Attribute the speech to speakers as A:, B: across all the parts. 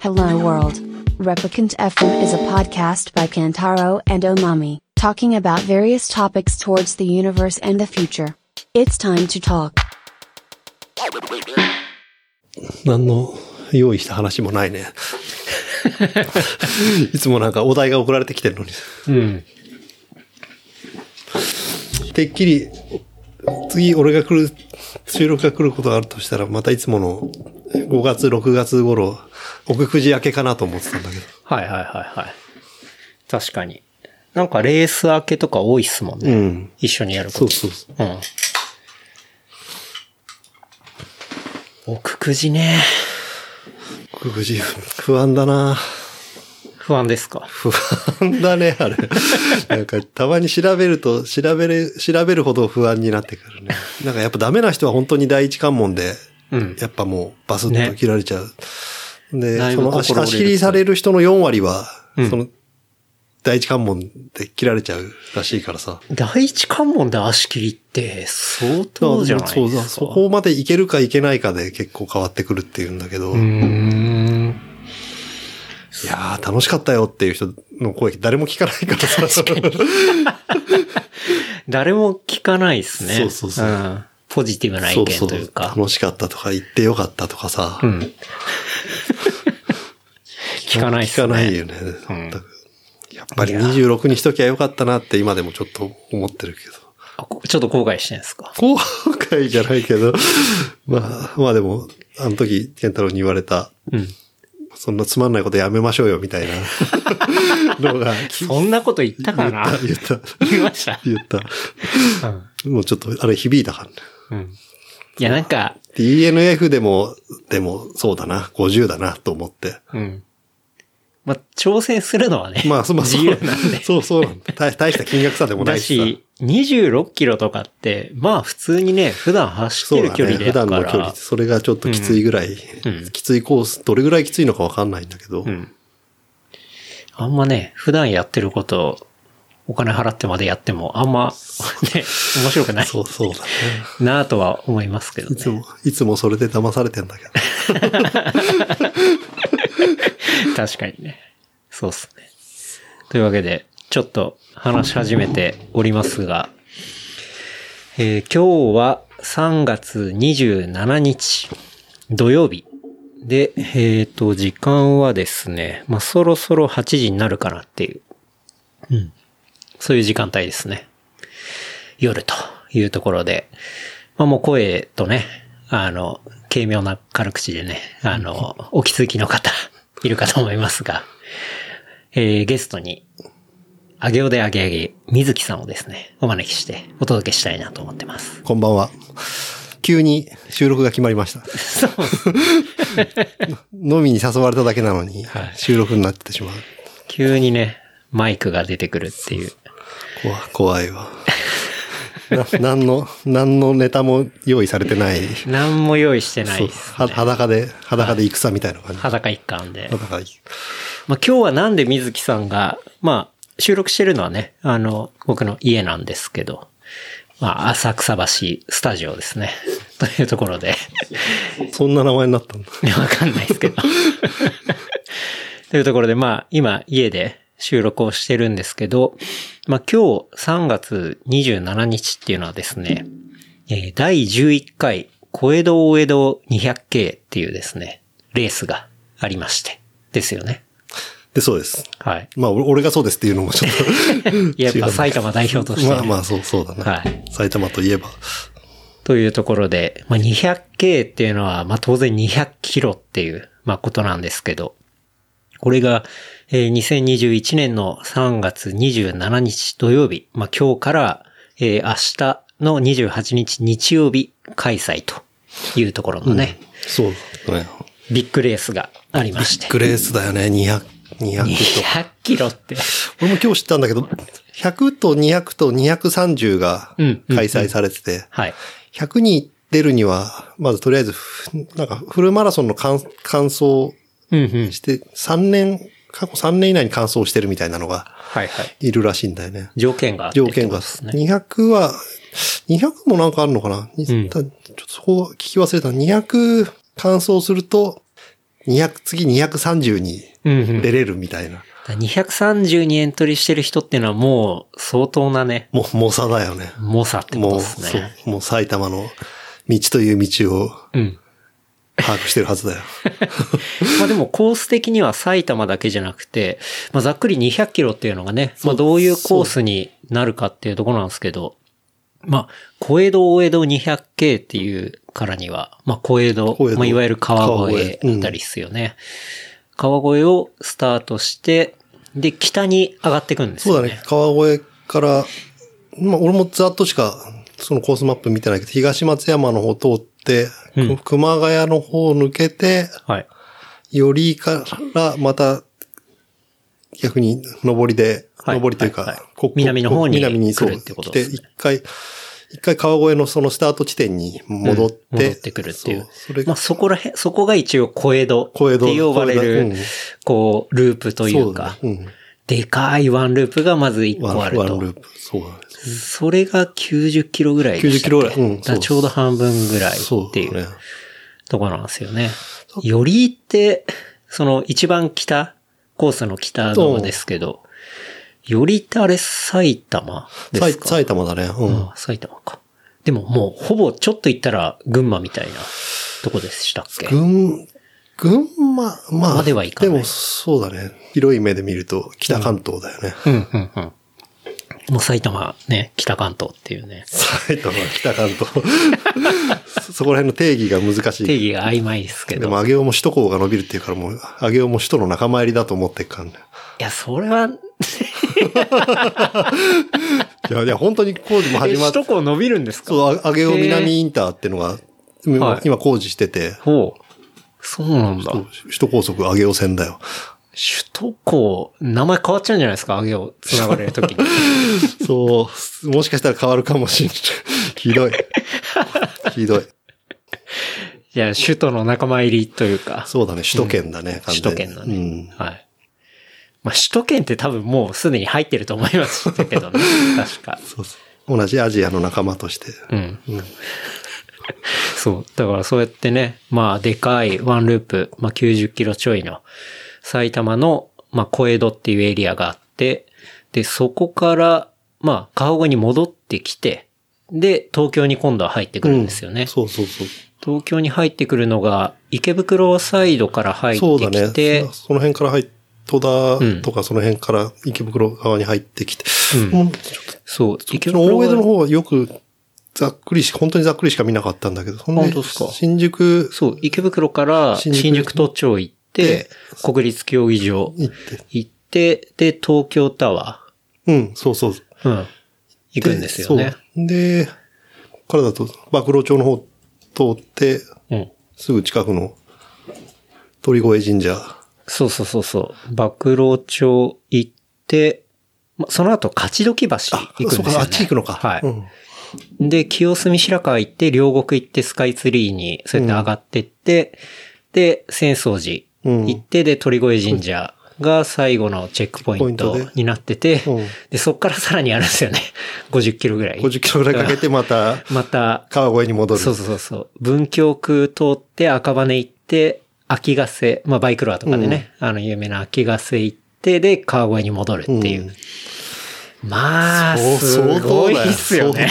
A: Hello World. Replicant FM is a podcast by Kantaro and Omami, talking about various topics towards the universe and the future. It's time to talk.
B: 何の用意した話もないね。いつもなんかお題が送られてきてるのに。
C: うん。
B: てっきり、次俺が来る、収録が来ることがあるとしたら、またいつもの5月、6月頃、奥くじ明けかなと思ってたんだけど。
C: はいはいはいはい。確かに。なんかレース明けとか多いっすもんね。
B: うん
C: 一緒にやること。
B: そうそうそう。
C: うん。奥くじね。
B: 奥くじ、不安だな
C: 不安ですか。
B: 不安だね、あれ。なんか、たまに調べると、調べる、調べるほど不安になってくるね。なんかやっぱダメな人は本当に第一関門で、
C: うん
B: やっぱもうバスッと切られちゃう。
C: だ
B: で、
C: い
B: そ
C: ぶ
B: の足
C: 心折
B: 足
C: れる
B: 切りされる人の4割は、
C: うん
B: その、第一関門で切られちゃうらしいからさ。
C: 第一関門で足切りって相当じゃないですか。
B: そうだそこまでいけるかいけないかで結構変わってくるっていうんだけど、
C: うー
B: い
C: ん。
B: やー楽しかったよっていう人の声誰も聞かないからさ。
C: 誰も聞かないっすね。
B: そうそうそうん
C: ポジティブな意見というか。
B: 楽しかったとか言ってよかったとかさ。
C: うん。 聞かないっすね。
B: 聞かないよね。
C: うん
B: やっぱり26にしときゃよかったなって今でもちょっと思ってるけ ど。
C: あこちょっと後悔してんですか。
B: 後悔じゃないけど、 まあ、まあでも、あの時、健太郎に言われた、
C: うん。
B: そんなつまんないことやめましょうよみたい なのが、
C: そんなこと言ったかな
B: 言った、
C: 言いました。
B: 言った。もうちょっと、あれ響いたからね。
C: うん。いや、なんか、
B: DNF でも、でも、そうだな、50だな、と思って。
C: うん。まあ、挑戦するのはね。
B: まあ、そまあ、そ
C: 自
B: う
C: 由なんで。
B: そう、そうなんだ。大大した金額差でもな
C: だ
B: いしさ。
C: し、26キロとかって、まあ普通にね、普段走ってる距離
B: 普
C: でやから。
B: 段の距離。それがちょっときついぐらい、
C: うんうん
B: きついコース、どれぐらいきついのかわかんないんだけど、
C: うん。あんまね、普段やってることをお金払ってまでやっても、あんま、ね、面白くない
B: そうそうだね。
C: なぁとは思いますけど
B: いつ
C: ね。
B: も、いつもそれで騙されてんだけど。
C: 確かにね。そうっすね。というわけで、ちょっと話し始めておりますが、えー今日は3月27日土曜日。で、えっ、と、時間はですね、まあ、そろそろ8時になるかなっていう。うん。そういう時間帯ですね。夜というところで、まあ、もう声とね、あの、軽妙な軽口でね、あの、お気づきの方、 いるかと思いますが、えー、ゲストに、あげおであげあげ、水木さんをですね、お招きしてお届けしたいなと思ってます。
B: こんばんは。急に収録が決まりました。
C: そう。
B: 飲みに誘われただけなのに
C: は、い
B: 収録になってしまう。
C: 急にね、マイクが出てくるっていう。
B: 怖い、怖いわ。な何の、何のネタも用意されてない。
C: 何も用意してない
B: そう
C: っす
B: は裸で、裸で戦みたいな感じ。
C: 裸一貫で。
B: 裸で。
C: まあ、今日はなんで水木さんが、まあ、収録してるのはね、あの、僕の家なんですけど、まあ、浅草橋スタジオですね。 というところで、
B: そんな名前になったんだ。
C: いやわかんないですけど。というところで、まあ、今、家で収録をしてるんですけど、まあ、今日3月27日っていうのはですね、えー第11回、小江戸大江戸 200K っていうですね、レースがありまして、ですよね。
B: で、そうです。
C: はい。
B: まあ、俺俺がそうですっていうのもちょっと。
C: やっぱ埼玉代表 としてね、
B: まあまあ、そう、そうだね。
C: はい
B: 埼玉といえば。
C: というところで、まあ、200K っていうのは、まあ、当然200キロっていう、まあ、ことなんですけど、これが、えー2021年の3月27日土曜日、まあ、今日から、えー明日の28日日曜日開催というところのね、
B: そうだね。
C: ビッグレースがありまして。
B: グレースだよね、200、200と。
C: 200キロって。
B: 俺も今日知ったんだけど、100と200と230が
C: うんうん
B: 開催されてて、
C: はい。
B: 100に出るには、まずとりあえず、ふなんかフルマラソンの完完走
C: うんうん。
B: して、3年、過去3年以内に完走してるみたいなのが
C: はいはい。
B: いるらしいんだよね。
C: 条件があってっ
B: 条
C: てこと
B: 件が。
C: ですね。
B: 200は、200もなんかあるのかな、に
C: うん
B: たちょっとそこは聞き忘れた。200完走すると、 200、次230に
C: うんうん。
B: 出れるみたいな。
C: だから230にエントリーしてる人っていうのはもう相当なね、
B: もう、猛者だよね。
C: 猛者ってこと
B: もう、
C: です
B: そう
C: ね。。
B: もう埼玉の道という道を
C: うん。
B: 把握してるはず だよ。
C: まあでもコース的には埼玉だけじゃなくて、まあざっくり200キロっていうのがね、まあどういうコースになるかっていうところなんですけど、まあ、小江戸大江戸 200K っていうからには、まあ小江戸、
B: 小江戸
C: まあいわゆる川越あたりっすよね。川越をスタートして、で、北に上がっていくんです
B: そう
C: よ
B: だ
C: ね。
B: ね。川越から、まあ、俺もざっとしか、そのコースマップ見てないけど、東松山の方通って、
C: うん
B: く熊谷の方を抜けて、
C: はい。
B: よりから、また、逆に、上りで、
C: はい
B: 上りというか、
C: はいはい
B: ここ
C: 南の方に
B: 南にそう
C: 来るってことですね
B: 来て一回、一回川越のそのスタート地点に戻って、
C: うん戻ってくるっていう。
B: そうそれ
C: まあ、そこらへん、そこが一応小江戸って
B: 小江戸
C: 呼ばれる、
B: 小江戸うん
C: こう、ループというか、
B: そうだね。
C: でかいワンループがまず1
B: うん。ワン
C: 個ある
B: ワンル
C: と。
B: ープ。そうだね。
C: それが90キロぐらいでし
B: 90
C: たっけ
B: キロぐらいうん
C: だから
B: そう
C: ちょうど半分ぐらい
B: そう
C: ってい
B: だ
C: う
B: ね。
C: ところなんですよね。よりって、その一番北、コースの北の方ですけど、よりってあれ埼玉です
B: 埼
C: か
B: 埼玉だね。うん。
C: ああ埼玉か。でももうほぼちょっと行ったら群馬みたいなとこでしたっけ
B: 群、群馬、まあ。
C: まではいかない
B: でも、そうだね。広い目で見ると、北関東だよね。
C: うんうんうん。もう埼玉ね、北関東っていうね。
B: 埼玉、北関東。 そそこら辺の定義が難しい。
C: 定義が曖昧ですけ
B: で
C: ど。
B: も、上尾も首都高が伸びるっていうから、もう、上尾も首都の仲間入りだと思ってっからね。
C: いや、それは、
B: いや、いや、本当に工事も
C: え
B: 始ま
C: 首
B: って
C: 都、高伸びるんですか
B: そう、あ上尾南インターってのが、
C: はい
B: 今工事してて、
C: ほう。そうなんだ。
B: 首都高速上尾線だよ。
C: 首都高、名前変わっちゃうんじゃないですか上を繋がれると きに。
B: そう、もしかしたら変わるかもしんない。ひどい。 ひどい。
C: いや、首都の仲間入りというか。
B: そうだね、首都圏だね、完全
C: 首都
B: に
C: 圏の
B: う
C: ね
B: ん。。
C: はい。まあ、首都圏って多分もうすでに入ってると思いますけど ね。確か。
B: そうそう。同じアジアの仲間として。
C: うん。そう。だからそうやってね、まあ、でかいワンループ、まあ、90キロちょいの埼玉の、まあ、小江戸っていうエリアがあって、で、そこから、まあ、川越に戻ってきて、で、東京に今度は入ってくるんですよね。
B: そうそうそう。
C: 東京に入ってくるのが、池袋サイドから入
B: そ
C: っ
B: う
C: て
B: だ
C: きて、
B: ね。そその辺から入っ戸
C: うん
B: 田とかその辺から池袋側に入ってきて。もうちょっ
C: そう、池
B: と
C: は
B: 大江戸の方はよくざっくりし、本当にざっくりしか見なかったんだけど、そんで
C: 本当っすか
B: 新宿
C: そう、池袋から
B: 新
C: 新
B: 宿
C: 宿都庁行って、国立競技場
B: 行って。
C: 行って、で、東京タワ
B: うん、そうそう。
C: ー、うん、行くんですよね。
B: そう。で、こっからだと、馬黒町の方通って、
C: うん。
B: すぐ近くの鳥越神社。
C: そうそうそうそう。曝露町行って、まその後、勝どき橋
B: あ、
C: 行くんです
B: そ
C: よ、
B: う
C: ね。
B: か、あっち行くのか。
C: はい。
B: うん
C: で、清澄白河行って、両国行って、スカイツリーに、そうやって上がってって、で、浅草寺行って、で、鳥越神社が最後のチェックポイン
B: ポイン
C: ト
B: トで
C: になってて、
B: うん
C: で、そっからさらにあるんですよね。50キロぐらい。
B: 50キロぐらいかけてまた、
C: また、
B: 川越に戻る。
C: そうそうそうそう、文京区通って、赤羽行って、秋ヶ瀬、まあ、バイクロアとかでね、あの、有名な秋ヶ瀬行って、で、川越に戻るっていう。
B: うん
C: まあ、
B: そう
C: す
B: 相
C: ご
B: 当
C: い
B: だよ
C: っすよね。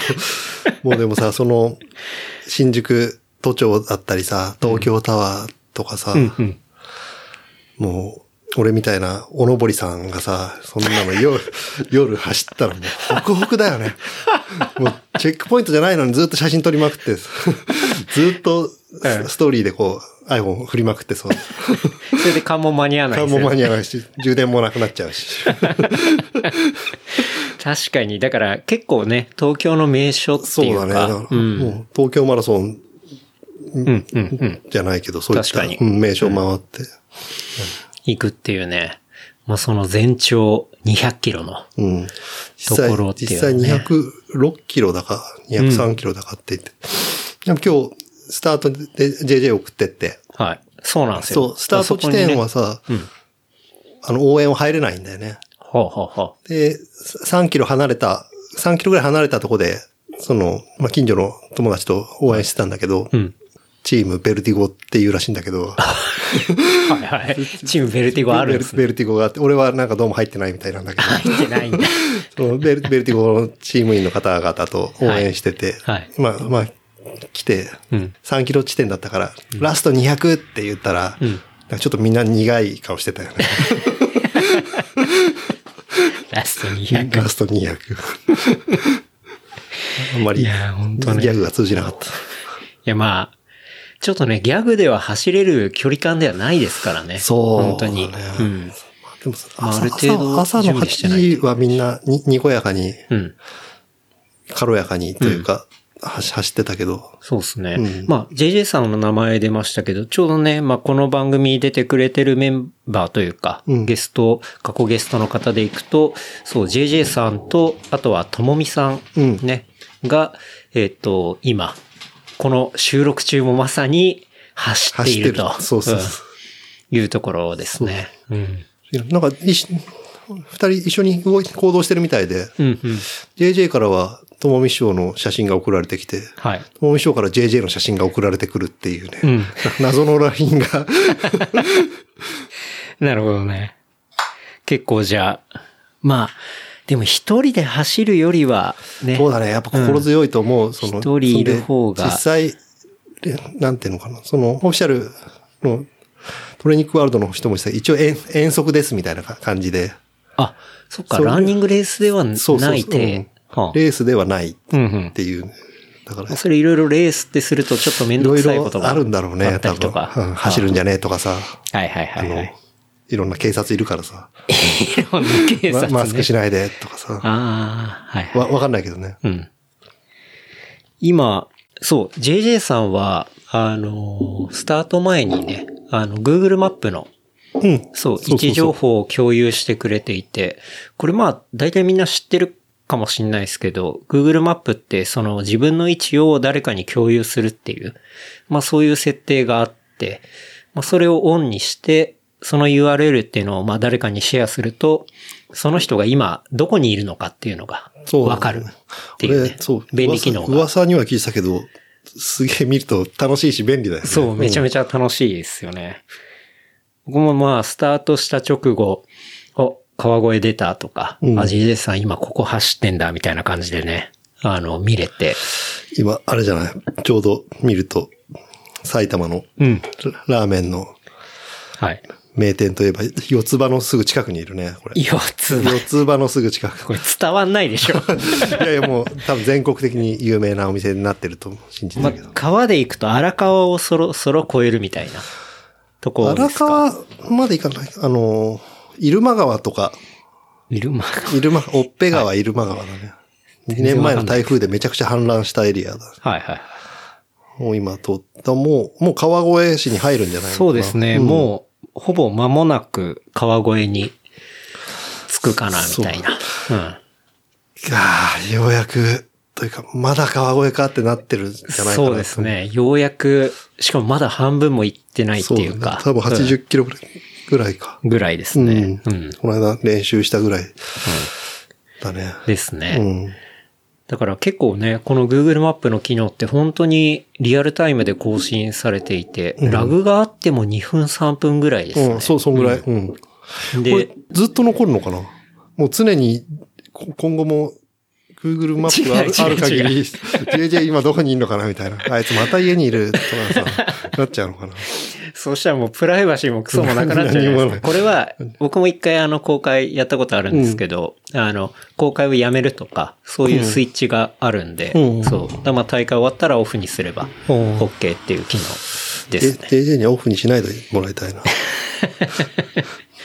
B: 相当もうでもさ、その、新宿都庁だったりさ、東京タワーとかさ、
C: うんうん
B: もう、俺みたいな、おのぼりさんがさ、そんなの夜、 夜走ったらもう、ホクホクだよね。もう、チェックポイントじゃないのにずっと写真撮りまくって、 ずっと
C: ええ
B: ストーリーでこう、iPhone 振りまくって そう。
C: それで関門間に合わないです
B: も
C: よ
B: う間
C: ね
B: に合わないし、充電もなくなっちゃうし。
C: 確かに。だから結構ね、東京の名所って
B: そ
C: いうう
B: だね。だ
C: か、
B: から
C: う
B: も
C: ん、
B: う東京マラソン
C: うん、うん、うん。
B: じゃないけど、そういった
C: 確かに
B: うん名所を回って。
C: 行くっていうね。まあその全長200キロの。
B: うん。実際、
C: ところっていう
B: 実際
C: のね
B: 206キロだか、203キロだかって言って。でも今日、スタートで JJ 送ってって。
C: はい。そうなんですよ。
B: そう、スタート地
C: あそこ
B: 点
C: にね
B: はさ、あの、応援は入れないんだよね。
C: ほうほうほ
B: で、3キロ離れた、3キロぐらい離れたとこで、その、まあ、近所の友達と応援してたんだけど、
C: う。うん。
B: チームベルティゴっていうらしいんだけど、
C: はいはい。 チームベルティ ゴあるんですね。
B: ベルティゴがあって、俺はなんかどうも入ってないみたいなんだけど、
C: 入ってないんだ。
B: そのベルベルティゴのチーム員の方々と応援してて、
C: はいはい
B: まあまあ、来て、
C: うん
B: 3キロ地点だったから、ラスト200って言ったら、
C: ん
B: なんかちょっとみんな苦い顔してたよね。
C: ラスト200。
B: ラスト200。あんまり、
C: い
B: ギ
C: やーほんとね
B: ャグが通じなかった。
C: いや、まあ、ちょっとね、ギャグでは走れる距離感ではないですからね。
B: そう、
C: 本当に。
B: ね
C: うん。
B: まあでも
C: まあ
B: 朝
C: ある程度
B: 朝朝の
C: 準備してない
B: 8時はみんなににこやかに、
C: うん。
B: 軽やかにというか、はし走ってたけど、
C: そうですね。
B: うん
C: まあ、JJ さんの名前出ましたけど、ちょうどね、まあ、この番組に出てくれてるメンバーというか、
B: うん
C: ゲスト、過去ゲストの方でいくと、そう、JJ さんと、あとはともみさん、
B: うん
C: ね、が、えっ、と、今、この収録中もまさに走っていると。
B: 走ってるそうそうそうん
C: いうところですね。うん。
B: いやなんか一緒、二人一緒に動い行動してるみたいで、
C: うんうん。
B: JJ からは、ともみ師匠の写真が送られてきて、
C: はい。
B: ともみ師匠から JJ の写真が送られてくるっていうね、
C: うん
B: 謎のラインが、
C: なるほどね。結構じゃあ、まあ、でも一人で走るよりは、ね。
B: そうだね、やっぱ心強いと思う、その、
C: 一人いる方が
B: そんで実際、れなんていうのかな、その、オフィシャルの、トレニックワールドの人もさ、一応遠遠足ですみたいな感じで、
C: あ、そっか、
B: そういう
C: ランニングレースではない
B: そうそうそう
C: て。
B: うん
C: はあ
B: レースではないっ
C: うん
B: ていう、だから
C: うん。、それいろいろレースってするとちょっとめん
B: い
C: ど
B: ろ
C: く
B: い
C: さいこと
B: ろ
C: が
B: あるんだろうね、
C: った
B: 多
C: りと
B: 分。
C: か。
B: うん走るんじゃねえとかさ、
C: はいはい
B: あ
C: はいは
B: の
C: い。、
B: いろんな警察いるからさ、
C: いろんな警察、
B: ま
C: ね、
B: マスクしないでとかさ、
C: ああ、はいはい。
B: わ、わかんないけどね。
C: うん。今、そう、JJ さんは、あの、スタート前にね、あの、Google マップの、
B: うん。
C: そう、位
B: そう
C: 置情報を共有してくれていて、これまあ、大体みんな知ってるかもしれないですけど、Google マップって、その自分の位置を誰かに共有するっていう、まあそういう設定があって、まあそれをオンにして、その URL っていうのをまあ誰かにシェアすると、その人が今どこにいるのかっていうのが
B: そう
C: わかるっていう,、ね
B: 俺そう。
C: 便利機能
B: 噂
C: が。
B: 噂には聞いてたけど、すげえ見ると楽しいし便利だよね。
C: そう、めちゃめ
B: ち
C: ちゃ楽しいですよね。僕もまあ、スタートした直後、お、川越出たとか、
B: うん
C: あ、JJ さん今ここ走ってんだ、みたいな感じでね、あの、見れて。
B: ゃ。今、あれじゃない。ちょうど見ると、埼玉の
C: うん。
B: ラーメンの
C: はい。
B: 名店といえば、四つ葉のすぐ近くにいるね、これ。
C: 四つ葉。
B: 四つ葉のすぐ近く。
C: これ伝わんないでし ょ。
B: いやいや、もう多分全国的に有名なお店になってると信じて
C: まあ
B: るけど、。
C: 川で行くと荒川をそろそろ越えるみたいなとこで
B: 荒
C: すか。
B: 川まで行かない。あの、入間川とか、
C: 入間川。
B: 入間、おっぺ川、入間川だね。2年前の台風でめちゃくちゃ氾濫したエリアだ。
C: はいはい。
B: もう今通った、もう、もう川越市に入るんじゃないのかな
C: そうですね。もう、ほぼ間もなく川越に着くかな、みたいな。うん。
B: ああ、ようやく、というか、まだ川越かってなってるんじゃないかな。
C: そうですね。ようやく、しかもまだ半分も行ってないっ
B: そ
C: て
B: うだ
C: い
B: ね。
C: うか。
B: 多分80キロぐらいぐらいか。
C: うんぐらいですね。うん。
B: この間練習したぐらい。だね。
C: ですね。
B: うん。
C: だから結構ね、この Google マップの機能って本当にリアルタイムで更新されていて、ラグがあっても2分3分ぐらいですね。
B: うん、そう、そんぐらい。うん。これ
C: で、、
B: ずっと残るのかなもう常に、こ今後も、Google マップがある
C: 違う違う
B: ある限り、JJ 今どこにいるのかなみたいな。あいつまた家にいるとかさ、なっちゃうのかな。
C: そうしたらもうプライバシーもクソもなくなっちゃうじゃない
B: 何
C: で
B: も
C: す
B: ない
C: か。これは、僕も一回あの公開やったことあるんですけど、あの、公開をやめるとか、そういうスイッチがあるんで、
B: うん
C: そう。だからまあ大会終わったらオフにすれば、
B: うん
C: OK っていう機能ですね。
B: J- JJ にはオフにしないでもらい たいな。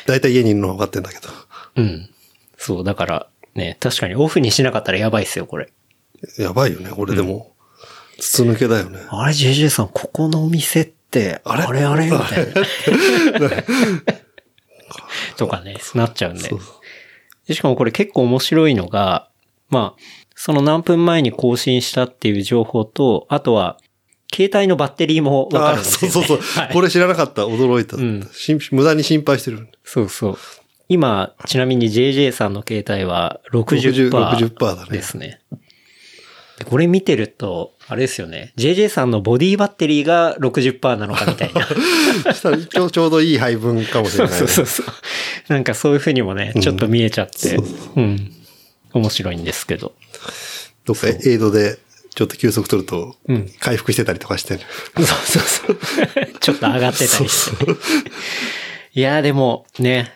B: だいたい家にいるのは分かってんだけど。
C: うん。そう、だからね、確かにオフにしなかったらやばいっすよ、これ。
B: やばいよね、これでも。筒抜けだよね。
C: あれ、JJ さん、ここのお店って、あれあれあれみ たいな。とかね、なっちゃうんで。でしかもこれ結構面白いのが、まあ、その何分前に更新したっていう情報と、あとは、携帯のバッテリーもわかるん
B: あ
C: です
B: そう
C: よ、ね。
B: そうそう。
C: はい
B: これ知らなかった。驚いた、
C: ん
B: し無駄に心配してる。
C: そうそう。今、ちなみに JJ さんの携帯は60%,
B: 60%だね
C: ですね。でこれ見てると、あれですよね。JJ さんのボディバッテリーが60%なのかみたいな。
B: そしたらちょちょうどいい配分かもし
C: そ
B: れ
C: う
B: ないね、
C: そうそうそう。なんかそういう風にもね、ちょっと見えちゃって、うん、面白いんですけど。
B: どっかエイドでちょっと休息取ると
C: うん、
B: 回復してたりとかしてる。
C: そうそうそう。 ちょっと上がってたりしてね。いやーでもね、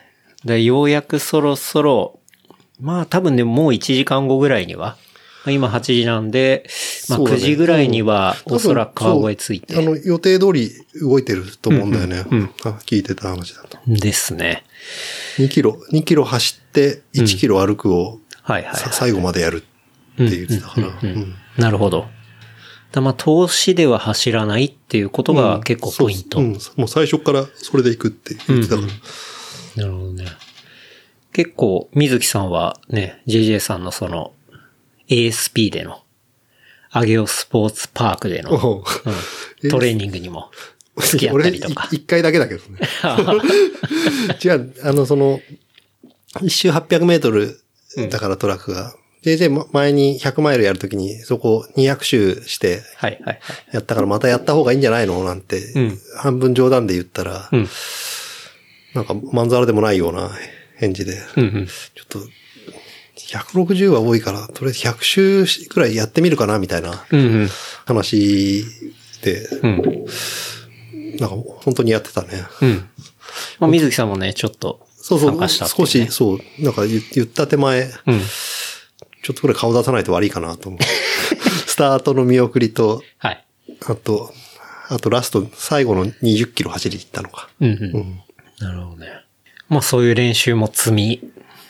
C: でようやくそろそろ、まあ多分ね、もう1時間後ぐらいには、今8時なんで、まあ
B: そうだ
C: 9
B: ね
C: 時ぐらいにはおそらく川越つい
B: そうあ
C: て
B: の、予定通り動いてると思うんだよね。
C: うんうんうん
B: あ聞いてた話だと。
C: ですね。
B: 2キロ、2キロ走って1キロ歩くを
C: はいはい、
B: さ
C: は
B: 最後までやるって言ってたから。
C: い。うん
B: うん
C: なるほど。だまあ投資では走らないっていうことが結構ポイント。
B: そううんもう最初からそれで行くって言ってたから。
C: なるほどね。結構、水木さんはね、JJ さんのその、ASP での、アゲオスポーツパークでの、
B: おう
C: うんトレーニングにも付き合ったりとか
B: 俺い。一回だけだけどね。違う、あの、その、一周800メートルだからトラックが。JJ も前に100マイルやるときにそこ200周して
C: はいはいはい。
B: やったからまたやった方がいいんじゃないのなんて、
C: ん
B: 半分冗談で言ったら、
C: うん。
B: なんかまんざらでもないような返事で、
C: うんうん。
B: ちょっと、160は多いから、とりあえず100周くらいやってみるかなみたいな
C: うん
B: 話で、
C: うん。うん。
B: なんか本当にやってたね。
C: うん。まあ、水木さんもね、ちょっと
B: そうそ
C: 参
B: う、
C: 加したってい
B: 少
C: うね、
B: し、そう、なんか言言った手前、
C: うん。
B: ちょっとこれ顔出さないと悪いかなと 思う。スタートの見送りと、
C: はい。
B: あと、あとラスト、最後の20キロ走り行ったのか。
C: うんうん。なるほどね。まあ、そういう練習も積み、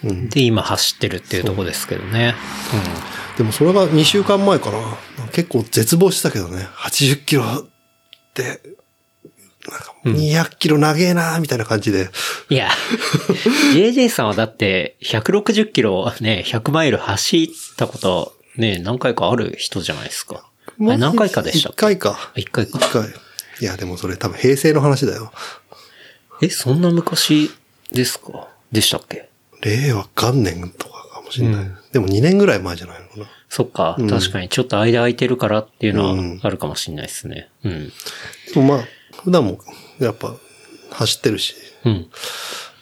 C: で、今走ってるっていうところですけどね。
B: でもそれが2週間前かな。結構絶望してたけどね。80キロって、なんか200キロ長えなみたいな感じで。
C: いや、JJ さんはだって160キロね、100マイル走ったことね、何回かある人じゃないですか。あれ何回かでしたっ
B: ?1 回か。
C: け ?1 回か。
B: 1回。いや、でもそれ多分平成の話だよ。
C: え、そんな昔ですかでしたっけ
B: 令和元年とかかもしれない。
C: うん
B: でも2年ぐらい前じゃないのかな。
C: そっか、
B: うん
C: 確かにちょっと間空いてるからっていうの
B: うん
C: はあるかもしれないですね。うん。
B: でもまあ、普段もやっぱ走ってるし、
C: うん。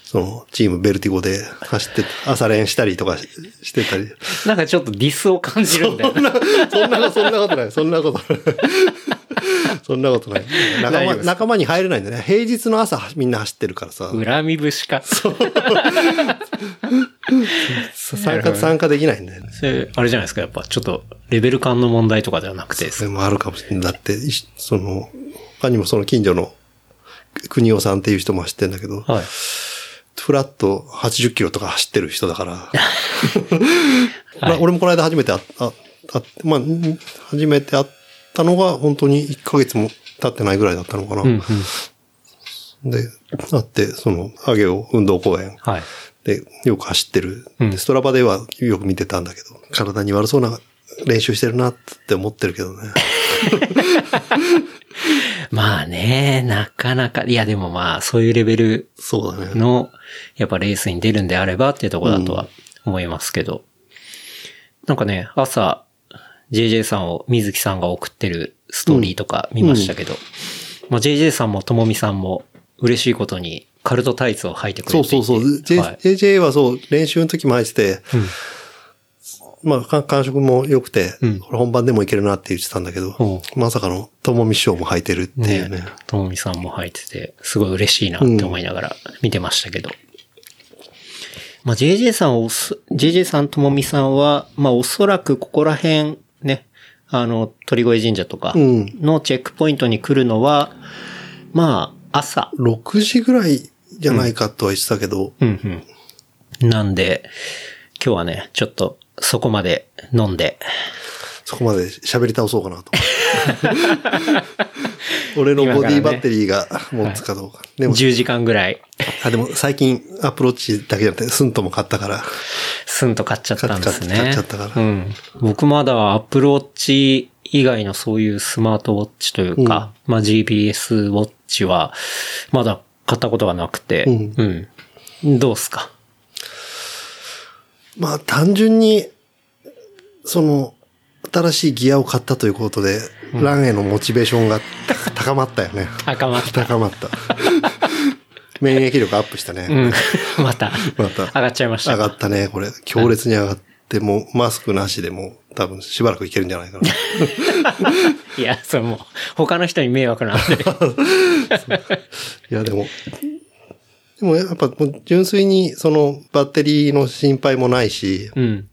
B: そのチームベルティゴで走って、朝練したりとかししてたり。
C: なんかちょっとディスを感じるんだよね。
B: そんな、そんなことない。そんなことない。 そんなことない。仲
C: 大丈夫
B: 間、
C: です
B: 仲間に入れないんだね。平日の朝みんな走ってるからさ、
C: 恨み節か。そう。
B: 参加、参加できないんだよね。
C: それあれじゃないですか、やっぱちょっとレベル感の問題とかではなくて。
B: それもあるかもしれない。だって、いしその、他にもその近所の国尾さんっていう人も走ってんだけど、
C: はい。
B: フラット80キロとか走ってる人だ から。まあ俺もこの間初めてあああまあ、ん初めて会ったのが本当に1ヶ月も経ってないぐらいだったのかな。
C: うんうん。
B: で、会って、その、上げを運動公園
C: はい。
B: でよく走ってる。
C: うん
B: でストラバではよく見てたんだけど、体に悪そうな練習してるなって思ってるけど ね。
C: まあね、なかなか、いやでもまあ、そういうレベル
B: そうだね。
C: の、やっぱレースに出るんであればっていうところだとは思いますけど。なんかね、朝、JJ さんを、水木さんが送ってるストーリーとか見ましたけど、まあ JJ さんもともみさんも嬉しいことにカルトタイツを履いてくれて
B: そ
C: いうて
B: そうそう。J
C: はい
B: JJ はそう、練習の時も入ってて、まあか、感触も良くて、
C: うん
B: これ本番でもいけるなって言ってたんだけど、まさかの、ともみ師匠も履いてるっていうね。
C: ね、ともみさんも入ってて、すごい嬉しいなって思いながら見てましたけど。まあ、JJ さんをす、JJ さんともみさんは、まあ、おそらくここら辺ね、あの、鳥越神社とか
B: うん
C: のチェックポイントに来るのは、まあ、朝。
B: 6時ぐらいじゃないかとは言ってたけど、
C: うんうん。なんで、今日はね、ちょっとそこまで飲んで、
B: そこまで喋り倒そうか なと。俺のボディバッテリーが持つかどうか。でも、
C: 10時間ぐらい、
B: あ、でも最近アプローチだけじゃなくて、スントも買ったから。
C: スンと買っちゃったんですね。
B: 買っちゃったから
C: うん。僕まだアップルウォッチ以外のそういうスマートウォッチというか、まあ GPS ウォッチは、まだ買ったことがなくて、
B: う
C: うん。どうっすか
B: まあ単純に、その、新しいギアを買ったということで、ランへのモチベーションが高高まったよ ね。
C: 高まった。
B: 高まった。 免疫力アップしたね。
C: うん。 また。
B: また
C: 上がっちゃいました。
B: 上がったね、これ。強烈に上がって、もうマスクなしでもう多分しばらくいけるんじゃないか な。
C: いや、それもう、他の人に迷惑なんで。
B: いや、でも、でもやっぱもう純粋にそのバッテリーの心配もないし、
C: うん。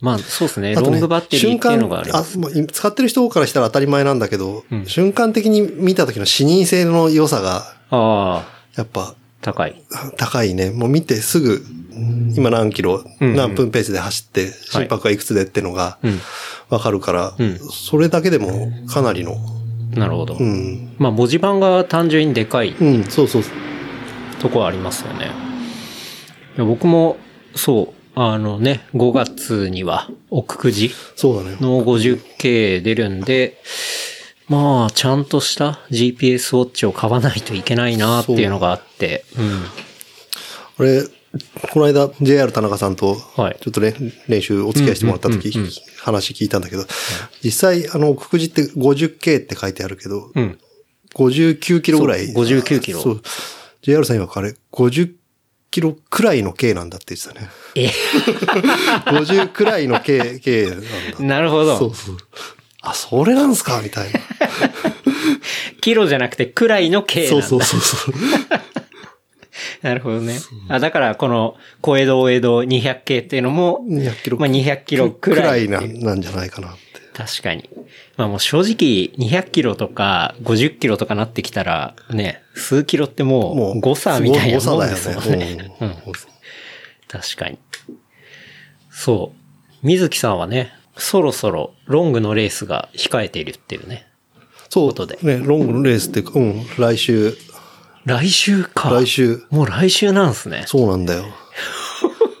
C: まあ、そうですね。
B: あと
C: ロ
B: ね
C: ングバッテリーっていうのがあります。
B: 瞬間あもう使ってる人からしたら当たり前なんだけど、
C: ん
B: 瞬間的に見た時の視認性の良さが、
C: ああ、
B: やっぱ
C: 高い。
B: 高いね。もう見てすぐ、今何キロ、
C: うん
B: 何分ペースで走って、心拍がいくつでってのが
C: うん。
B: わかるから、
C: うん
B: それだけでもかなりの、
C: なるほど。
B: うん、
C: まあ、文字盤が単純にでかい
B: うん、そうそう。
C: とこはありますよね。いや僕も、そう、あのね、5月には、奥久慈
B: そうだね。
C: の 50K 出るんで、まあ、ちゃんとした GPS ウォッチを買わないといけないなっていうのがあって、う
B: 俺、この間 JR 田中さんと、
C: はい
B: ちょっとね、練習お付き合いしてもらった時、話聞いたんだけど、実際、あの、くくじって 50K って書いてあるけど、
C: ん。うん。
B: 59キロぐらい。
C: そう59キロ
B: そう。JR さん今あれ、50キロくらいの K なんだって言ってたね。
C: え、
B: 50くらいの K、K なんだ。
C: なる
B: そ
C: ほど
B: う。そう。あ、それなんすかみたいな。
C: キロじゃなくて、くらいの K なん
B: そう
C: だ。
B: そうそうそう。
C: なるほどね。あ、だから、この、小江戸、大江戸200系っていうのも、
B: 200キロ。
C: まあ200キロく
B: く
C: ら
B: ら
C: い
B: い。なんなんじゃないかなって。
C: 確かに。まあもう正直、200キロとか50キロとかなってきたら、ね、数キロってもう誤差みたいな
B: 誤差
C: もん
B: だよ
C: ですもん
B: ね
C: ね。。
B: う
C: うんん。確かに。そう。水木さんはね、そろそろロングのレースが控えているっていうね。
B: そう。
C: ことで
B: ね、ロングのレースっていうか、うん、来週、
C: 来週か。
B: 来。週、
C: もう来週なんですね。
B: そうなんだ よ。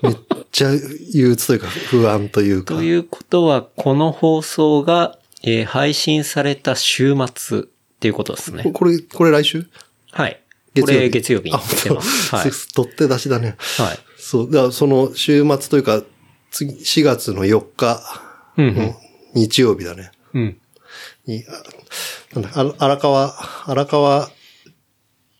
B: めっちゃ憂鬱というか、不安というか
C: と。いうことは、この放送が、えー配信された週末っていうことですね。
B: これ、これ来週
C: はい。こ
B: 月曜
C: れ
B: 日。
C: 月曜日に
B: あ、
C: 出て
B: 本
C: ます。はい。
B: 当。取って出しだね。
C: はい。
B: そう、だからその週末というか、次、4月の4日、
C: うん
B: 日曜日だね。
C: うん。うん。
B: に、あなんだあら荒川、荒川、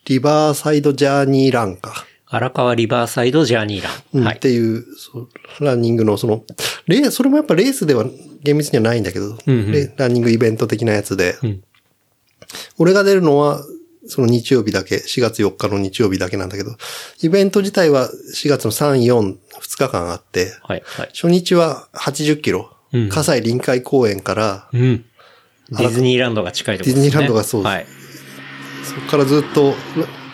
B: リバーサイドジャーニーランか。
C: 荒川リバーサイドジャーニーラン。
B: うん
C: は
B: っ
C: い。
B: ていう、そうランニングの、その、レーそれもやっぱレースでは厳密にはないんだけど、
C: うんうん
B: レランニングイベント的なやつで、
C: うん
B: 俺が出るのは、その日曜日だけ、4月4日の日曜日だけなんだけど、イベント自体は4月の3、4、2日間あって、
C: はい。はい。
B: 初日は80キロ、
C: うん
B: 葛西臨海公園から、
C: うん。ディズニーランドが近いところ
B: ディズニーランドがそうです
C: はい。
B: そこからずっと、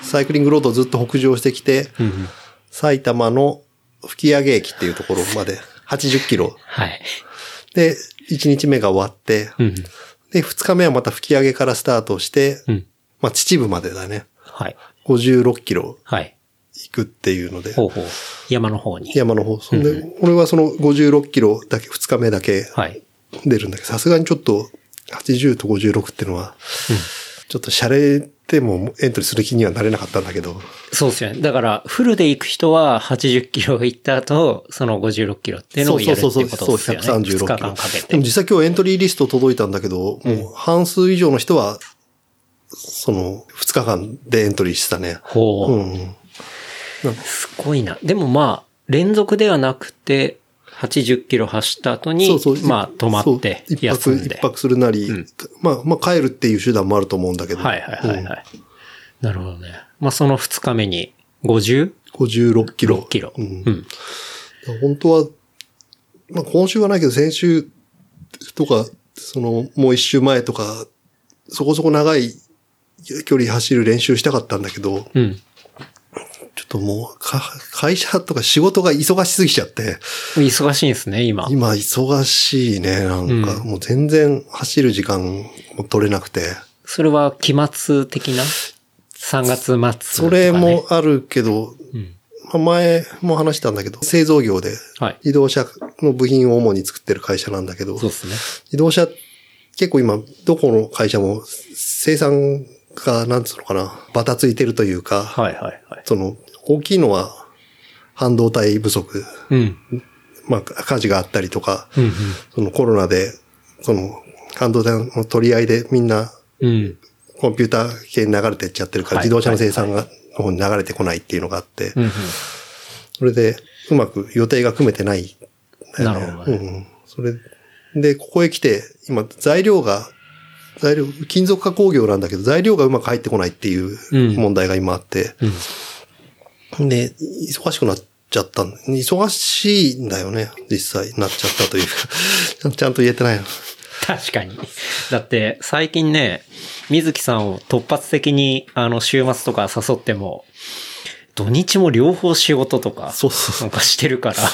B: サイクリングロードをずっと北上してきて、
C: うんうん。
B: 埼玉の吹上駅っていうところまで80キロ。
C: はい。
B: で、1日目が終わって、
C: うんうん。
B: で、2日目はまた吹上からスタートして、
C: うん。
B: まあ、秩父までだね。
C: はい。
B: 56キロ
C: はい。
B: 行くっていうので、
C: ほうほう。山の方に。
B: 山の方。そんで、俺はその56キロだけ、2日目だけ
C: はい。
B: 出るんだけど、さすがにちょっと、80と56ってのは、ちょっと洒落てもエントリーする気にはなれなかったんだけど、
C: そうですよね。だから、フルで行く人は80キロ行った後、その56キロっていうの
B: そ
C: を
B: う
C: や
B: そう
C: るって
B: そう
C: こ
B: そ
C: と
B: う、
C: です
B: そう、
C: よ
B: 136
C: ね。2
B: キ
C: 日
B: ロ。
C: 間かけ
B: でも
C: て。
B: 実際今日エントリーリスト届いたんだけど、もう半数以上の人は、その、2日間でエントリーしてたね。
C: ほう。
B: うん。
C: すごいな。でもまあ、連続ではなくて、80キロ走った後に、
B: そうそう。
C: まあ、止まって
B: そう、一
C: 休
B: 泊、
C: ん
B: 一
C: で。
B: 泊するなり、
C: ん
B: まあ、まあ、帰るっていう手段もあると思うんだけど。
C: はいはいはい
B: うん
C: はい。なるほどね。まあ、その2日目に、50?
B: 56キロ。
C: 6キロ。
B: う
C: うんん。。
B: 本当は、まあ、今週はないけど、先週とか、その、もう一週前とか、そこそこ長い距離走る練習したかったんだけど、
C: うん。
B: ちょっともう、か会社とか仕事が忙しすぎちゃって、
C: 忙しいんですね、今。
B: 今忙しいね、なんか、
C: うん
B: もう全然走る時間も取れなくて、
C: それは期末的な ?3 月末とかね。
B: それもあるけど、
C: うん。
B: まあ前も話したんだけど、製造業で
C: はい。
B: 自動車の部品を主に作ってる会社なんだけど、
C: そうですね。
B: 自動車、結構今、どこの会社も生産が、なんつうのかな、バタついてるというか、
C: はいはいはい。
B: その、大きいのは半導体不足、
C: うん。
B: まあ、火事があったりとか、
C: うんうん。
B: そのコロナでその、半導体の取り合いでみんな
C: うん。
B: コンピューター系に流れてっちゃってるから、
C: はい
B: 自動車の生産が、の方に流れてこないっていうのがあって、
C: うんうん。
B: それで、うまく予定が組めてないんだよね、
C: なるほどね
B: うん。それ、で、ここへ来て、今、材料が、材料、金属化工業なんだけど、材料がうまく入ってこないっていう
C: うん
B: 問題が今あって、
C: うん
B: で、忙しくなっちゃったん忙しいんだよね、実際、なっちゃったというか、 ちゃんちゃんと言えてないの。
C: 確かに。だって、最近ね、水木さんを突発的に、あの、週末とか誘っても、土日も両方仕事とか、
B: そうそうそう
C: なんかしてるから、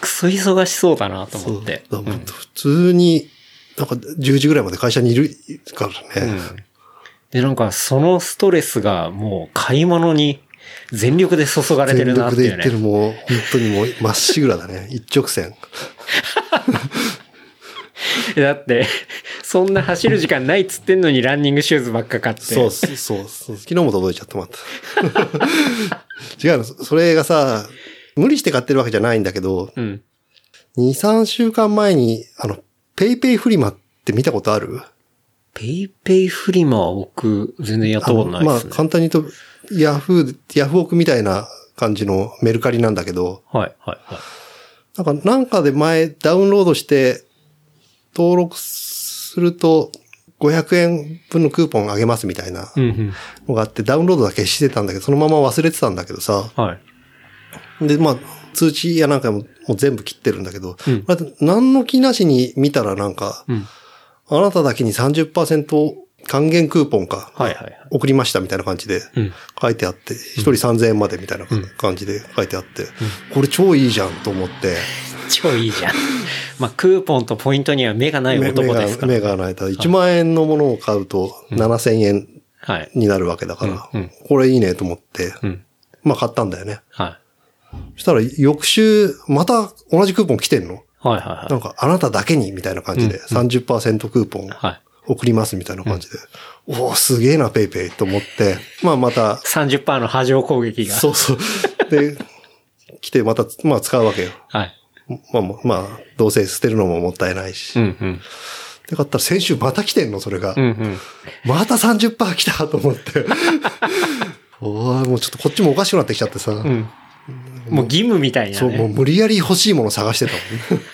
C: クソ忙しそうだなと思って。
B: そうだ
C: う
B: から
C: ん
B: 普通に、なんか10時ぐらいまで会社にいるからね。
C: うんで、なんか、そのストレスがもう買い物に全力で注がれて
B: 全
C: るなっ
B: 力
C: て
B: で
C: い
B: いうってる、
C: ね。
B: もう、本当にもう、まっしぐらだね。一直線。
C: だって、そんな走る時間ないっつってんのにランニングシューズばっか買って。
B: そうそうそうそう。昨日も届いちゃってまた。 違うの、そそれがさ、無理して買ってるわけじゃないんだけど、
C: うん。
B: 2、3週間前に、あの、ペイペイフリマって見たことある
C: ペイペイフリマは僕、全然やったことな
B: あ
C: い
B: の
C: で
B: ますあ、
C: ね。
B: 簡単に言うと、ヤフー、ヤフオクみたいな感じのメルカリなんだけど、
C: はい、はい、はい。
B: なんか、なんかで前ダウンロードして、登録すると、500円分のクーポンあげますみたいな
C: うん、うん。
B: のがあって、ダウンロードだけしてたんだけど、そのまま忘れてたんだけどさ。
C: はい。
B: で、まあ、通知やなんかももう全部切ってるんだけど、
C: うん
B: まあ何の気なしに見たらなんか、
C: うん。
B: あなただけに30%還元クーポンか、
C: はい、はい、はい。
B: 送りましたみたいな感じで
C: うん。
B: 書いてあって、一人3000円までみたいな
C: うん
B: 感じで書いてあって、これ超いいじゃんと思って。
C: 超いいじゃん。まあ、クーポンとポイントには目がない
B: 目
C: 男ですから。
B: 目が目がないと、1万円のものを買うと7000円
C: はい。
B: になるわけだから、
C: うんうん
B: これいいねと思って、
C: うん。
B: まあ買ったんだよね。
C: はい。
B: そしたら翌週、また同じクーポン来てんの
C: はい、はい、
B: な
C: は
B: んかあなただけにみたいな感じで、30%クーポン
C: い。はい。
B: 送りますみたいな感じで、おおすげえなペイペイと思 って、まあまた、
C: 30%の波状攻撃が。
B: そうそう。で、来てまた、まあ使うわけよ。
C: はい。
B: まあもう、まあ、どうせ捨てるのももったいないし。
C: う
B: っ
C: ん、うん。
B: て買ったら先週また来てんの、それが。
C: うん、うん。
B: また30%来たと思って。おーもうちょっとこっちもおかしくなってきちゃってさ。
C: うん。もう義務みたいなね。
B: そう、もう無理やり欲しいもの探してたもんね。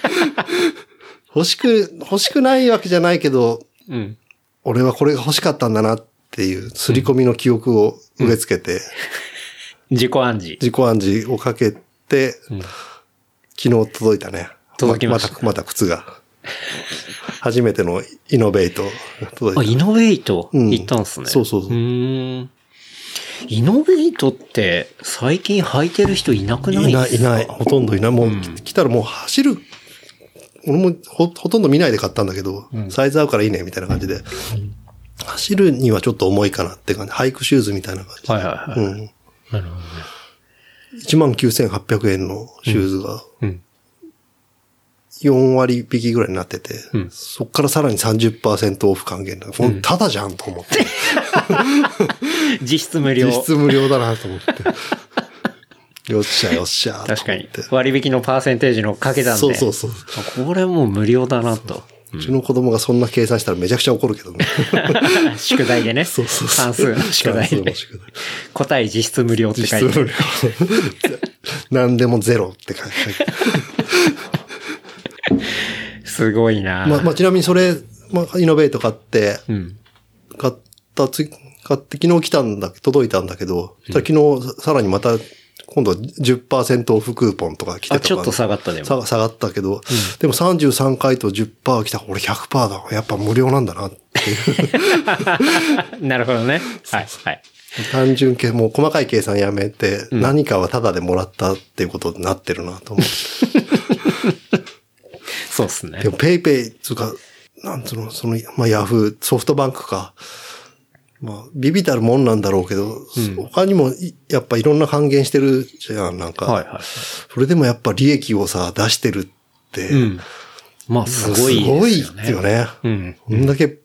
B: 欲しく、欲しくないわけじゃないけど、
C: うん。
B: 俺はこれが欲しかったんだなっていう、刷り込みの記憶を植え付けて、
C: 自己暗示。
B: 自己暗示をかけて、
C: うん
B: 昨日届いたね。
C: 届きました
B: また、また靴が。初めてのイノベート届
C: あ、
B: いた。
C: イノベート
B: うん
C: 行ったんですね。
B: そうそうそう
C: ーんイノベートって最近履いてる人いなくない
B: い
C: で
B: ない、
C: す
B: い
C: か
B: ない。。ほとんどいない。もう、来たらもう走る。俺もほほとんど見ないで買ったんだけど、サイズ合うからいいね、みたいな感じで。走るにはちょっと重いかなって感じ。ハイクシューズみたいな感じ。
C: はいはいはい。
B: うん。
C: なるほどね。
B: 19,800円のシューズが
C: うん。
B: 4割引きぐらいになってて、
C: うん
B: そっからさらに30%オフ還元だ。もうただじゃんと思って。
C: 実質無料。
B: 実質無料だなと思って。 よっしゃよっしゃと思って。
C: 確かに。割引のパーセンテージのかけたんで。
B: そうそうそう。
C: あこれもう無料 だなと。
B: うちの子供がそんな計算したらめちゃくちゃ怒るけど ね。
C: 宿題でね。
B: そうそうそう。
C: 算数の宿題
B: 算数
C: で
B: の。 宿題
C: 答え実質無料って書
B: 実
C: い
B: 質
C: てあ
B: 無
C: る。
B: 料。何でもゼロって書いてある。
C: すごいな、
B: まあ、まあ、ちなみにそれ、まあ、イノベート買って、
C: うん。
B: 買ったつ、買って昨日来たんだ、届いたんだけど、そしたら昨日さらにまた、今度は10%オフクーポンとか来てた
C: あ、
B: から、
C: ちょっと下がったね。
B: さ下がったけど、でも33回と10%来た俺100%だ。やっぱ無料なんだなっていう。
C: なるほどね。はい、はい。
B: 単純計、もう細かい計算やめて、何かはタダでもらったっていうことになってるなと思っ
C: そうっすね
B: て。で。もペイペイつうか、なんつうの、その、まあ、ヤフー、ソフトバンクか。まあ、ビビたるもんなんだろうけど、他にもい、やっぱいろんな還元してるじゃん、なんか。
C: はい、はい。
B: それでもやっぱ利益をさ、出してるって、
C: うん。まあ、すごいですすよ
B: ご
C: ね。
B: いよね。
C: うん。
B: こんだけ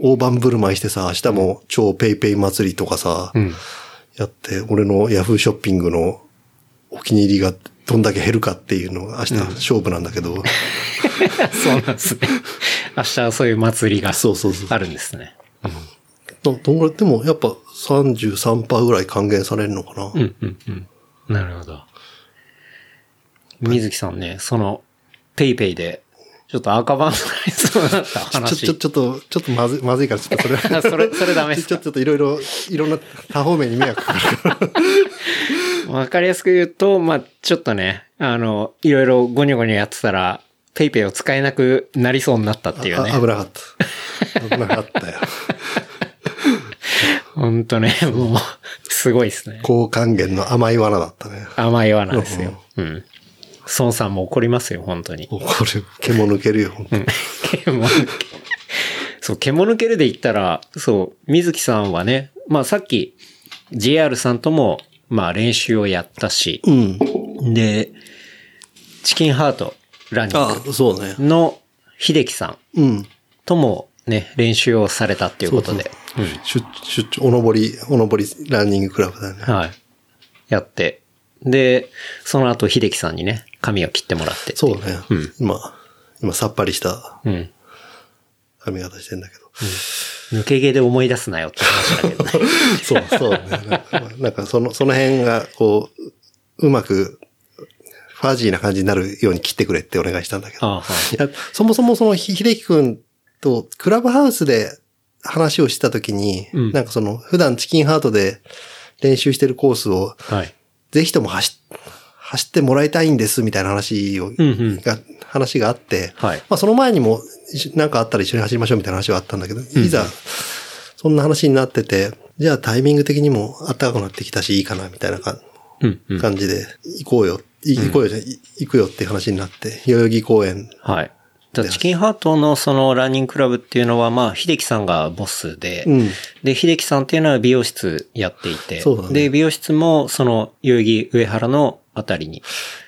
B: 大盤振る舞いしてさ、明日も超ペイペイ祭りとかさ、
C: うん。
B: やって、俺のヤフーショッピングのお気に入りが どんだけ減るかっていうのが明日勝負なんだけど、
C: そうなんですね。明日はそういう祭りが
B: そうそうそう。
C: あるんですね。
B: どどんぐらい、でもやっぱ33%ぐらい還元されるのかな。
C: うんうんうん。なるほど。水木さんね、その、ペイペイで、ちょっと赤版になりそうになった
B: ちょ、
C: 話。
B: ちょ、ちょっと、ちょっとまずい、まずいから、 ちょっとそれは
C: あそれ、それダメで
B: ち
C: す
B: ょ、ちょっといろいろ、いろんな多方面に迷惑かかるから。
C: か。わかりやすく言うと、まあちょっとね、あの、いろいろゴニョゴニョやってたら、ペイペイを使えなくなりそうになったっていうね
B: あ。危なかった。危なかったよ。
C: ほんとね、もう、すごいですね。
B: 高還元の甘い罠だったね。
C: 甘い罠ですよ。うん。孫さんも怒りますよ、本当 に。
B: もうこれ、獣抜けるよ、本当に
C: 獣抜け。そう、獣抜けるで言ったら、そう、水木さんはね、まあさっき、JR さんとも、まあ練習をやったし、
B: うん。
C: で、チキンハート、ランニン
B: ああ、そうね。
C: グの秀樹さん
B: うん。
C: ともね、練習をされたっていうことで、
B: 出、出張、おのぼり、おのぼりランニングクラブだね。
C: はい。やって、で、その後秀樹さんにね、髪を切ってもらってってい
B: そうね。
C: うん
B: 今、今さっぱりした
C: うん。
B: 髪型してんだけど。
C: 抜け毛で思い出すなよって話だけどね。
B: そう、そうね。なんかなんかその、その辺が、こう、うまく、ファジーな感じになるように切ってくれってお願いしたんだけど。
C: ああはい
B: いやそもそもその、ひ秀樹くんと、クラブハウスで話をしてた時に、
C: うん
B: なんかその、普段チキンハートで練習してるコースを、
C: はい。
B: ぜひとも走っ、走ってもらいたいんです、みたいな話を、
C: んうん
B: が、話があって、
C: はい
B: まあその前にも、一緒なんかあったら一緒に走りましょうみたいな話はあったんだけど、いざ、そんな話になってて、じゃあタイミング的にも暖かくなってきたし、いいかな、みたいなか
C: うん、うん。
B: 感じで、行こうよ、い行こうよじゃない、い行くよっていう話になって、代々木公園、
C: はい。だからチキンハートのそのランニングクラブっていうのは、まあ、秀樹さんがボスで、
B: うん
C: で、秀樹さんっていうのは美容室やっていて、
B: そうだね
C: で、美容室もその代々木上原のあたりに、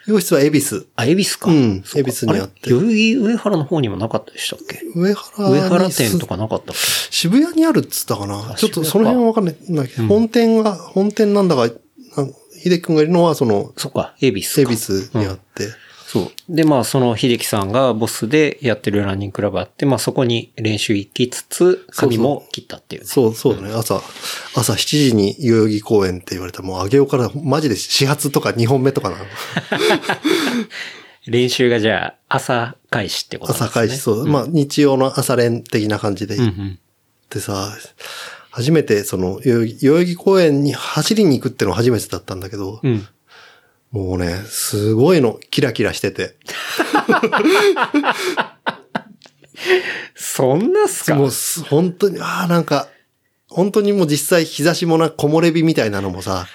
B: 洋室は恵比寿。
C: あ、恵比寿か。
B: うん
C: そか
B: 恵比寿にあって
C: れ代々木上原の方にもなかったでしたっけ
B: 上原に
C: 上原店とかなかったっけ
B: 渋谷にあるっつったかな
C: あ
B: ちょっと
C: 渋谷か
B: その辺はわかんないんだけど、本店が、本店なんだか、あの秀樹くんがいるのはその、
C: そっか、恵比寿
B: 恵
C: か。
B: 比寿にあって、
C: そう。で、まあ、その秀樹さんがボスでやってるランニングクラブあって、まあ、そこに練習行きつつ、髪も切ったっていうね、
B: そう、そうだね。朝、朝7時に代々木公園って言われたらもう上尾からマジで始発とか2本目とかなの。
C: 練習がじゃあ、朝開始ってことなんですね。
B: 朝開始、そう。まあ日曜の朝練的な感じで
C: うんう
B: 行っ
C: ん。
B: てさ、初めてその代々木代々木公園に走りに行くってのは初めてだったんだけど、
C: うん。
B: もうね、すごいの、キラキラしてて。
C: そんなっすか
B: もうす本当に、ああ、なんか、本当にもう実際日差しもな、木漏れ日みたいなのも さ、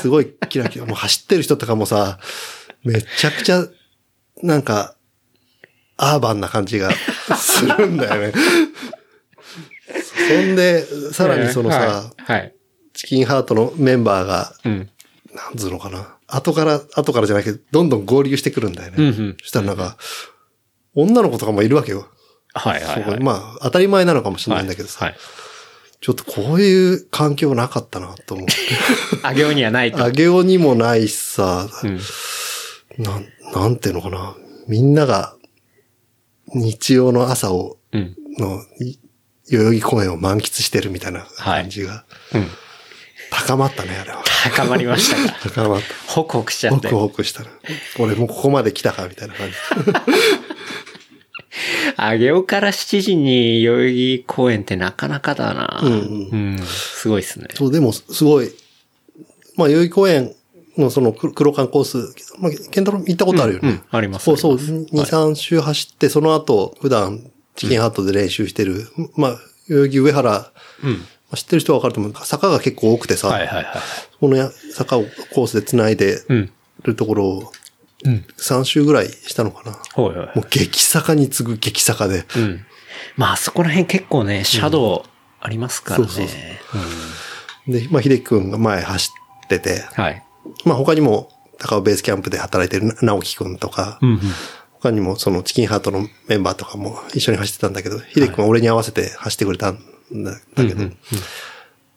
B: すごいキラキラ、もう走ってる人とかもさ、めちゃくちゃ、なんか、アーバンな感じがするんだよね。そんで、さらにそのさ、
C: はい。はい。
B: チキンハートのメンバーが、
C: うん。
B: なんつうのかな。後から、後からじゃないけど、どんどん合流してくるんだよね。
C: うんうん
B: そしたらなんか、女の子とかもいるわけよ。
C: はいは
B: そ
C: い、は
B: こ
C: い。
B: にまあ、当たり前なのかもしれないんだけどさ、
C: はい。
B: ちょっとこういう環境なかったなと思って。
C: あげようにはないと。
B: あげおにもないしさ、
C: うん。
B: なん、なんていうのかな。みんなが日曜の朝を、
C: うん。
B: の、い代々木公園を満喫してるみたいな感じが
C: うん。
B: 高まったね、あれは。
C: 高まりまし たか。
B: 高まっ
C: ホクホクしち
B: た。
C: ゃ
B: ホ
C: っ
B: ク
C: て。
B: ホクしたな。俺もうここまで来たか、みたいな感じ。
C: あげようから7時に代々木公園ってなかなかだな。
B: うんう
C: うん。すごいっすね。
B: そう、でもすごい、まあ、代々木公園のその黒黒缶コース、まあ、ケンタロウ行ったことあるよね。
C: うんうんあります
B: そうそ
C: あ
B: う、2、3周走って、その後、普段、チキンハートで練習してる、まあ、代々木上原、ま
C: うん。
B: あ知ってる人はわかると思う。坂が結構多くてさ、
C: はいはいはい。
B: このや坂をコースで繋いで
C: うん。
B: るところを、
C: うん。
B: 3周ぐらいしたのかな。
C: ほいほい。
B: もう激坂に次ぐ激坂で、
C: うん。まあ、そこら辺結構ね、シャドウありますからね。
B: そうそうそうで、まあ、秀樹くんが前走ってて、
C: うんはい。
B: まあ、他にも、高尾ベースキャンプで働いてるな直樹くんとか、
C: うんうん。
B: 他にもそのチキンハートのメンバーとかも一緒に走ってたんだけど、ヒデ君は俺に合わせて走ってくれたんだだけど、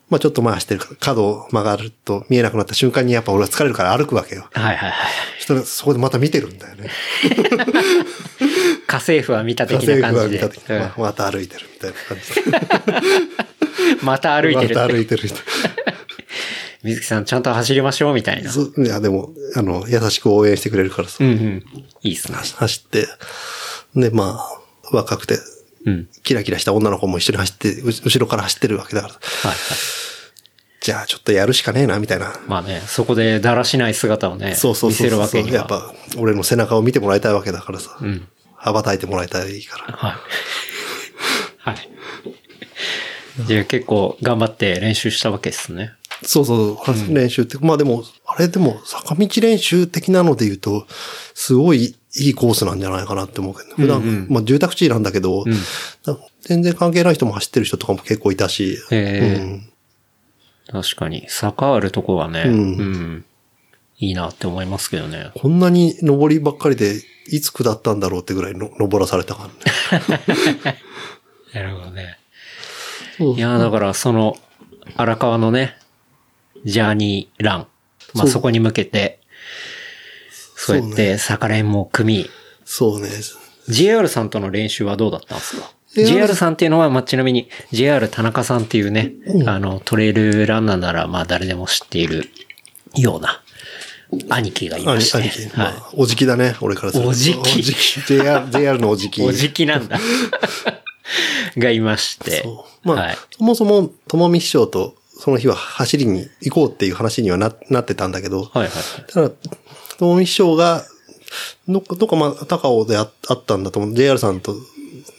B: まあちょっと前走ってるから、角を曲がると見えなくなった瞬間にやっぱ俺は疲れるから歩くわけよ。
C: はいはいはい。
B: そしたらそこでまた見てるんだよね。
C: 家政婦は見た
B: 家
C: 的
B: 政
C: な
B: 婦
C: 感
B: は
C: じ
B: 見
C: で。
B: た時、
C: うん
B: ままた歩いてるみたいな感じで。
C: また歩いてる
B: ま
C: った
B: 歩
C: て。
B: いてる人。
C: 水木さんちゃんと走りましょうみたいな。
B: そういや、でも、あの、優しく応援してくれるからさ
C: うんうん。いいっすね。
B: 走って、で、まあ、若くて、
C: うん。
B: キラキラした女の子も一緒に走って、う後ろから走ってるわけだから、
C: はいはい。
B: じゃあちょっとやるしかねえな、みたいな。
C: まあね、そこでだらしない姿をね、
B: そうそうそうそう
C: 見せるわけには。
B: やっぱ、俺の背中を見てもらいたいわけだからさ。
C: うん。
B: 羽ばたいてもらいたいから。
C: はい。はい。じゃあ結構頑張って練習したわけですね。
B: そうそう、練習って。まあでも、あれでも、坂道練習的なので言うと、すごいいいコースなんじゃないかなって思うけど、ね、普段、まあ住宅地なんだけど、なんか全然関係ない人も走ってる人とかも結構いたし、
C: へー
B: うん
C: 確かに。坂あるとこはね、うんん、いいなって思いますけどね。
B: こんなに登りばっかりで、いつ下ったんだろうってぐらいの登らされたからね。
C: なるほどね。
B: そう
C: いや、だからその、荒川のね、ジャーニーラン。
B: そ
C: まあ
B: う
C: そこに向けて、そうやって坂連も組み、
B: そうね。
C: JR さんとの練習はどうだったんですか
B: JR
C: ?JR さんっていうのは、まあ、ちなみに JR 田中さんっていうね、あの、トレイルランナーなら、まあ、誰でも知っているような兄貴がい
B: あ
C: ま
B: 兄
C: して。
B: 貴、ま
C: はい。
B: あ、おじきだね、俺からすると。
C: おじき
B: おじき JR, JR のおじき。
C: おじ きなんだ。がいまして。
B: そうまあ、
C: はい。
B: そもそも、ともみ師匠と、その日は走りに行こうっていう話にはななってたんだけど、
C: はいはいはい。
B: ただ、ともみ師匠が、どっか、どっかまあ、高尾でああったんだと思う。JR さんと、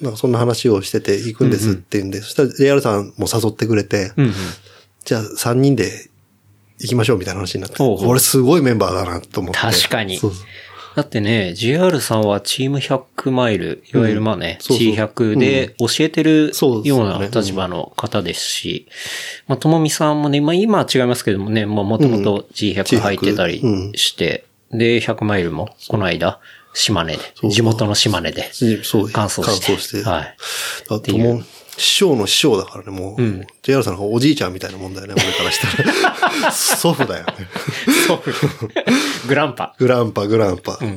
B: なんかそんな話をしてて行くんですって言うんで、そしたら JR さんも誘ってくれて、
C: うんうん。
B: じゃあ3人で行きましょうみたいな話になって、
C: ほうほう
B: これすごいメンバーだなと思って。
C: 確かに
B: そうそう
C: だってね、JR さんはチーム100マイル、いわゆるまあね、
B: そうそう
C: C100 で教えてる
B: そうです
C: よ
B: ね
C: うな立場の方ですし、まあ、ともみさんもね、まあ今は違いますけどもね、まあもともと G100 入ってたりして、で、100マイルもこの間、島根
B: そ
C: で、
B: う
C: 地元の島根で、
B: そう
C: 乾燥して。
B: 乾燥して
C: はい。
B: あともう、師匠の師匠だからね、もう、JR さんがおじいちゃんみたいなもんだよね、俺からしたら。祖父だよね。
C: グランパ、
B: グランパ、グランパ。そう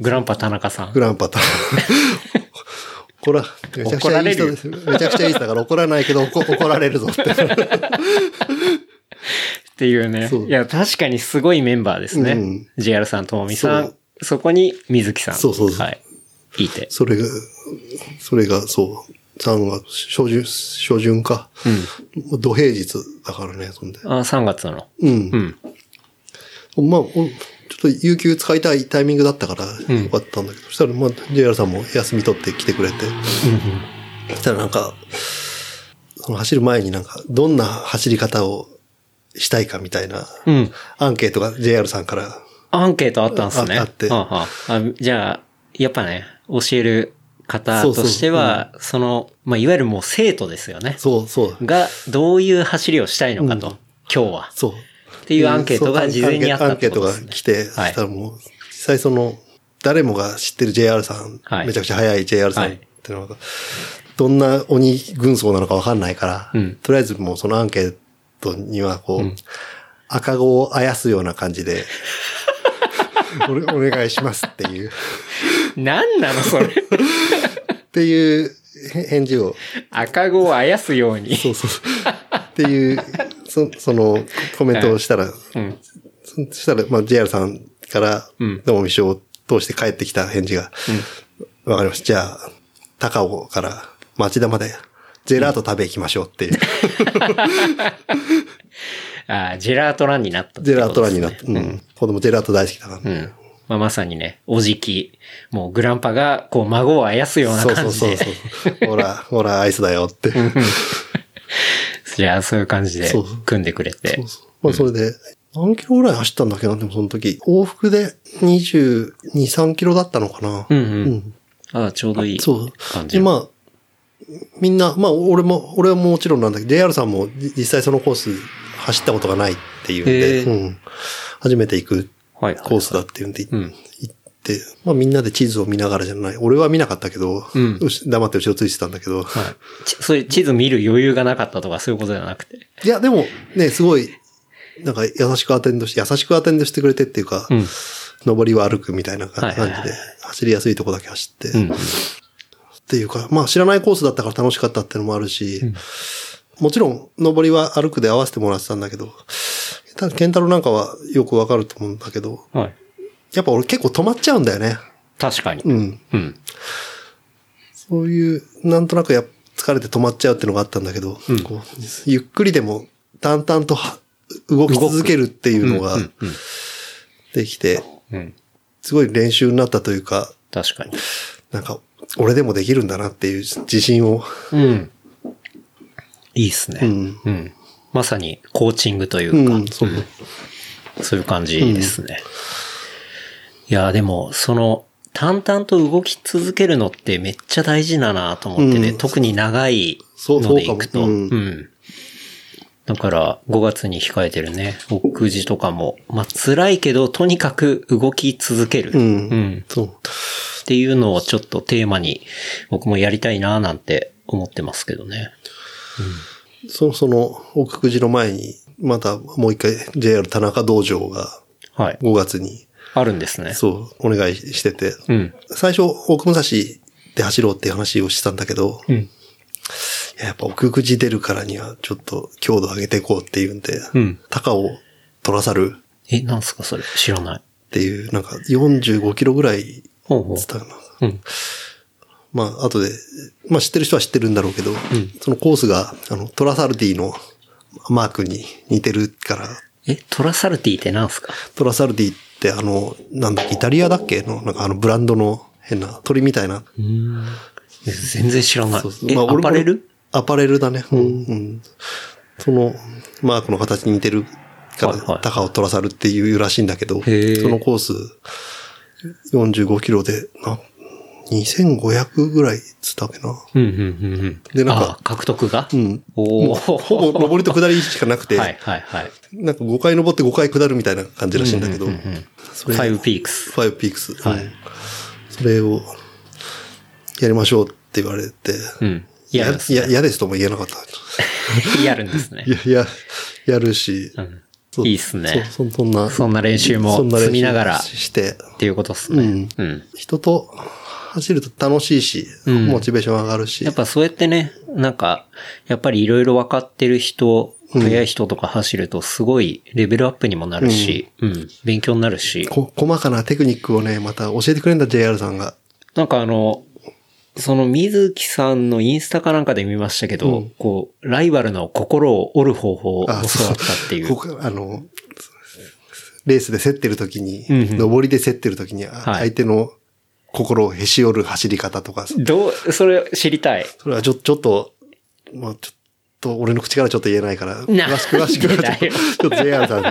C: グランパ田中さん。
B: グランパと。こら、めちゃくちゃいい人です。めちゃくちゃいい人だから怒らないけど怒怒られるぞって。
C: っていうね。
B: そう
C: いや、確かにすごいメンバーですね。
B: う
C: JR さん、ともみさん、
B: そ
C: そこに水木さん。
B: そうそうそう
C: はい。いて。
B: それが、それがそう、3月、初旬、初旬か。もう土平日だからね、そんで。
C: あ3月の。
B: うん
C: う。ん。
B: まあ、おちょっと有給使いたいタイミングだったから、よかったんだけど、そしたら、まあ、JR さんも休み取って来てくれて、そしたらなんか、その走る前になんか、どんな走り方をしたいかみたいな、
C: うん。
B: アンケートが JR さんから、
C: アンケートあったんですね。
B: ああって
C: はあはああじゃあ、やっぱね、教える方としては、その、まあ、いわゆるもう生徒ですよね。
B: そうそう、
C: が、どういう走りをしたいのかと、今日は。
B: そう。
C: っていうアンケートが事前にあった
B: アン
C: って
B: ケー
C: こ
B: ト
C: とで
B: が
C: すね。
B: 来て、そ
C: はい
B: したらもう、実際その、誰もが知ってる JR さん、
C: はい
B: めちゃくちゃ速い JR さん
C: はい
B: ってのが、どんな鬼軍曹なのかわかんないから、
C: うん
B: とりあえずもうそのアンケートにはこう、赤子をあやすような感じ で、おお願いしますっていう、っ
C: 何なのそれ。
B: ていうへ返事を、
C: 赤子をあやすように。
B: そうそうそう、っていう、そそのコメントをしたら、
C: うん。
B: そしたら、まあ、JR さんから、
C: ん
B: どうもみしを通して帰ってきた返事が、わ、かりました。じゃあ、高尾から町田まで、ジェラート食べ行きましょうっていう、
C: あジェラートランになったって
B: ジェ
C: こ
B: ラート
C: とで
B: ラン
C: す
B: にな
C: ね、
B: って、うん。子供ジェラート大好きだから、
C: うん。まあ、まさにね、おじき、もうグランパが、こう、孫をあやすような
B: そうそ
C: 感
B: う
C: じ
B: そ
C: で。
B: うそう。ほら、ほら、アイスだよって。
C: じゃあ、そういう感じで
B: そう
C: 組んでくれて
B: そう。そうまあ、それで、何キロぐらい走ったんだっけな、でもその時。往復で22、3キロだったのかな。
C: うんう。
B: うんん
C: ああ、ちょうどいい
B: そう。
C: 感じ。
B: で、まあ、みんな、まあ、俺も、俺はもちろんなんだけど、JR さんもじ実際そのコース走ったことがないっていうん
C: へ
B: で、
C: ー
B: うん。初めて行く
C: はい。
B: コースだっていうんで、
C: ん
B: 行って、まあみんなで地図を見ながらじゃない。俺は見なかったけど、
C: うん
B: うし黙って後ろついてたんだけど、
C: はいちそういう地図見る余裕がなかったとか、そういうことじゃなくて。
B: いや、でもね、すごい、なんか優しくアテンドして、優しくアテンドしてくれてっていうか、
C: うん
B: 上りは歩くみたいな感じで、
C: はいはいはい
B: 走りやすいとこだけ走って、
C: うん。
B: っていうか、まあ知らないコースだったから楽しかったっていうのもあるし、もちろん上りは歩くで合わせてもらってたんだけど、ただケンタロウなんかはよくわかると思うんだけど、
C: はい。
B: やっぱ俺結構止まっちゃうんだよね。
C: 確かに。
B: うん。
C: うん。
B: そういう、なんとなくやっ疲れて止まっちゃうっていうのがあったんだけど、こうゆっくりでも淡々とは動き続けるっていうのが
C: うんうん
B: できて、
C: うん。
B: すごい練習になったというか、
C: 確かに。
B: なんか、俺でもできるんだなっていう自信を、
C: うん。いいっすね。
B: うん
C: うん。まさにコーチングといううか、
B: ん、そう
C: そういう感じですね。いや、でも、その、淡々と動き続けるのってめっちゃ大事だなと思ってね、
B: うん
C: 特に長い
B: そう
C: のでいく
B: そう
C: と。
B: か
C: う
B: もうんん
C: だから、5月に控えてるね、奥時とかも、まあ辛いけど、とにかく動き続ける。
B: うん
C: うん
B: そう。
C: っていうのをちょっとテーマに僕もやりたいななんて思ってますけどね。
B: その、その、奥久慈の前に、またもう一回 JR 田中道場が
C: はい。
B: 5月に、
C: あるんですね。
B: そう、お願いしてて、
C: うん。
B: 最初、奥武蔵で走ろうっていう話をしたんだけど、
C: うん。
B: いややっぱ奥久慈出るからには、ちょっと強度上げていこうっていうんで、
C: うん
B: 高を取らさる
C: え、なんすかそれ知らない。
B: っていう、なんか45キロぐらい、
C: ほうほう
B: つったかな。
C: うん。
B: まあ、後で、まあ知ってる人は知ってるんだろうけど、そのコースが、あの、トラサルディのマークに似てるから、
C: え、トラサルティってなんすか
B: トラサルディってあの、なんだ、イタリアだっけの、なんかあのブランドの変な鳥みたいな。
C: え全然知らない。
B: そうそう
C: え、
B: まあ俺も
C: アパレル
B: アパレルだね。うん。うんその、マークの形に似てるか
C: はいは
B: ら
C: い、
B: 高をトラサルっていうらしいんだけど、
C: へー
B: そのコース、45キロで、な、2500ぐらいっつったっけな。
C: うんうんうんうん。
B: でなん
C: あ
B: か、
C: 獲得が
B: うん。
C: おお。
B: ほぼ上りと下りしかなくて、
C: はいはいはい。
B: なんか5回登って5回下るみたいな感じらしいんだけど、そ
C: フ
B: れ
C: ァイブピークス。
B: ファイブピークス。
C: はい
B: うんそれを、やりましょうって言われて。
C: うん。やるんです
B: いや、
C: ね。
B: 嫌ですとも言えなかった。
C: やるんですね
B: い。や、いや、やるし。
C: うん
B: そう
C: いいっすね
B: そそそんな。
C: そんな練習も
B: そんな練習
C: 積みながらっ
B: して、
C: ていうことっすね。うん。
B: 人と走ると楽しいし、モチベーション上がるし。
C: やっぱそうやってね、なんか、やっぱりいろいろ分かってる人、速い人とか走るとすごいレベルアップにもなるし、うん、勉強になるし、
B: こ細かなテクニックをね、また教えてくれんだ、JR さんが。
C: なんかあの、その水木さんのインスタかなんかで見ましたけど、こう、ライバルの心を折る方法を教わったっていう。
B: こあの、レースで競ってる時に、
C: うんうん
B: 上りで競ってる時に、あ
C: はい
B: 相手の心をへし折る走り方とか、そ
C: どう、それ知りたい。
B: れはちょ、ちょっと、まあちょっと、俺の口からちょっと言えないから、
C: な
B: 詳しく、詳しくはちょ
C: なんでだよ
B: っと、ちょっと JR さん に。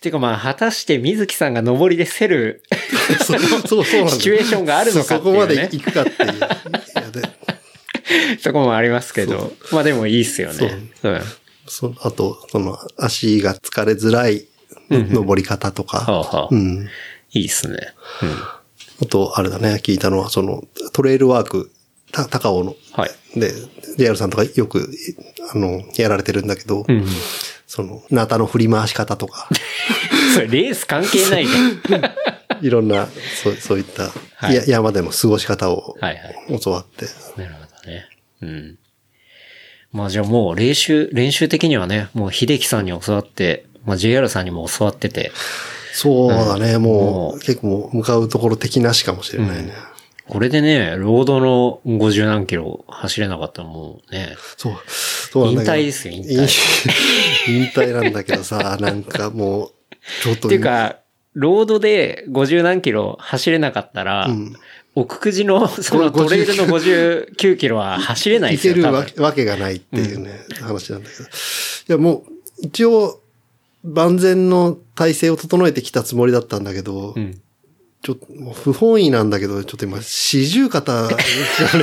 C: ていうかまあ、果たして水木さんが上りで競る
B: そう、そう、そうなんだ
C: シチュエーションがあるのかっていうね
B: そそこまで行くかっていう。いやで
C: とこもありますけど、まあでもいいっすよ
B: そ
C: ね
B: う。
C: うん。
B: そあと、その、足が疲れづらい登り方と
C: はあ
B: か、
C: はあ。
B: うん。
C: いいっすね。うん。
B: あと、あれだね、聞いたのは、その、トレイルワーク、た高尾の、
C: はい。
B: で、JR さんとかよく、あの、やられてるんだけど、
C: うん。
B: その、ナタの振り回し方とか、
C: それレース関係 ないじゃ ん。
B: いろんな、そうそういった、
C: はい
B: や山での過ごし方を
C: はいはい。
B: 教わって、
C: なるほどね。うん。まあじゃあもう練習、練習的にはね、もう秀樹さんに教わって、まあ JR さんにも教わってて、
B: そうだね、も
C: もう
B: う、結構もう向かうところ的なしかもしれないね。
C: これでね、ロードの50何キロ走れなかったらもうね、
B: そう、そうなんだけど。
C: 引退ですよ引退
B: 引引退なんだけどさ、なんかもう、ちょっと。
C: っていうか、ロードで50何キロ走れなかったら、
B: うん
C: 奥久慈のその
B: こ
C: ト
B: れ
C: レイルの59キロは走れない
B: い
C: です
B: け
C: よ、
B: る
C: 多
B: わ
C: 分。
B: けわけがないっていうね、話なんだけど。いや、もう、一応、万全の体制を整えてきたつもりだったんだけど、
C: うん。
B: ちょっと、もう不本意なんだけど、ちょっと今、四十肩、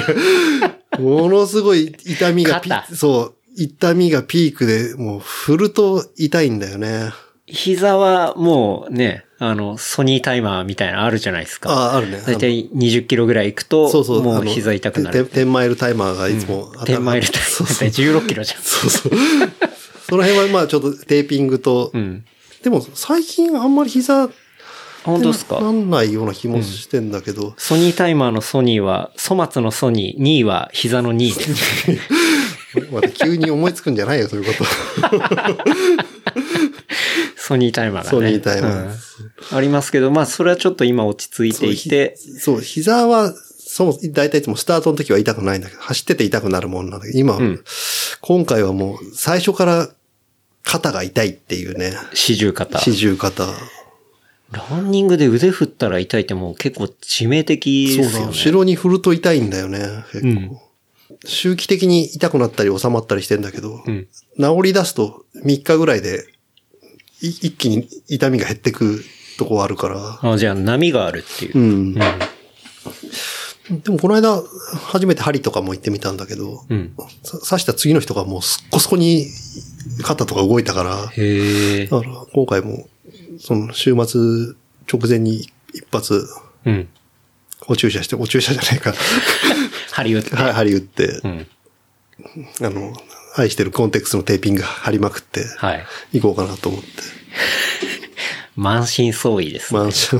B: ものすごい痛みがピ、
C: 肩
B: そう、痛みがピークで、もう振ると痛いんだよね。
C: 膝はもうね、あの、ソニータイマーみたいなのあるじゃないですか。
B: ああ、あるね。
C: 大体20キロぐらい行くと、
B: そうそう。
C: も
B: あ
C: う
B: の
C: 膝痛くなる。
B: て10マイルタイマーがいつも当た
C: 10マイルタイ
B: そう
C: ム
B: そう。
C: 16キロじゃん。
B: そうそう。その辺はまあちょっとテーピングと、
C: うん。
B: でも最近あんまり膝
C: 本当ですか
B: なんないような気もしてんだけど、
C: ソニータイマーのソニーは、粗末のソニー、2位は膝の2位です。
B: また急に思いつくんじゃないよ、そういうこと。
C: ソニータイマーがね。
B: ソニータイマーです
C: うんありますけど、まあそれはちょっと今落ち着いていて、
B: そう、膝は、そう、大体いつもスタートの時は痛くないんだけど、走ってて痛くなるもんなんだけど、今、
C: ん
B: 今回はもう最初から肩が痛いっていうね、
C: 四十肩。
B: 四十肩。
C: ランニングで腕振ったら痛いってもう結構致命的
B: そう
C: です
B: だ、
C: よね。
B: 後ろに振ると痛いんだよね、結構。周期的に痛くなったり収まったりしてんだけど、
C: ん
B: 治り出すと3日ぐらいで、い一気に痛みが減ってくとこはあるから、
C: あじゃあ波があるっていう。
B: うん。でもこの間、初めて針とかも行ってみたんだけど、
C: うん。
B: さ刺した次の人がもうすっこすこに肩とか動いたから、
C: へえ。
B: だから今回も、その週末直前に一発、
C: うん。
B: お注射して、お注射じゃ ないか、
C: ハリウッド。
B: はい針打って
C: う、ん。
B: あの、愛してるコンテクストのテーピング貼りまくって、
C: はい。
B: 行こうかなと思って。
C: 満身創痍です。
B: まあ、安心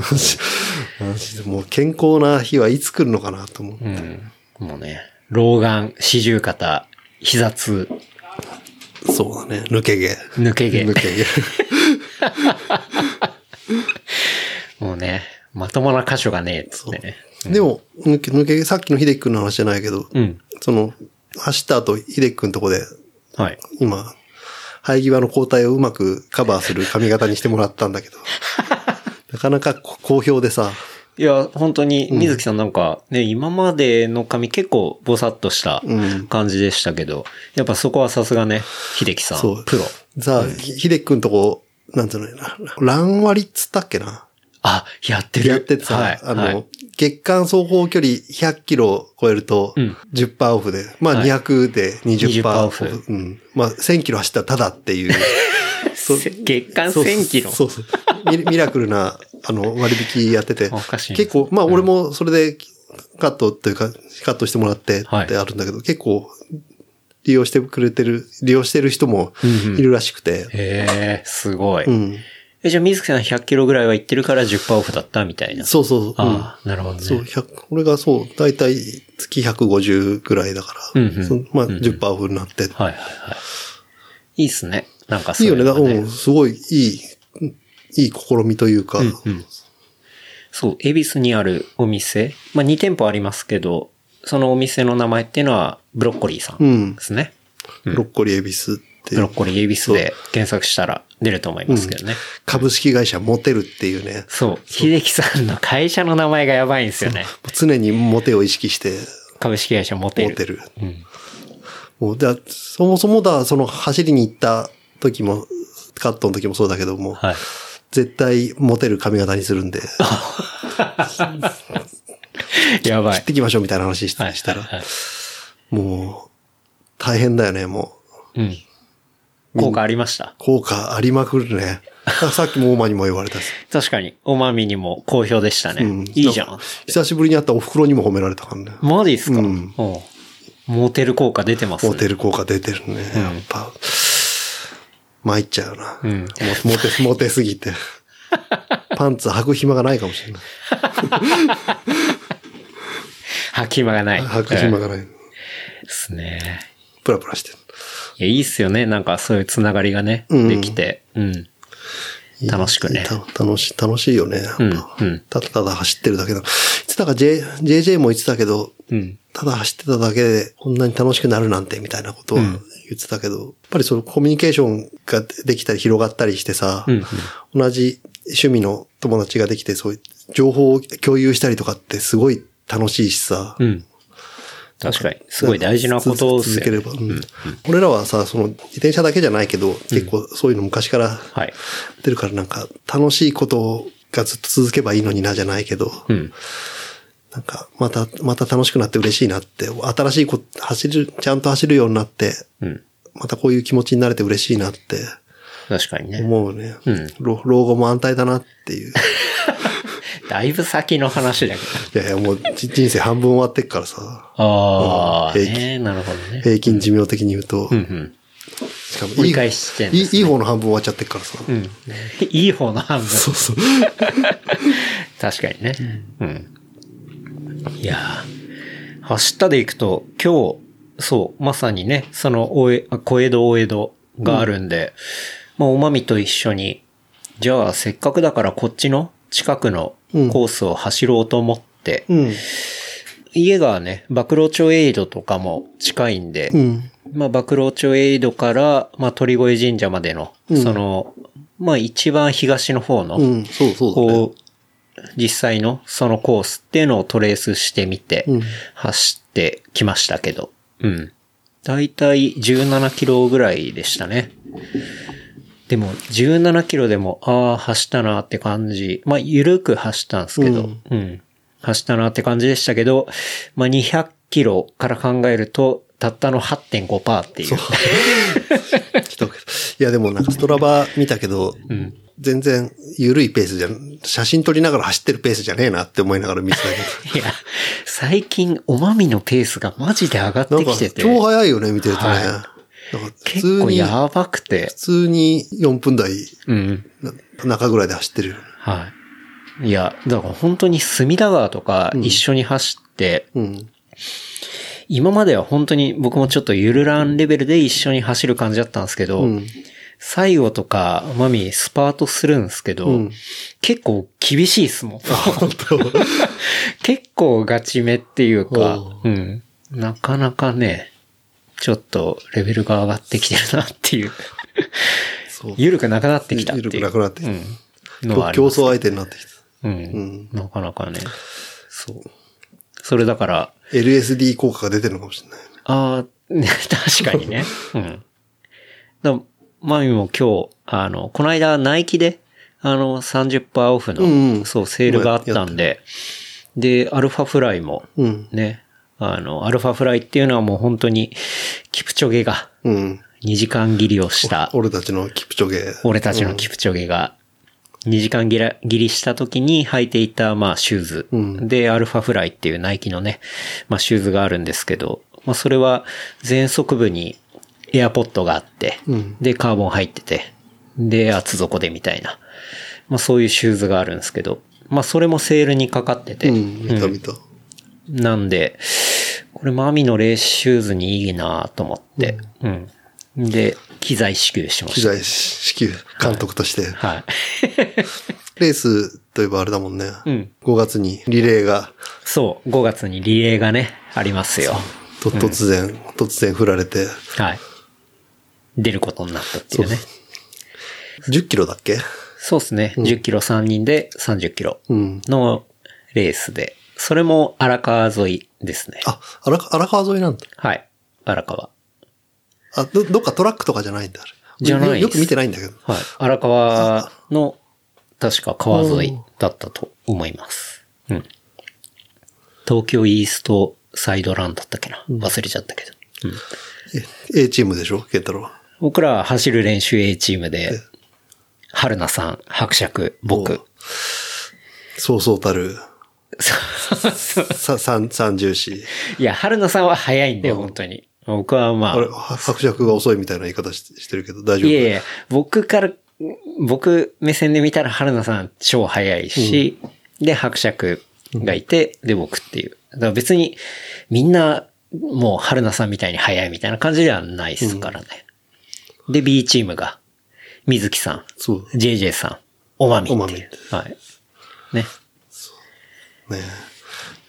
B: 安心もう健康な日はいつ来るのかなと思う。
C: うん。もうね、老眼、四十肩、膝痛、
B: そうだね。抜け毛。
C: 抜け毛
B: 抜。け毛。
C: もうね、まともな箇所がねえっつってね。
B: でも、抜け、抜け毛、さっきの秀樹くんの話じゃないけど、
C: うん。
B: その、走った後、秀樹くんのとこで、
C: はい。
B: 今、生え際の交代をうまくカバーする髪型にしてもらったん だけど、なかなかこ好評でさ、
C: いや、本当に、水木さんなんかね、今までの髪結構ぼさっとした感じでしたけど、やっぱそこはさすがね、秀樹さ、
B: そうん
C: プロ。
B: さあ、ひ秀樹くんとこ、なんつうのよな、ラン割りっつったっけな
C: あ、やってる。
B: やっててさ、
C: はい、
B: あの、
C: はい
B: 月間走行距離100キロを超えると
C: うん、
B: 10%オフで、まあ
C: はい
B: 200で20%オフ。
C: 20%オ
B: うん。まあ1000キロ走ったらただって いう。そ
C: せ月間
B: そう
C: 1000キロ。
B: そうそう。ミミラクルな、あの、割引やってて。
C: おかしい
B: 結構、まあ俺もそれでカットというか、カットしてもらってって
C: は
B: あ
C: い
B: るんだけど、結構、利用してくれてる、利用してる人も
C: うんうん
B: いるらしくて。
C: へえ、すごい。
B: うん。
C: え、じゃあ水木さん100キロぐらいは行ってるから10%オフだったみたいな。
B: そうそうそう。うん
C: ああ、なるほど
B: そう、
C: ね。
B: 100、俺がそう、だいたい月150ぐらいだから、
C: うんうん
B: そのまあ、10%オフになって。
C: はいはいはい。いいっすね。なんか
B: い
C: そ
B: いうよ
C: いう
B: ね、だ
C: の
B: うん、すごいいい、うんいい試みというか、
C: うん。そう、恵比寿にあるお店、まあ、2店舗ありますけど、そのお店の名前っていうのは、ブロッコリーさん
B: うん
C: ですね。
B: ブロッコリーエビスってい
C: ブロ
B: う
C: ッ、コリー恵比寿で検索したら出ると思いますけどね。
B: 株式会社モテるっていうね、
C: そう、秀樹さんの会社の名前がやばいんですよね。
B: 常にモテを意識して、
C: 株式会社モテ
B: モ
C: る。
B: テる。
C: うん。
B: もうだそもそもだ、その走りに行った時も、カットの時もそうだけども、
C: はい。
B: 絶対モテる髪型にするんで、
C: やば
B: 切っ
C: い。
B: てきましょうみたいな話し
C: はい。
B: したら、
C: はいはい
B: もう、大変だよね、もう。
C: うん。効果ありました。
B: 効果ありまくるね。 あさっきもオーマにも言われたし。
C: 確かに、おまみにも好評でしたね。
B: うん
C: いいじゃん。
B: 久しぶりに会ったお袋にも褒められたからね。
C: マジっすか、
B: うん
C: おうモテる効果出てますね。
B: モテる効果出てるね。やっぱ、参っちゃうな。
C: ん
B: もモテ、モテすぎ て。パンツ履く暇がないかもしれない。
C: 吐き暇がない。
B: 履く暇
C: うん
B: がない。
C: ですね。
B: プラプラしてる。
C: いや、いいっすよね。なんかそういうつながりがね、
B: うん
C: できて。うん。楽しくね
B: た楽しい、楽しいよね。やっぱ
C: うんうん
B: ただただ走ってるだけだ。いつだか J、JJ も言ってたけど、
C: うん。
B: ただ走ってただけでこんなに楽しくなるなんてみたいなことは言ってたけど、やっぱりそのコミュニケーションができたり広がったりしてさ、
C: んうん
B: 同じ趣味の友達ができてそういう情報を共有したりとかってすごい楽しいしさ、
C: うん。確かに。すごい大事なことを
B: つ続ければ、うん俺らはさ、その自転車だけじゃないけど、結構そういうの昔からや
C: はい。
B: ってるからなんか楽しいことがずっと続けばいいのになじゃないけど、
C: うん。
B: なんか、また、また楽しくなって嬉しいなって、新しいこ走る、ちゃんと走るようになって、
C: うん。
B: またこういう気持ちになれて嬉しいなって
C: 確かにね。
B: 思うね。
C: うん
B: 老老後も安泰だなって いう。
C: だいぶ先の話だけど。
B: いやいや、もうじ人生半分終わってっからさ、
C: ああ、
B: 平気
C: ねなるほどね。
B: 平均寿命的に言うと、
C: うんうん。
B: しかも
C: 折
B: いい
C: り返し地点
B: い
C: で
B: い
C: すね
B: いい方の半分終わっちゃってるからさ。
C: うん。いい方の半分。
B: そうそう。
C: 確かにね。うん。いやー走ったで行くと、今日、そう、まさにね、その、おえ、あ小江戸大江戸があるんで、まあ、おまみと一緒に、じゃあ、せっかくだからこっちの近くの
B: うん
C: コースを走ろうと思って、
B: うん。
C: 家がね、曝露町エイドとかも近いんで、
B: うん。
C: まあ、曝露町エイドから、まあ、鳥越神社までの、
B: うん
C: その、まあ、一番東の方の、
B: うん。そうそうだね。
C: こう、実際のそのコースっていうのをトレースしてみて
B: うん、
C: 走ってきましたけど、うん。だいたい17キロぐらいでしたね。でも、17キロでも、ああ、走ったなって感じ。まあ、ゆるく走ったんですけど、
B: う
C: うんん、走ったなって感じでしたけど、まあ、200キロから考えると、たったの8.5%って いう。
B: ひどくいや、でもなんかストラバ見たけど、
C: うん。
B: 全然緩いペースじゃん、写真撮りながら走ってるペースじゃねえなって思いながら見てたけ
C: いや、最近、おまみのペースがマジで上がっ
B: ど。なん
C: て
B: か
C: きてて。
B: 超早いよね、見てるとね。
C: はい
B: なんか普
C: 結
B: 通
C: 構
B: に、
C: やばくて
B: 普。通に4分台
C: うん。
B: な中ぐらいで走ってるよね。
C: はい。いや、だから本当に隅田川とか一緒に走って、
B: うん。
C: 今までは本当に僕もちょっとゆるランレベルで一緒に走る感じだったんですけど、
B: うん。
C: 最後とかマミスパートするんですけど、
B: うん
C: 結構厳しいっすもん。
B: 本当。
C: 結構ガチめっていうか
B: お、
C: うん。なかなかね、ちょっとレベルが上がってきてるなっていう、
B: そう。
C: ゆるくなくなってきたっていう。
B: 緩くなくなってきた
C: うん。のはあり
B: 競
C: ます
B: 争相手になってきた。
C: うん。
B: ん
C: なかなかね。そう。それだから、
B: LSD 効果が出てるのかもしれない。
C: ああ、ね 確かにね。うん。だマミも今日、あの、この間、ナイキで、あの、30%オフの、
B: うんうん
C: そう、セールがあったんで、で、アルファフライも、
B: うん。
C: ね、あの、アルファフライっていうのはもう本当に、キプチョゲが
B: うん。
C: 2時間切りをした、
B: 俺たちのキプチョゲ。
C: 俺たちのキプチョゲが、2時間ギラギリした時に履いていた、まあ、シューズ。
B: うん
C: で、アルファフライっていうナイキのね、まあ、シューズがあるんですけど、まあ、それは、全側部にエアポットがあって、
B: うん
C: で、カーボン入ってて、で、厚底でみたいな。まあ、そういうシューズがあるんですけど、まあ、それもセールにかかってて、
B: うん。見た見た。
C: なんで、これマミのレースシューズにいいなと思って、うん。で、機材支給しま
B: 機
C: した。
B: 材支給監督として。
C: はい。
B: レースといえばあれだもんね。
C: うん
B: 5月にリレーが
C: そう、5月にリレーがね、ありますよ。
B: と突然、突然振られて、
C: はい。出ることになったっていうね。
B: 10キロだっけ
C: そうですね。10キロ3人で30キロ
B: うん。
C: のレースで。それも荒川沿いですね。
B: あ、荒川荒川沿いなんだ。
C: はい。荒川。
B: あ、ど、どっかトラックとかじゃないんだ、あれ。
C: じゃない
B: よ
C: です
B: よく見てないんだけど。
C: はい。荒川の、確か川沿いだったと思います。うん。東京イーストサイドランだったっけな。忘れちゃったけど。うん。
B: え A チームでしょケンタロウは。
C: 僕ら走る練習 A チームで、春菜さん、伯爵、僕。
B: そうそうたる。
C: そうそう
B: さ、三、三重視。
C: いや、春菜さんは早いんだよ、本当に。僕はまあ
B: あ、れ、は伯爵が遅いみたいな言い方ししてるけど、大丈夫
C: いやいや、僕から、僕目線で見たら春菜さん超早いし、で、伯爵がいて、で、僕っていう。だから別に、みんな、もう春菜さんみたいに早いみたいな感じではないですからね。で、B チームが、水木さん、
B: そう。
C: JJ さん、おまみ
B: おま
C: って
B: み
C: いう。はい。ね。
B: ねえ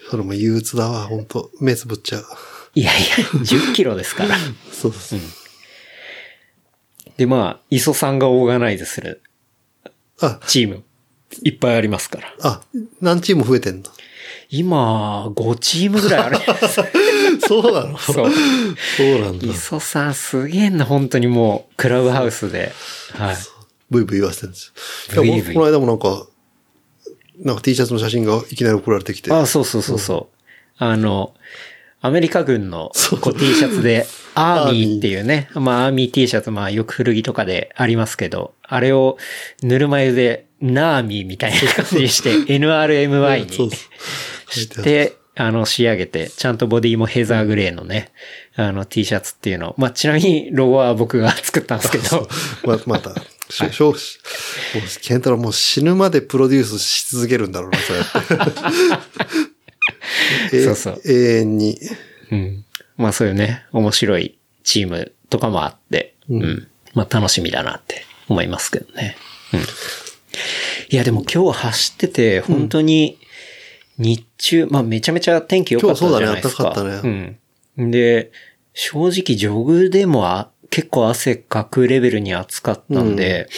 B: それも憂鬱だわ、本当目つぶっちゃう。
C: いやいや、10キロです から。
B: そうそう。
C: で、まあ、磯さんがオーガナイズする
B: あ、
C: チーム、いっぱいありますから。
B: あ、何チーム増えてんの
C: 今、5チームぐらいあるんです
B: そうなの
C: そう。
B: そうなんだ。
C: 磯さんすげえな、本当にもう、クラブハウスで。はい。
B: ブイブイ言わせてるんですよ。
C: ブ
B: い
C: イ
B: や
C: ブ
B: 僕
C: イ
B: この間もなんか、なんか T シャツの写真がいきなり送られてきて。
C: あ、そうそうそうそう。あの、アメリカ軍のこう T シャツで、アーミーっていうね、まあアーミー T シャツ、まあよく古着とかでありますけど、あれをぬるま湯で、ナーミーみたいな感じにして、NRMY
B: そう
C: に
B: そう。
C: して、あの、仕上げて、ちゃんとボディもヘザーグレーのね、あの、T シャツっていうのを、まあ、ちなみに、ロゴは僕が作ったんですけど、
B: ま、また、しょ、しょ、もう、ケンタロウもう死ぬまでプロデュースし続けるんだろうな、そう やって。え
C: そうそう
B: 永遠に。
C: うん。まあ、そういうね、面白いチームとかもあって、うん。まあ、楽しみだなって思いますけどね。うん。いや、でも今日走ってて、本当に、日中、まあ、めちゃめちゃ天気良かったじゃないですか。
B: 今日そうだね暖かかった
C: うん。で、正直ジョグでもあ結構汗かくレベルに暑かったんで、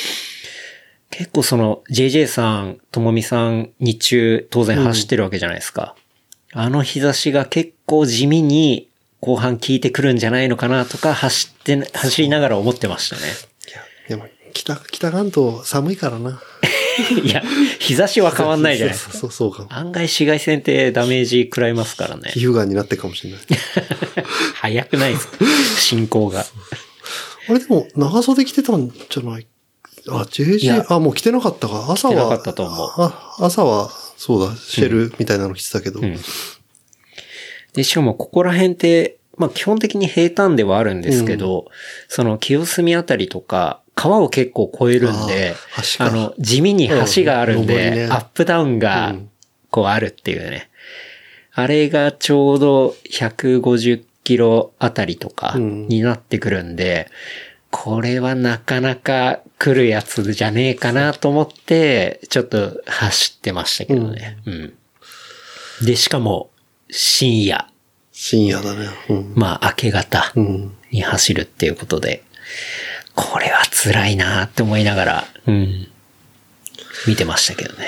C: 結構その JJ さん、ともみさん、日中当然走ってるわけじゃないですか。あの日差しが結構地味に後半効いてくるんじゃないのかなとか走ってな、走りながら思ってまし たね。
B: でも、北、北関東寒いからな。
C: いや、日差しは変わんないじゃないですか。
B: そうそうそうそうか。
C: 案外紫外線ってダメージ食らいますからね。
B: 皮膚がんになってるかもしれない。
C: 早くないで すか進行が。
B: あれでも、長袖着てたんじゃないあ、
C: いや
B: JJ、あ、もう着てなかったか。朝は。
C: 着てなかったと思う
B: あ朝は、そうだ、シェルみたいなの着てたけど。
C: んで、しかもここら辺って、まあ基本的に平坦ではあるんですけど、その清澄あたりとか、川を結構越えるんで
B: あー、橋
C: あ
B: か
C: の、地味に橋があるん
B: うん
C: で、
B: 登りね
C: アップダウンが、こうあるっていうね。あれがちょうど150キロあたりとか
B: うん
C: になってくるんで、これはなかなか来るやつじゃねえかなと思って、ちょっと走ってましたけどね。うん。で、しかも、深夜。
B: 深夜だね。うん。
C: まあ、明け方
B: うん。
C: に走るっていうことで、これは辛いなって思いながら、うん、見てましたけどね。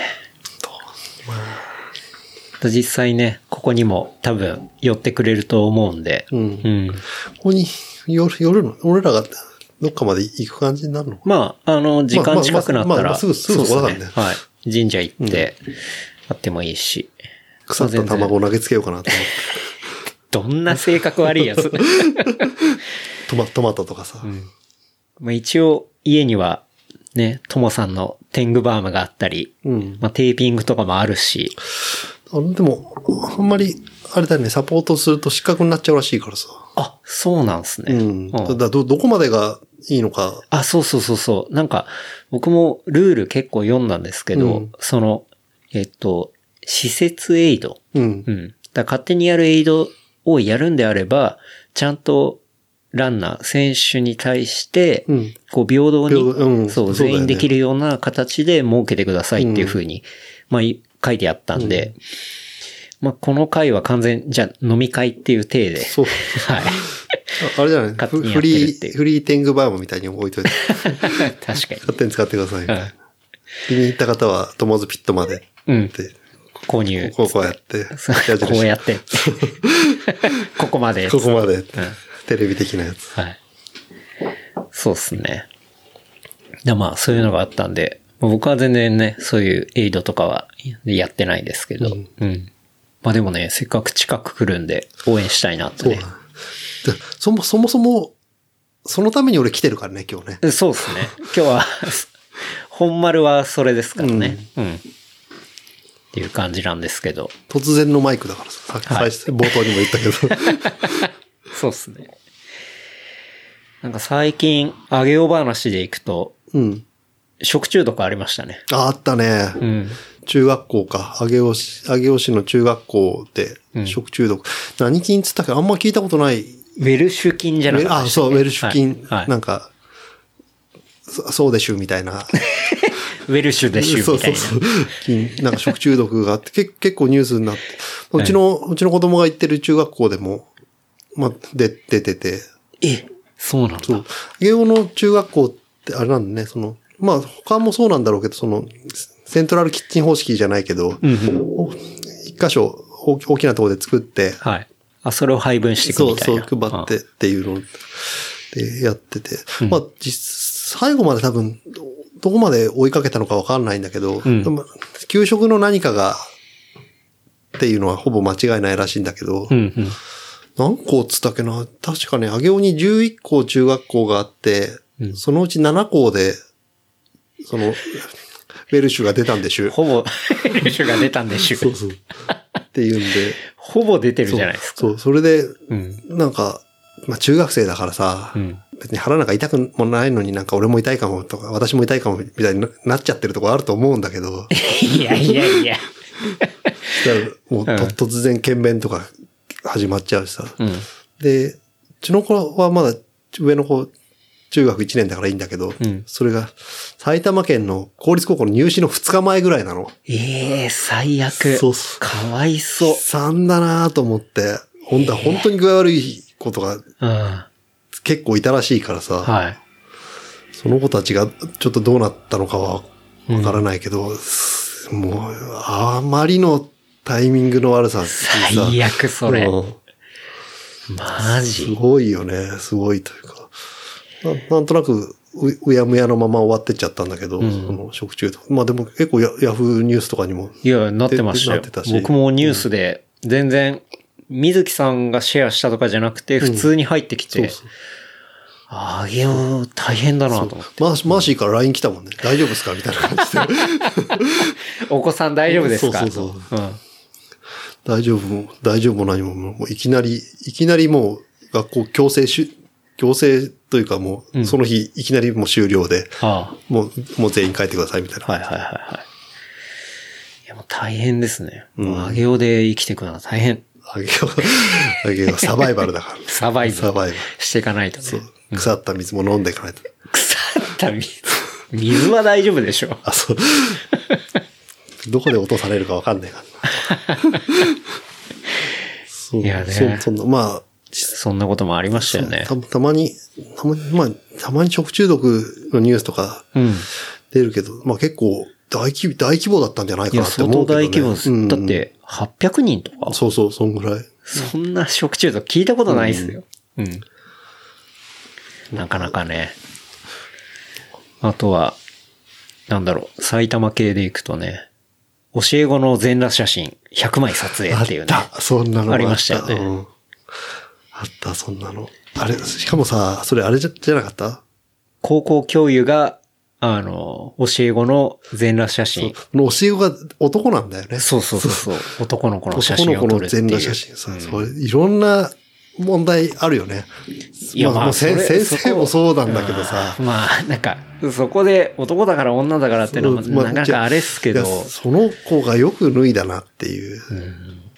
C: 実際ね、ここにも多分寄ってくれると思うんで、
B: うん
C: うん
B: ここに、夜、夜の、俺らがどっかまで行く感じになるの
C: まあ、あの、時間近くなった
B: まあまあまあま
C: ら、
B: あすぐすぐそこだからね
C: そうっすはい。神社行って、あってもいいし。
B: 腐った卵を投げつけようかなと思 って。
C: どんな性格悪い やつ。
B: トマトマトとかさ。
C: まあ一応、家には、ね、ともさんの天狗バームがあったり、
B: うん
C: まあ、テーピングとかもあるし、
B: あのでも、あんまり、あれだよね、サポートすると失格になっちゃうらしいからさ。
C: あ、そうなんすね。
B: うん。
C: う
B: だ
C: ん
B: からど、どこまでがいいのか。
C: あ、そうそうそうそう。なんか、僕もルール結構読んだんですけど、
B: うん
C: その、えっと、施設エイド。
B: うん
C: う。ん。だから勝手にやるエイドをやるんであれば、ちゃんとランナー、選手に対して、
B: うん。
C: こう平等に、
B: 平等うん
C: そう、
B: そうだ
C: 全
B: よね
C: 員できるような形で設けてくださいっていうふうに、まあ、い書いてあったんで、まあ、この回は完全、じゃあ飲み会っていう体で、
B: そう。
C: はい。
B: ああれじゃない
C: 勝手
B: フ
C: にや
B: フ
C: ってる
B: リ
C: っていう
B: ー、フリーテングバームみたいに置いといて、
C: 確かに。
B: 勝手に使ってくださいみたいな。気に入った方は、トマズピットまでって、
C: うん。購入。
B: こうこうやって、
C: そう
B: 矢印
C: こうや って。ここまで。
B: ここまで、テレビ的なやつ。
C: はい。そうっすね。でまあ、そういうのがあったんで、僕は全然ね、そういうエイドとかはやってないですけど、うん。まあでもね、せっかく近く来るんで、応援したいなって
B: そう
C: ね
B: だ。でそもそもそも、そのために俺来てるからね、今日ね。
C: そうっすね。今日は、 本丸はそれですからね。うん。っていう感じなんですけど。
B: 突然のマイクだからさ、さ
C: はい
B: 最初冒頭にも言ったけ ど。
C: そうっすね。なんか最近、あげお話でいくと、
B: うん。
C: 食中毒ありましたね。
B: ああったね。
C: うん。
B: 中学校か。上尾市、上尾市の中学校で
C: ん
B: 食中毒。何菌っつったっけあんま聞いたことない。
C: ウェルシュ菌じゃなかった
B: あ、
C: でしたっ
B: そ
C: け
B: う、ウェルシュ菌。
C: はいはい
B: なんか、そそうでしゅみたいな。
C: ウェルシュでシュみた
B: そ
C: いうな。
B: そうそう。菌、なんか食中毒があって、け結構ニュースになって。うちの、うちの子供が行ってる中学校でも、まあ、で、出てて。
C: え、そうなん
B: そ
C: だ
B: う。。英語の中学校ってあれなんだね、その、まあ他もそうなんだろうけど、その、セントラルキッチン方式じゃないけど、お一箇所大き大きなところで作って、
C: はい。あ、それを配分していく
B: そ
C: み
B: う、
C: たい
B: そう
C: な。
B: 配ってっていうのでやってて、まあ実、最後まで多分、どどこまで追いかけたのかわかんないんだけど、
C: ん
B: でも給食の何かが、っていうのはほぼ間違いないらしいんだけど、
C: うん。うんうん。
B: 何校っつったっけな確かね、上尾に11校中学校があって、そのうち7校で、その、ベルシュが出たんでし ゅ。
C: ほぼ、ルシュが出たんでしゅ。
B: そうそう。っていうんで。
C: ほぼ出てるじゃないですか。
B: そう、そうそれで、
C: うん。
B: なんか、まあ中学生だからさ、
C: うん。
B: 別に腹なんか痛くもないのになんか俺も痛いかもとか、私も痛いかもみたいになっちゃってるとこあると思うんだけ ど、
C: いやいやいや。
B: だからもうと突然検便とか始まっちゃうしさ。
C: うん。
B: で、うちの子はまだ上の子、中学1年だからいいんだけど、
C: うん
B: それが埼玉県の公立高校の入試の2日前ぐらいなの。
C: ええ最悪。
B: そうそう
C: かわいそう
B: 悲。惨だなと思って、ほんと本当に具合悪い子とか
C: うん。は
B: 結構いたらしいからさ、
C: い。
B: その子たちがちょっとどうなったのかはわからないけど、すもう、あまりのタイミングの悪さってさ
C: 最悪、それ。
B: うん
C: マ
B: す
C: ジ。
B: ごいよね。すごいというか。ななんとなくう、うやむやのまま終わってっちゃったんだけど、
C: ん
B: その食中毒。まあでも結構ヤヤフーニュースとかにも。
C: いや、なってました
B: な
C: よ
B: ってたし。
C: 僕もニュースで、全然、水木さんがシェアしたとかじゃなくて、普通に入ってき
B: そう
C: て、
B: そう
C: あげよう、大変だなと思って。
B: マーマーシーから LINE 来たもんね。大丈夫ですかみたいな 感じで。
C: お子さん大丈夫ですか
B: そうそう
C: そう。うん。
B: 大丈夫も、大丈夫も何も、もういきなり、いきなりもう学校強制し、強制というかも
C: うん
B: う、その日いきなりもう終了で、
C: は
B: もう、もう全員帰ってくださいみたいな。
C: あ、はいはいはいはい。いや、もう大変ですね。
B: うん
C: あげおで生きていくのは大変。
B: あげよう、あげ よう、サバイバルだから。
C: サバイバル
B: サバイバル。
C: していかないとね。
B: 腐った水も飲んでいかないと。
C: 腐った水。水は大丈夫でしょ。
B: あ、 そう。どこで落とされるかわかんないからな。そう
C: いやね
B: そそんな、まあ、
C: そんなこともありましたよね。
B: たたまに、たまに、まあ、たまに食中毒のニュースとか
C: うん。
B: 出るけど、まあ結構大規模、大規模だったんじゃない
C: い
B: か
C: や、
B: なって
C: 相
B: 思
C: 当
B: うけど、
C: 大
B: ね。
C: 規模です。
B: うん
C: だっ。て、800人とか、
B: そうそう、そんぐらい。
C: そんな食中毒聞いたことないですよ。うん。なかなかね。あとは、なんだろう、埼玉系で行くとね、教え子の全裸写真100枚撮影っていうね。
B: あった、そんなのが
C: ありましたよね
B: うんあった、そんなの。あれ、しかもさ、それあれじゃじゃなかった
C: 高校教諭が、あの、教え子の全裸写真。
B: その教え子が男なんだよね。
C: そうそうそうそう。男の子の写
B: 男の
C: 真を
B: 子
C: 撮
B: の
C: るっていう。
B: 全裸写真さ、それいろんな問題あるよね。
C: いや
B: まあ
C: まあ
B: もうせん
C: それ
B: 先生もそう
C: そ
B: なんだけどさ。
C: まあ、なんか、そこで男だから女だからっていうのは、
B: ま
C: なかなかあれっすけど
B: い、やその子がよく脱いだなっていう。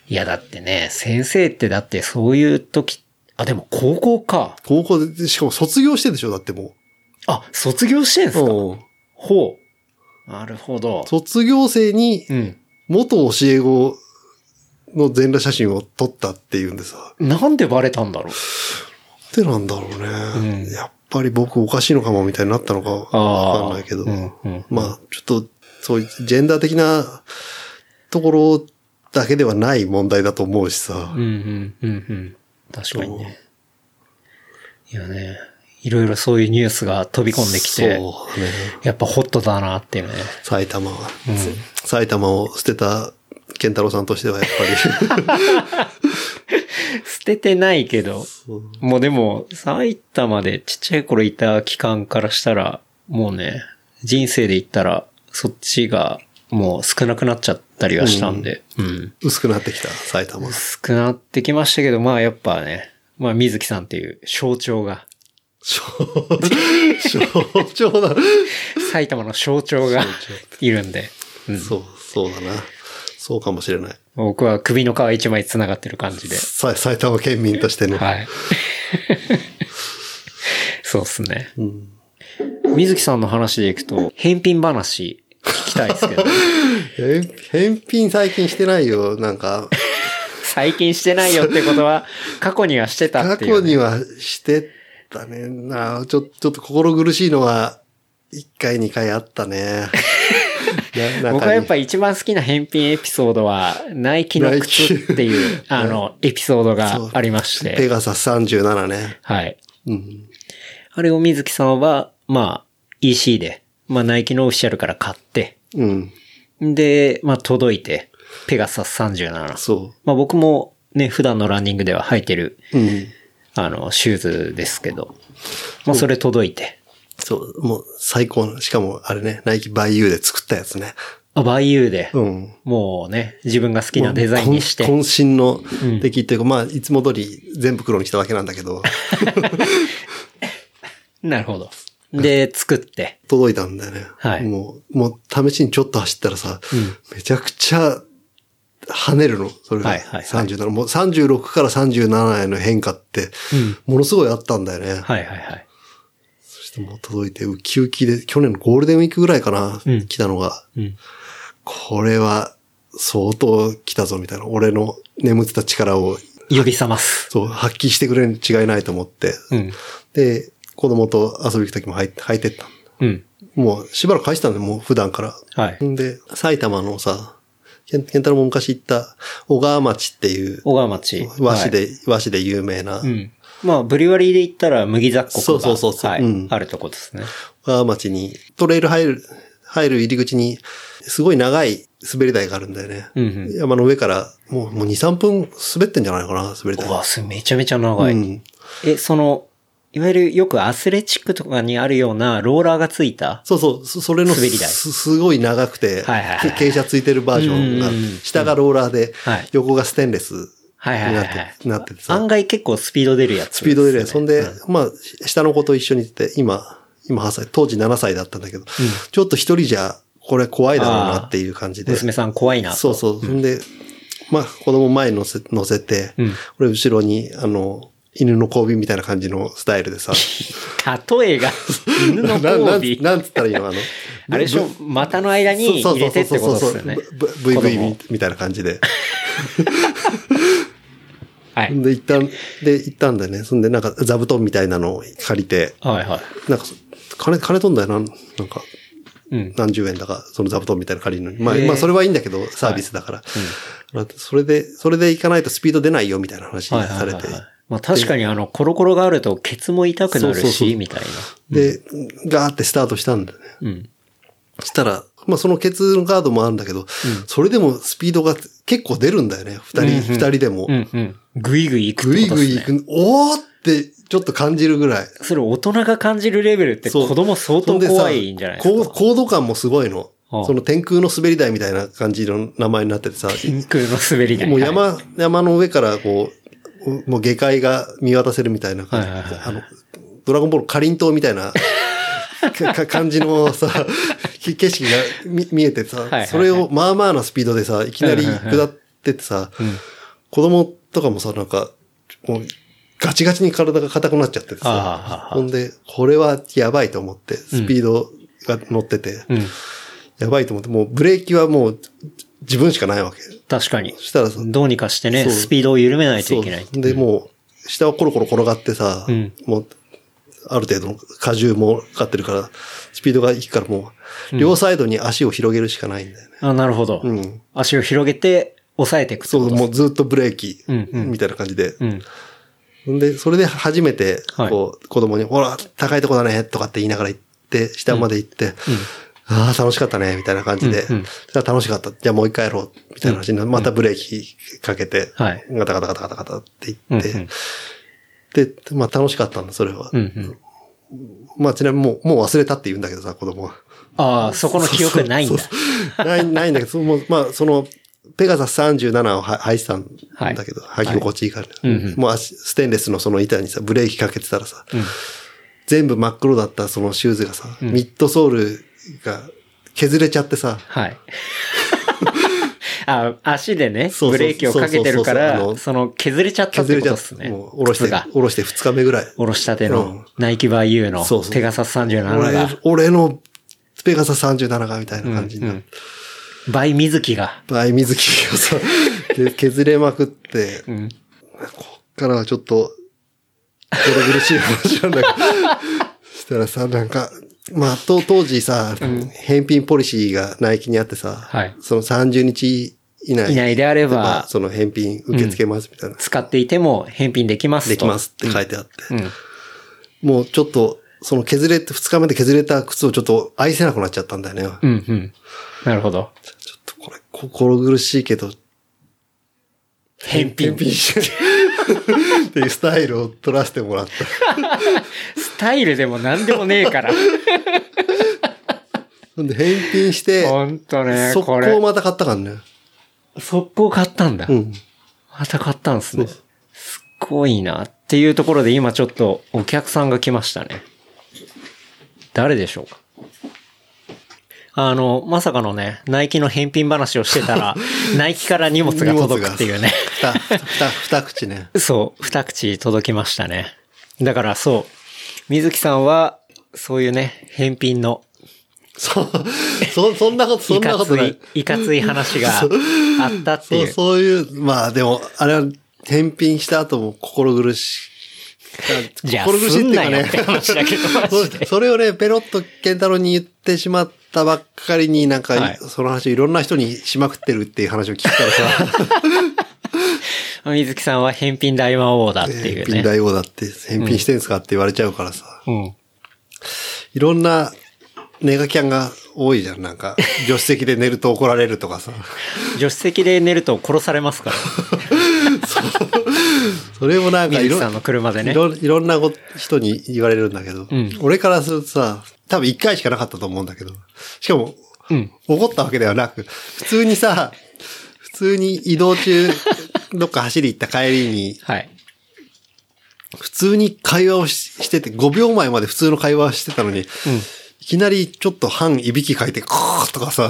C: いやだってね、先生ってだってそういう時、あ、でも高校か。
B: 高校で、しかも卒業してでしょだっても
C: あ、卒業してん
B: う
C: すか、
B: うん
C: ほう。なるほど。
B: 卒業生に
C: うん。
B: 元教え子の全裸写真を撮ったっていうんでさ。
C: なんでバレたんだろう。
B: ってなんだろうね。
C: うん
B: やっぱり僕おかしいのかもみたいになったのかわかんないけど。
C: うんうん、
B: まあ、ちょっと、そういうジェンダー的なところだけではない問題だと思うしさ
C: うん、う。ん、うん、うん。確かにね。いやね、いろいろそういうニュースが飛び込んできて、
B: そうね。
C: やっぱホットだなっていうね。
B: 埼玉は、埼玉を捨てた健太郎さんとしてはやっ ぱり
C: 捨ててないけど、
B: そう、
C: もうでも、埼玉でちっちゃい頃いた期間からしたら、もうね、人生で言ったら、そっちがもう少なくなっちゃったりはしたんで、うん。
B: 薄くなってきた、埼 玉。
C: 少なってきましたけど、まあやっぱね、まあ水木さんっていう象徴 が、
B: 象徴だ。
C: 埼玉の象徴がいるんで、うん
B: そう、そうだな。そうかもしれない。
C: 僕は首の皮一枚繋がってる感じで、
B: さ埼玉県民としての。
C: はい。そうっすね。
B: うん
C: 水木さんの話でいくと、返品話聞きたいですけど、
B: え返品最近してないよ。なんか、
C: 最近してないよってこ とは、過去にはしてたっ
B: 過
C: てい
B: 去
C: う、
B: に
C: ね。
B: はしてたね。なあちょ、ちょっと心苦しいのは、1回2回あった ね。な
C: 僕はやっぱ
B: り、
C: 一番好きな返品エピソードは、ナイキの靴っていう、あの、エピソードがありまし
B: ペ
C: て、
B: ガサス37ね。
C: はい。
B: うん。
C: あれを水木さんは、まあ、EC で、まあ、ナイキのオフィシャルから買って、
B: うん。
C: で、まあ、届いて、ペガサス37。
B: そ
C: まあ、僕もね、普段のランニングでは履いてる、
B: う。うん。
C: あの、シューズですけど、まあ、それ届いて、
B: そう、もう最高な。しかもあれね、ナイキバイユーで作ったやつね。
C: あ、バイユーで。
B: うん。
C: もうね、自分が好きなデザインにして。
B: もう渾渾身の出来っていうか、まあ、いつも通り全部黒にしたわけなんだけど、
C: なるほど。で、作って。
B: 届いたんだよね。
C: はい
B: もう、もう試しにちょっと走ったらさ、めちゃくちゃ跳ねるの。それが
C: はいはいはい
B: 37、もう36から37への変化って、ものすごいあったんだよね。
C: はいはいはい。
B: そしてもう届いて、ウキウキで、去年のゴールデンウィークぐらいかな、
C: うん
B: 来たのが、
C: うん。
B: これは相当来たぞみたいな。俺の眠ってた力を、
C: 呼び覚ます。
B: そう、発揮してくれるに違いないと思って、
C: うん。
B: で、子供と遊びに行く時も入って、履いてったんだ。
C: うん。
B: もうしばらく履いてたんだよ、もう普段から。
C: はい。
B: で、埼玉のさ、ケンケンタロウも昔行った小川町っていう
C: 小川町。
B: 和紙
C: は
B: で、和紙で有名な、
C: い。うん。まあ、ブリュワリーで言ったら麦雑穀が。
B: そうそうそうそう
C: はい
B: うん
C: あるとこですね。
B: 小川町にトレイル入る、入る入り口にすごい長い滑り台があるんだよね。
C: うんうん。
B: 山の上からもうもう2、3分滑ってんじゃないのかな、滑り台
C: う。わ、それめちゃめちゃ長い。
B: うん
C: え、その、いわゆるよくアスレチックとかにあるようなローラーがついた。
B: そうそう、そそれの
C: 滑り台
B: すすごい長くて、
C: はいはいはい
B: け傾斜ついてるバージョンが
C: うんうんうん、
B: 下がローラーで
C: はい、
B: 横がステンレス
C: はい
B: に
C: はいは
B: ないっ
C: はい。
B: てなってて
C: 案
B: さ、
C: 外結構スピード出るやつ、
B: スピード出るやつ。
C: そ
B: そ
C: ん
B: んで、まあ、下の子と一緒に行って、今、今8歳、当時7歳だったんだけど、ちょっと一人じゃ、これ怖いだろうなっていう感じで。
C: 娘さん怖いなと。
B: そうそう。そんで、まあ、子供前に乗せ、乗せて、
C: ん
B: 俺後ろに、あの、犬の交尾みたいな感じのスタイルでさ、
C: 例えが、 犬の
B: なな
C: 交
B: んつ
C: 尾。
B: なんつったらいいのあの、
C: あれでしょ、股の間に
B: そう
C: 入れてってことですよね。
B: そうそうそうそうぶぶ VV み
C: 子供
B: みたいな感じで。
C: はい。
B: で、行ったん、で、行ったんだよね。そんで、なんか、座布団みたいなのを借りて、
C: はいはい。
B: なんか、金、金飛んだよな、なんか、
C: うん。
B: 何十円だか、その座布団みたいなの借りるのに。まあ、
C: へえ
B: まあ、それはいいんだけど、サービスだから。だってそれで、それで行かないとスピード出ないよ、みたいな話
C: はいは
B: さ
C: い
B: れ
C: はい
B: て。
C: はい。まあ確かにあの、コロコロがあるとケツも痛くなる
B: そうそうそ
C: し、
B: う
C: みたい
B: で、ガーってスタートしたんだよね。
C: な。うん。
B: そしたら、まあ、そのケツのガードもあるんだけど、それでもスピードが結構出るんだよね。二人、二人でも
C: う。んうん。ぐいぐい行くっ
B: ぐ
C: て
B: い
C: こと
B: ぐ
C: です
B: い
C: ね
B: 行。く、おーってちょっと感じるぐらい。
C: それ大人が感じるレベルって
B: そう
C: 子供相当怖いんじゃないで
B: そん
C: す
B: でさ
C: か
B: こう高度感もすごいの。
C: ああ
B: その天空の滑り台みたいな感じの名前になってて さ、
C: 天空の滑り台。
B: もう
C: はい。
B: 山、山の上からこう、もう下界が見渡せるみたいな感じ。
C: はいはいはい
B: あの、ドラゴンボールかりんとうみた いなかか感じのさ、き景色が見見えてさ、
C: いはいはい
B: それをまあまあなスピードでさ、いきなり下ってってさ、子供とかもさ、なんか、もうガチガチに体が硬くなっちゃってて
C: ああ
B: さ
C: あ、あ
B: ほんで、これはやばいと思って、スピードが乗ってて、
C: うん。
B: やばいと思って、もうブレーキはもう自分しかないわけ。
C: 確かに。
B: そしたらさ、
C: どうにかしてね、
B: そう
C: スピードを緩めないといけない。
B: そうで、もう、下をコロコロ転がってさ、
C: うん
B: もう、ある程度の荷重もかかってるから、スピードがいくからもう、両サイドに足を広げるしかないんだよね。
C: あ、なるほど。
B: うん
C: 足を広げて、押さえていくって
B: そ
C: こ
B: う、
C: と
B: もうずっとブレーキ、
C: うんうん
B: みたいな感じで。
C: うん。
B: で、それで初めて、
C: はい
B: こう、子供に、ほら、高いとこだね、とかって言いながら行って、下まで行って、ああ、楽しかったね、みたいな感じで、
C: うんうん
B: そしたら楽しかった。じゃあもう一回やろう、みたいな話になってまたブレーキかけて、
C: はい
B: ガタガタガタガタガタって
C: う
B: 言
C: ん
B: って、で、まあ楽しかったんだ、それは。
C: うんうん。
B: まあちなみにもう、もう忘れたって言うんだけどさ、子供は。
C: ああ、そこの記憶ないんだ。
B: そうそうない、ないんだけど、そのもうまあその、ペガサス37をは履いてたんだけど、履き心地いいから、
C: うんうん
B: もう足ステンレスのその板にさ、ブレーキかけてたらさ、全部真っ黒だったそのシューズがさ、ミッドソールが削れちゃってさ、
C: はい。あ足でね、
B: そうそう
C: ブレーキをかけて
B: そうそ
C: るか
B: うそうあ
C: ら、
B: の
C: その削れちゃったっ
B: 削
C: て
B: れ
C: こ
B: ち
C: と
B: ゃって、
C: ですね。
B: もう、下ろして、
C: 靴が
B: 下ろして2日目ぐらい。
C: おろしたて
B: う
C: の
B: ん、
C: ナイキバー U の、
B: そうそう
C: ペガサス37
B: 俺
C: が、、
B: 俺のペガサス37がみたいな感じになって。
C: バイミズキが、
B: バイ水木がさ、け削れまくって、
C: ん
B: こっからはちょっと、心苦しい話なんだけど、したらさ、なんか、まあ、と当時さ、返品ポリシーがナイキにあってさ、
C: はい
B: その30日以内
C: いないであれ
B: まあ
C: ば、
B: その返品受け付けますみたいな、
C: 使っていても返品できますと。
B: できますって書いてあって、
C: うん。
B: もうちょっと、その削れて、2日目で削れた靴をちょっと愛せなくなっちゃったんだよね。
C: うんうん。なるほど。
B: ちょっとこれ、心苦しいけど、
C: 返品。
B: して。っていうスタイルを取らせてもらった。
C: スタイルでも何でもねえ から。
B: ほんで返品して、
C: ほんとね、
B: 速
C: これ
B: 攻。また買ったからね。
C: 速攻買ったんだ。
B: うん。
C: また買ったんですね。
B: そ
C: すっごいな。っていうところで今ちょっとお客さんが来ましたね。誰でしょうかあの、まさかのね、ナイキの返品話をして たら、ナイキから荷物が届くっていうね。
B: 荷物が二、二、二口ね。
C: そう、二口届きましたね。だからそう、水木さんは、そういうね、返品の
B: そう、そ、そんなこと、そ
C: い
B: んな
C: か
B: こと
C: つ
B: ない
C: い。、いかつい話があったって
B: そ、
C: いうう。
B: そういう、まあでも、あれは返品した後も心苦しい。
C: じゃあ、
B: 心苦し
C: す
B: い
C: ん
B: っていう
C: な
B: か
C: よって
B: ね。
C: 話 だけど、マジ
B: そ
C: で。
B: それをね、ペロッと健太郎に言ってしまったばっかりに、なんか、
C: はい
B: その話をいろんな人にしまくってるっていう話を聞いたらさ、
C: 水木さんは返品大魔王だってい
B: 返
C: う
B: 品
C: ね。
B: 大王だって、返品してんすかって言われちゃうからさ、
C: うん。
B: いろんなネガキャンが多いじゃん、なんか、助手席で寝ると怒られると かさ、
C: 助手席で寝ると殺されますから。
B: それもなんかい
C: 水木
B: ろ
C: さんの車で
B: い
C: ね。
B: ろいろんなご人に言われるんだけど、
C: ん
B: 俺からするとさ、多分一回しかなかったと思うんだけど、しかも、
C: うん
B: 怒ったわけではなく、普通にさ、普通に移動中、どっか走り行った帰りに、
C: はい。
B: 普通に会話をししてて、5秒前まで普通の会話をしてたのに、いきなりちょっと半いびきかいて、クーとか さ、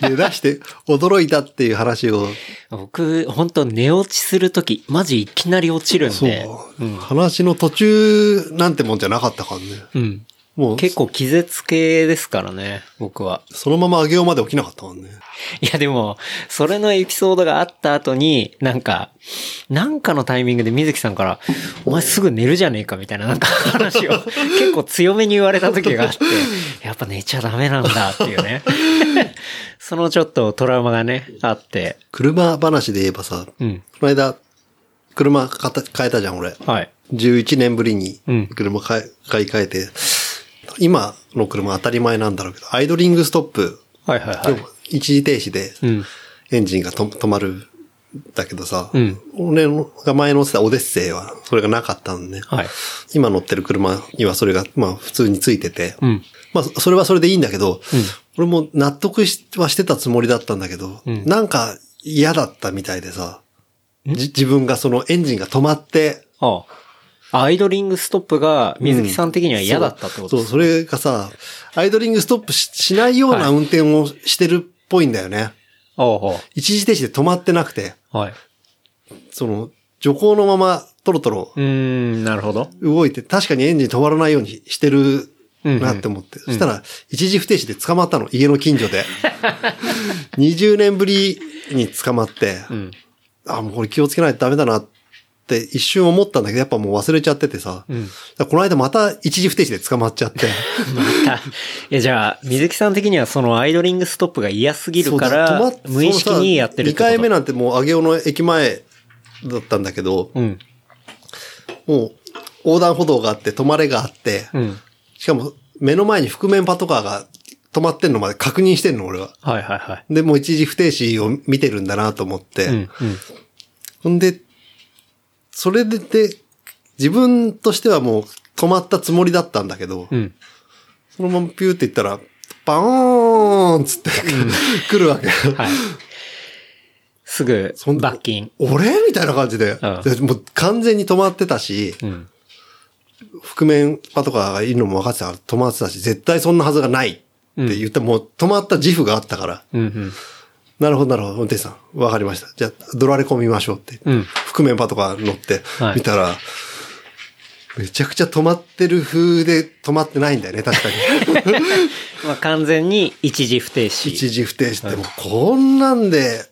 B: 出だして驚いたっていう話を、
C: 僕、本当寝落ちするとき、マジいきなり落ちるん
B: そう、
C: で。
B: 話の途中なんてもんじゃなかったからね。
C: うん。
B: もう、
C: 結構気絶系ですからね、僕は。
B: そのまま上げようまで起きなかったもんね。
C: いやでも、それのエピソードがあった後に、なんか、なんかのタイミングで水木さんから、お前すぐ寝るじゃねえかみたいななんか話を結構強めに言われた時があって、やっぱ寝ちゃダメなんだっていう ね。そのちょっとトラウマがね、あって、
B: 車話で言えばさ、
C: うん。
B: この間、車買った変えたじゃん、俺。
C: はい。
B: 11年ぶりに
C: うん
B: 車買い買い替えて、今の車当たり前なんだろうけど、アイドリングストップ、
C: はいはいは
B: で
C: い
B: も。一時停止で
C: うん。
B: エンジンがと止まるんだけどさ、
C: うん
B: 俺が前乗ってたオデッセイはそれがなかったんで、
C: はい。
B: 今乗ってる車にはそれが、まあ普通についてて、
C: うん。
B: まあ、それはそれでいいんだけど、俺も納得しはしてたつもりだったんだけど、
C: ん
B: なんか嫌だったみたいでさ、じ自分がそのエンジンが止まって、
C: ああ。アイドリングストップが水木さん的には嫌だったってこと
B: そう、
C: です
B: それがさ、アイドリングストップししないよう
C: は
B: ない運転をしてるっぽいんだよね。
C: ああ
B: 一時停止で止まってなくて、
C: ああ。はい。
B: その、徐行のままトロトロ
C: うーん、なるほど。
B: 動いて、確かにエンジン止まらないようにしてるなって思って。そしたら、一時不停止で捕まったの、家の近所で。20年ぶりに捕まって、
C: うん。
B: あ、もうこれ気をつけないとダメだなって一瞬思ったんだけど、やっぱもう忘れちゃっててさ。
C: うん
B: だからこの間また一時不停止で捕まっちゃって。
C: また。え、じゃあ、水木さん的にはそのアイドリングストップが嫌すぎるか
B: そうだ
C: ら
B: 止まっ、
C: 無意識にやってるってこと
B: 2回目なんてもう上尾の駅前だったんだけど、
C: うん。
B: もう横断歩道があって、止まれがあって、
C: うん。
B: しかも目の前に覆面パトカーが止まってんのまで確認してんの、俺は。
C: はいはいはい。
B: で、もう一時不停止を見てるんだなと思って。
C: うん。うん。
B: ほんで、それでで、自分としてはもう止まったつもりだったんだけど、
C: うん。
B: そのままピューって言ったら、バーンっつって、 来るわ け。
C: はい。すぐ
B: そん、
C: 罰金。
B: 俺みたいな感じで、
C: うん
B: でもう完全に止まってたし、
C: うん。
B: 覆面パトカーがいるのも分かってたから止まってたし、絶対そんなはずがないって言って、もう止まった自負があったから、
C: うんうん。
B: なるほど、なるほど、運転手さん。わかりました。じゃあ、ドラレコ見ましょうって。
C: うん
B: 覆面パトカー乗って
C: は、い
B: 見たら、めちゃくちゃ止まってる風で止まってないんだよね、 確かに。
C: まあ、完全に一時不停止。
B: 一時不停止って、もうこんなんで、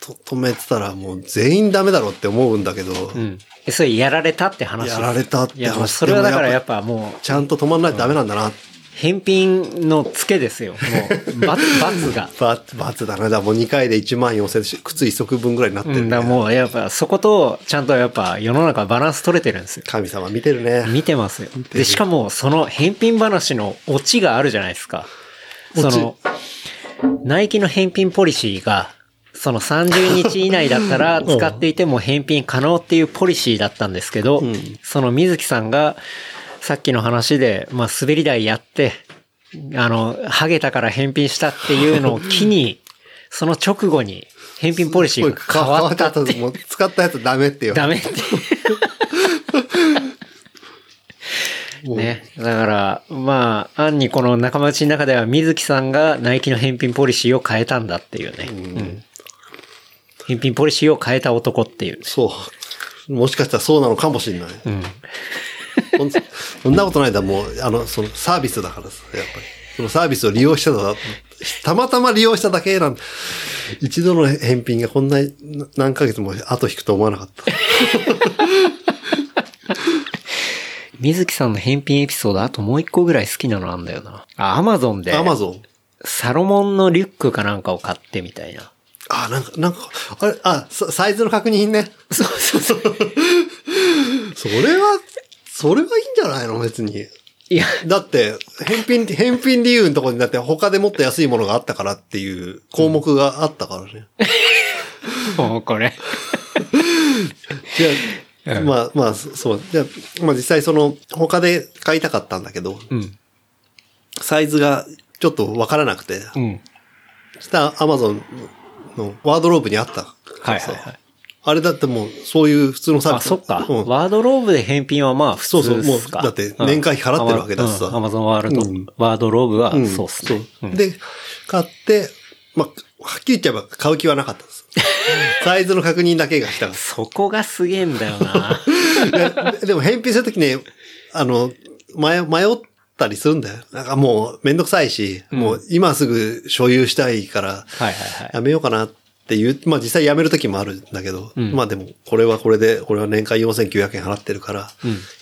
B: と止めてたらもう全員ダメだろって思うんだけど、
C: うん。えそれやられたって話です
B: やられたって話
C: いや、もうそれはだからやっぱもう、
B: ちゃんと止まんないとダメなんだな。
C: 返品のツケですよ。もう、罰、 罰が。
B: ババツだな。だからもう2回で1万4千靴一足分ぐらいになって
C: う
B: る、
C: ん、だから
B: ね。
C: もうやっぱそこと、ちゃんとやっぱ世の中バランス取れてるんですよ。
B: 神様見てるね。
C: 見てますよ。で、しかも、その返品話のオチがあるじゃないですか。そ
B: オチ
C: の、ナイキの返品ポリシーが、その30日以内だっ たら使っていても返品可能っていうポリシーだったんですけど、その水木さんが、さっきの話で、まあ、滑り台やって、あの、ハゲたから返品したっていうのを機に、その直後に返品ポリシーが変わったっていう
B: もう使ったやつダメってよ。
C: ダメって。
B: もう
C: ね。だから、まあ、案にこの仲間内の中では、水木さんがナイキの返品ポリシーを変えたんだっていうね。うん返品ポリシーを変えた男っていうね。
B: そう。もしかしたらそうなのかもしれない。
C: うん。
B: そんそんなことないだ、もう、あの、そのサービスだからさ、やっぱり。そのサービスを利用しただ、たまたま利用しただけなん一度の返品がこんなにな何ヶ月も後引くと思わなかった。
C: 水木さんの返品エピソード、あともう一個ぐらい好きなのあんだよな。あ、アマゾンで、
B: アマゾン。
C: サロモンのリュックかなんかを買ってみたいな。
B: あ、なんか、なんか、あれ、あ、ササイズの確認ね。そうそうそう。 それは、それはいいんじゃないの別に。
C: い や、
B: だって、返品、返品理由のところにだって他でもっと安いものがあったからっていう項目があった からね。
C: もうこれ。
B: じゃあ、まあまあ、そそう。じゃあ、まあ実際その他で買いたかったんだけど、
C: うん。
B: サイズがちょっとわからなくて、
C: うん。
B: したアマゾンのワードローブにあった。
C: はいはいはい。
B: あれだってもうそういう普通のサービ
C: あ、
B: ス。
C: そっか。
B: うん
C: ワードローブで返品はまあ普通っすか
B: そうそうもうだって年会費払ってるわけだしさ
C: うんアマゾンワールド、
B: うん
C: ワードローブは
B: ん
C: そうっすね。
B: そう
C: うん
B: で、買って、まあ、はっきり言っちゃえば買う気はなかった です。サイズの確認だけがしたか
C: そこがすげえんだよ な。
B: ったでででも返品するときね、あの、迷、迷ったりするんだよ。なんかもうめんどくさいし、もう今すぐ所有したいから、
C: はいはいはい。
B: やめようかなっていう、まあ実際やめるときもあるんだけど、
C: ん
B: まあでもこれはこれで、これは年間4900円払ってるから、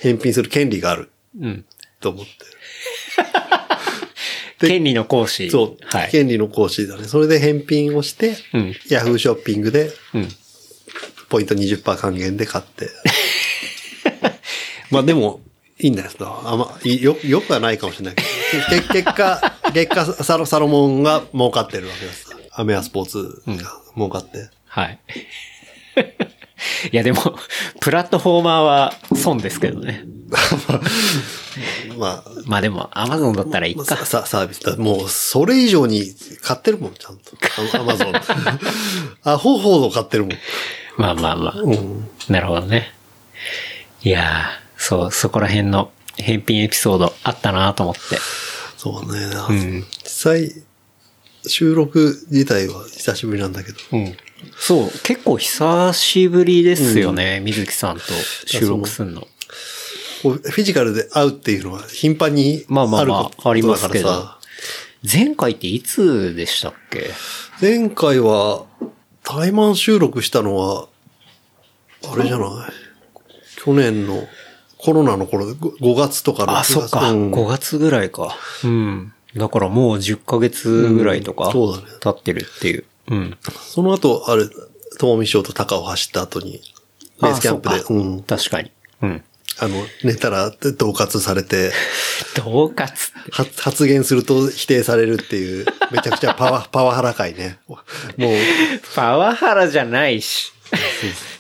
B: 返品する権利がある
C: うん。
B: と思って。で
C: 権利の行使。
B: そう、
C: はい。
B: 権利の行使だね。それで返品をして、
C: うん
B: ヤフーショッピングで、
C: うん。
B: ポイント20%還元で買 って。まあでも、いいんだよ。あんまいよ、よくはないかもしれないけど。 結結果、結果、サロ、サロモンが儲かってるわけです。アメアスポーツが儲かって。
C: はい。 いやでも、プラットフォーマーは損ですけどね。
B: まあ、
C: まあでも、アマゾンだったらいい
B: まあ
C: か
B: さ。さサービスだ。もう、それ以上に買ってるもん、ちゃんと。アマゾ ン。アホほど買ってるもん。
C: まあまあまあ。
B: うん。
C: なるほどね。いやー、そう、そこら辺の返品エピソードあったなと思って。
B: そうね。
C: ん
B: 実際、収録自体は久しぶりなんだけど。
C: うん。そう、結構久しぶりですよね、水木さんと収録すんの。
B: こうフィジカルで会うっていうのは頻繁に
C: まあまあまあ
B: あること
C: あります
B: だか
C: け
B: ら
C: ど
B: さ。
C: 前回っていつでしたっけ
B: 前回は、対マン収録したのは、あれじゃない去年のコロナの頃でご 5, 月とか6月。
C: あ、そっか、
B: ん
C: 5月ぐらいか。うん。だからもう10ヶ月ぐらいとか、
B: うんそうだね
C: 経ってるっていう。うん。
B: その後、あれ、ともみ師匠と高を走った後に、ベースキャンプ
C: あ
B: で、
C: そううか
B: ん。
C: 確かに。うん。
B: あの、寝たら、同喝されて、
C: どうかつって。
B: は発言すると否定されるっていう、めちゃくちゃパワ、 パワハラ会ね。もう、
C: パワハラじゃないし。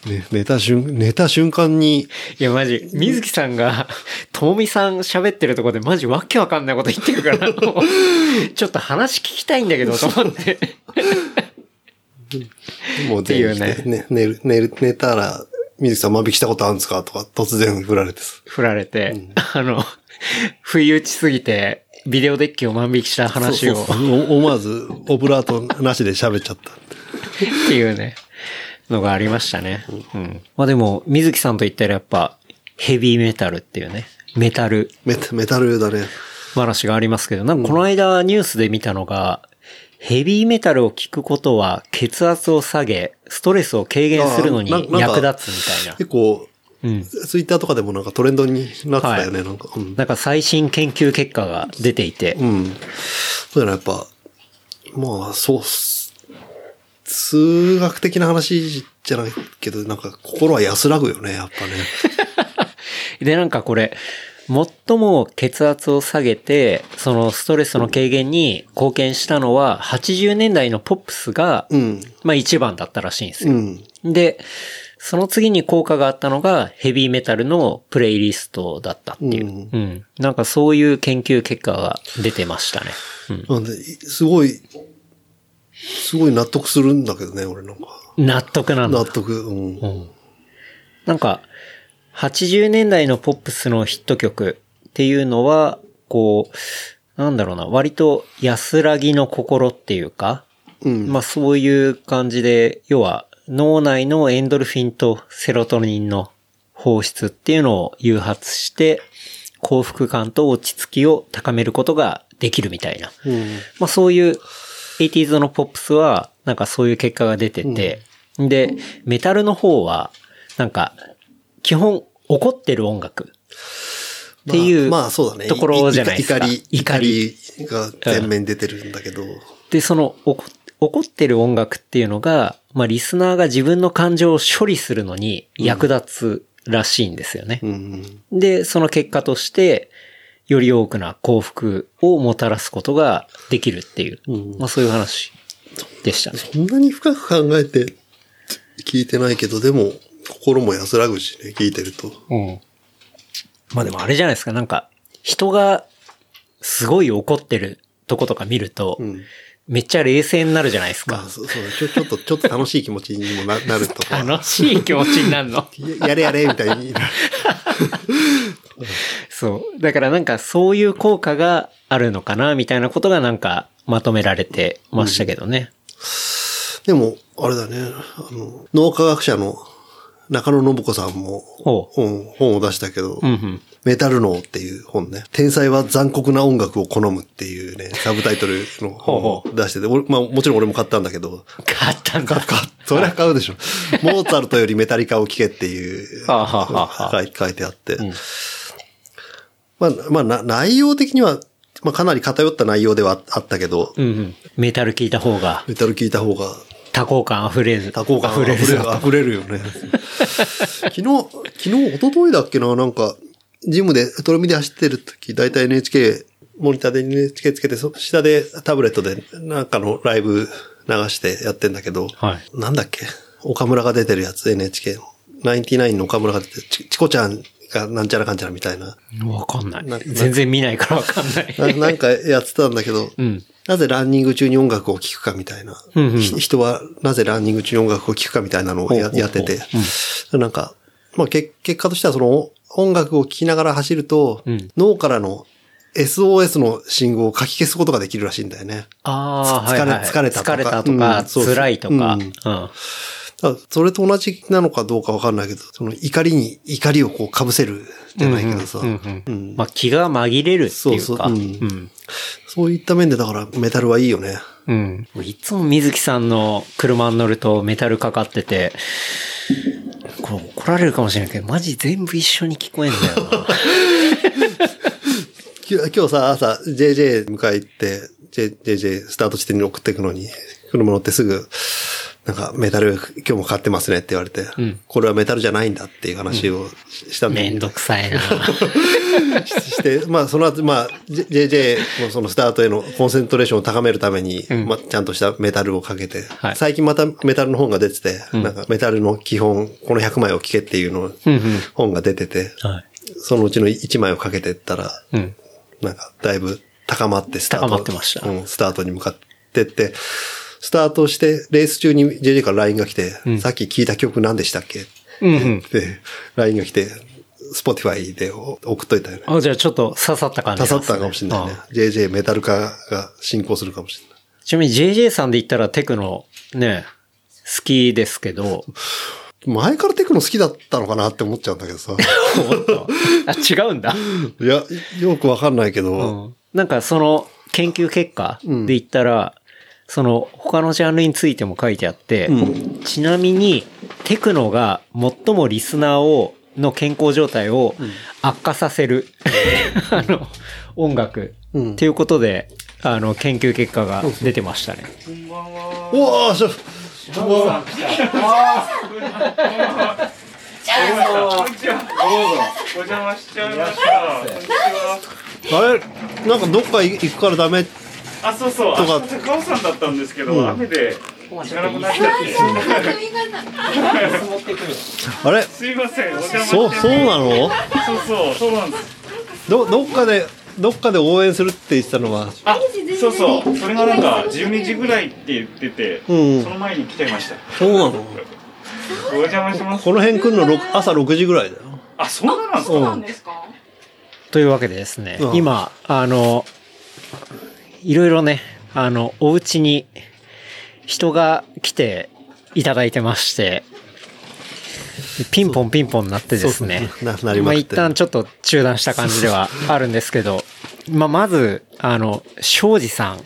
B: ね寝た瞬、寝た瞬間に、
C: いや、マジ、水木さんが、ともみさん喋ってるとこでマジわけわかんないこと言ってるから、も うちょっと話聞きたいんだけど、と思って。
B: もう全員来
C: って
B: て、
C: いう
B: ね、寝る、寝る、寝たら、水木さん間引きしたことあるんですかとか、突然振られてす。
C: 振られて、あの、 不意打ちすぎて、ビデオデッキを万引きした話を、
B: そうそうそうお思わず、オブラートなしで喋っちゃった。
C: っていうね、のがありましたね。うん。まあでも、水木さんと言ったらやっぱ、ヘビーメタルっていうね、メタル
B: メタメタルだね。
C: 話がありますけど、なんかこの間ニュースで見たのが、ヘビーメタルを聞くことは血圧を下げ、ストレスを軽減するのに
B: あーななん
C: 役
B: か
C: 立つみたいな。
B: 結構、
C: うん。
B: ツイッターとかでもなんかトレンドになってたよね、
C: はい
B: なんか。うん。
C: なんか最新研究結果が出ていて、
B: うん。そうだね、やっぱ、まあ、そうっす、数学的な話じゃないけど、なんか心は安らぐよね、やっぱね。
C: で、なんかこれ、最も血圧を下げて、そのストレスの軽減に貢献したのは、80年代のポップスが、
B: うん。
C: まあ一番だったらしいんですよ
B: う。ん。
C: で、その次に効果があったのがヘビーメタルのプレイリストだったっていう。う
B: うん
C: ん。なんかそういう研究結果が出てましたね。うん
B: なんで、すごい、すごい納得するんだけどね、俺なんか。
C: 納得なんだ
B: 納。得。うん。
C: なんか、80年代のポップスのヒット曲っていうのは、こう、なんだろうな、割と安らぎの心っていうか、
B: うん。
C: まあそういう感じで、要は脳内のエンドルフィンとセロトニンの放出っていうのを誘発して、幸福感と落ち着きを高めることができるみたいな。
B: うん。
C: まあそういう 80s のポップスはなんかそういう結果が出てて、で、メタルの方はなんか基本怒ってる音楽っていう
B: まあ、まあそうだね。
C: ところじゃないですか
B: 怒り、
C: 怒
B: 怒
C: り
B: りが全面に出てるんだけど。
C: で、その怒怒ってる音楽っていうのが、まあリスナーが自分の感情を処理するのに役立つらしいんですよね。
B: うん。
C: で、その結果として、より多くな幸福をもたらすことができるっていう、
B: うん
C: まあそういう話でしたね。
B: そんなに深く考えて聞いてないけど、でも、心も安らぐしね、聞いてると。
C: うん。まあでもあれじゃないですか、なんか、人がすごい怒ってるとことか見ると、
B: うん。
C: めっちゃ冷静になるじゃないです
B: まあ、
C: か。
B: そうそうちょ、ちょっと、ちょっと楽しい気持ちにもななるとか。
C: 楽しい気持ちになるの
B: ややれやれみたいになる。
C: そう。だからなんかそういう効果があるのかな、みたいなことがなんかまとめられてましたけどね。
B: でも、あれだね、あの、脳科学者の中野信子さんも
C: ほ
B: 本本を出したけど、
C: うんうん。
B: メタル脳っていう本ね。天才は残酷な音楽を好むっていうね、サブタイトルの本を出してて、俺まあもちろん俺も買ったんだけど、
C: 買ったんだ。
B: 買それは買うでしょ。モーツァルトよりメタリカを聴けっていう、
C: はあはあは
B: 書
C: あ
B: い書いてあって。まあ、まあな、内容的には、まあかなり偏った内容ではあったけど、
C: うんうん。メタル聞いた方が
B: メタル聴いた方が
C: 多幸感溢れる。
B: 多幸感溢
C: 溢れ
B: れ
C: る
B: る。溢れるよね。 昨日、昨日、一昨日だっけな、なんか、ジムで、トロミで走ってる時、だいたい NHK、モニターで NHK つけて、そ下でタブレットで、なんかのライブ流してやってんだけど、
C: はい。
B: なんだっけ岡村が出てるやつ、NHK の。99の岡村が出てる、ちチコちゃんがなんちゃらかんちゃらみたいな。
C: わかんない
B: な。
C: 全然見ないからわかんない。
B: ななんかやってたんだけど、
C: うん。
B: なぜランニング中に音楽を聴くかみたいな、
C: うんうん
B: ひ人はなぜランニング中に音楽を聴くかみたいなのをや
C: ほうほうほう
B: やってて、なんか、まあ、け結果としてはその音楽を聴きながら走ると、
C: うん
B: 脳からの SOS の信号を書き消すことができるらしいんだよね。
C: ああ、
B: つ
C: はいはい、
B: 疲れ疲れたとか
C: 疲れたとか、
B: うんそうそう
C: 辛いとか、う
B: うんんただそれと同じなのかどうかわかんないけど、その怒りに怒りをこう被せるじゃないけどさ、
C: うんうんうん
B: うん
C: まあ気が紛れるっていうか。
B: そうそううん
C: ん
B: そういった面でだからメタルはいいよね。
C: うん。いつも水木さんの車に乗るとメタルかかってて、これ怒られるかもしれないけど、マジ全部一緒に聞こえんだよな。
B: きゅ今日さ、朝、JJ 迎え行って、J- JJ スタート地点に送っていくのに、車乗ってすぐ、なんかメタル今日も買ってますねって言われて、
C: ん
B: これはメタルじゃないんだっていう話をし したんだ
C: め
B: け
C: ん
B: ど
C: どくさいな。
B: して、まあその後、まあ J- JJ のそのスタートへのコンセントレーションを高めるために、
C: ん
B: まあちゃんとしたメタルをかけて、
C: はい
B: 最近またメタルの本が出てて、なんかメタルの基本、この100枚を聞けっていうの、本が出てて、
C: はい。
B: そのうちの1枚をかけてったら、
C: うん。
B: なんか、だいぶ高まってスタート。
C: 高まってました
B: うん、スタートに向かってって、スタートして、レース中に JJ から LINE が来て、さっき聞いた曲何でしたっけっ
C: うんうん。
B: て、LINE が来て、Spotify で送っといたよね。
C: あ、じゃあちょっと刺さった感じ
B: 刺
C: なん
B: さ
C: で
B: っ
C: すね、
B: たかもしれないね
C: あ。
B: JJ メタル化が進行するかもしれない。
C: ちなみに JJ さんで言ったらテクノ、ね、好きです けど、
B: 前からテクノ好きだったのかなって思っちゃうんだけど さ。
C: 思ったあ、違うんだ。
B: いや、よくわかんないけど、
C: なんかその研究結果で言ったら、その他のジャンルについても書いてあって、
B: うん
C: ちなみにテクノが最もリスナーをの健康状態を悪化さ せる、あの音楽、
B: うん
C: っていうことであの研究結果が出てましたね。
B: うわーしょ
D: お邪魔しちゃいました。こんにちは。
B: あれなんかどっか行くからダメ
D: あ、そうそう。
B: とか
D: 明日高尾山だったんですけど、雨でう知らなくなっちゃって。
B: あれ
D: すいません、お邪魔して。
B: そう、そうなの
D: そうそう、そうなんです。
B: ど、どっかで、どっかで応援するって言ってたのは、
D: あ、そうそう、それがなんか12時ぐらいって言ってて、
B: うん
D: その前に来ちゃいました。
B: そうなの
D: お邪魔します。
B: この辺来るのろく朝6時ぐらいだよ。
D: あ、そんななんですか。
B: う
E: なん
B: ん。
E: ですか
C: というわけでですね、
B: うん
C: 今、あの、いろいろね、あの、お家に人が来ていただいてまして、ピンポンピンポンになってですね
B: そう、そうななり
C: ま
B: ま
C: あ
B: くって
C: 一旦ちょっと中断した感じではあるんですけど、まあまず、あの、庄司さん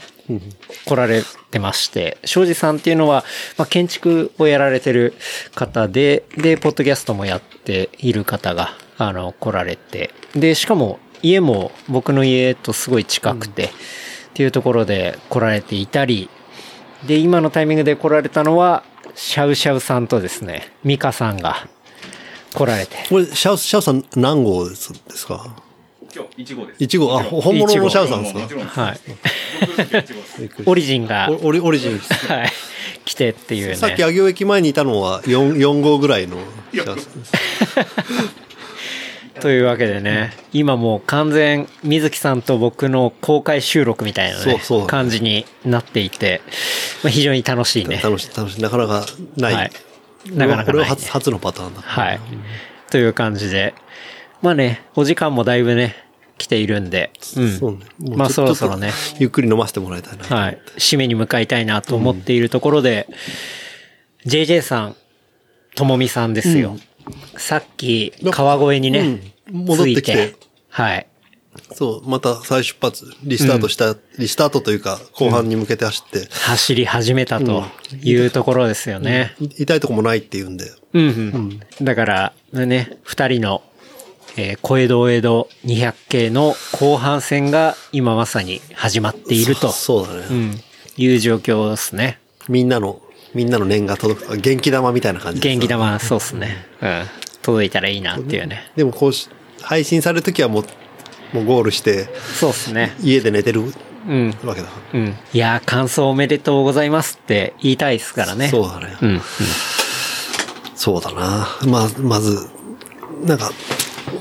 C: 来られてまして、庄司さんっていうのは、まあ、建築をやられてる方で、で、ポッドキャストもやっている方が、あの、来られて、で、しかも家も僕の家とすごい近くて、っていうところで来られていたり、で、今のタイミングで来られたのは、シャウシャウさんとですね、ミカさんが来られて、
B: これ、シャウ、シャウさん何号ですですか
D: 今日一号です。
B: 一号、あ、ほ本物のシャウさんです
D: もちろ
B: か
D: んです。
C: はい。
D: 僕好き一号です
B: びっくり
C: オリジンが、
B: おオリオリジンです。
C: はい、来てっていうね。
B: さっき上尾駅前にいたのは 4, 4号ぐらいのシャウさんです。
C: というわけでね、今もう完全、水木さんと僕の公開収録みたいなね、
B: そうそう
C: 感じになっていて、まあ、非常に楽しいね。
B: 楽しい、楽しい。なかなかない。
C: はい。なかなか
B: これ
C: な、
B: はい
C: ね
B: 初。初のパターンだ。
C: はい。という感じで。まあね、お時間もだいぶね、来ているんで。うん。
B: そうね。もうちょ
C: まあそろそろね。
B: ちょっとゆっくり飲ませてもらいたいな。
C: はい。締めに向かいたいなと思っているところで、JJ さん、ともみさんですよ。さっき、川越にね、
B: うん戻ってきて
C: 着いはい。
B: そう、また再出発、リスタートした、リスタートというか、後半に向けて走って、
C: 走り始めたというところですよね。
B: い痛いとこもないって言うんで、
C: うん、うん、だから、ね、二人の、えー小江戸江戸200系の後半戦が今まさに始まっている と
B: そうだね、
C: うんいう状況ですね。
B: みんなの、みんなの念が届く、元気玉みたいな感じです
C: 元気。玉、そうですね。うん。届いたらいいなっていうね。
B: でもこうし、配信されるときはもう、もうゴールして、
C: そうですね。
B: 家で寝てる
C: うん。
B: わけだか
C: うん。いやー、感想おめでとうございますって言いたいですから
B: ら。
C: ね。
B: そうだね、
C: うん。うん。
B: そうだな。まあ、まず、なんか、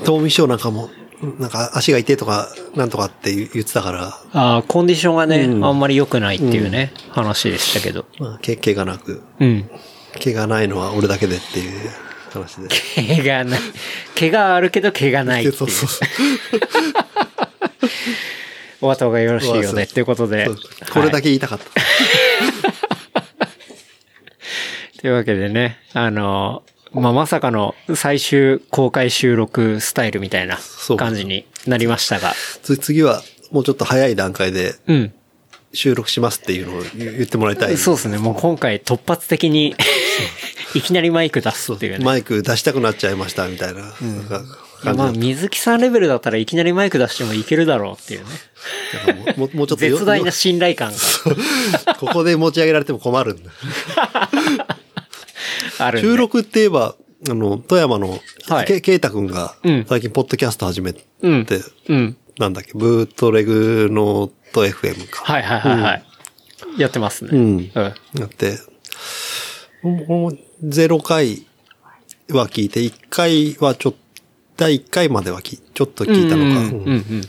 B: 東美師匠なんかも、なんか足が痛いとか、なんとかって言ってたから、
C: ああ、コンディションがね、
B: うん
C: あんまり良くないっていうね、話でしたけど。
B: まあ、け怪我なく、
C: うん。
B: 怪我ないのは俺だけでっていう話で。
C: 毛がない。毛があるけど毛がないってい
B: そう
C: う。
B: そう そう
C: お後がよろしいよねっていうことで。
B: そうこれだ
C: け。
B: け言いたかった。
C: というわけでね、あの、まあ、まさかの最終公開収録スタイルみたいな
B: そう
C: 感じになりましたが。
B: つ次は、もうちょっと早い段階で
C: うん。
B: 収録しますっていうのを言言ってもらいたい。
C: そうですね。もう今回突発的に いきなりマイク出す
B: そう
C: っていうね。
B: マイク出したくなっちゃいましたみたいななんか感じ
C: まあ、水木さんレベルだったらいきなりマイク出してもいけるだろうっていうね。
B: だからもうもうもうちょっとよ
C: 絶 大な信頼感が
B: ここで持ち上げられても困るんだ。
C: あるんで。
B: 収録って言えば、あの、富山の、
C: はい
B: けケイタ君が
C: うん、
B: 最近ポッドキャスト始めて、
C: うんうん。
B: なんだっけ、ブートレグノート FM か。
C: はいはいはいはい。やってますね。
B: うん
C: うん。
B: やって、もう0回は聞いて、1回はちょっと、第1回まではきちょっと聞いたのか。
C: うんうんうん。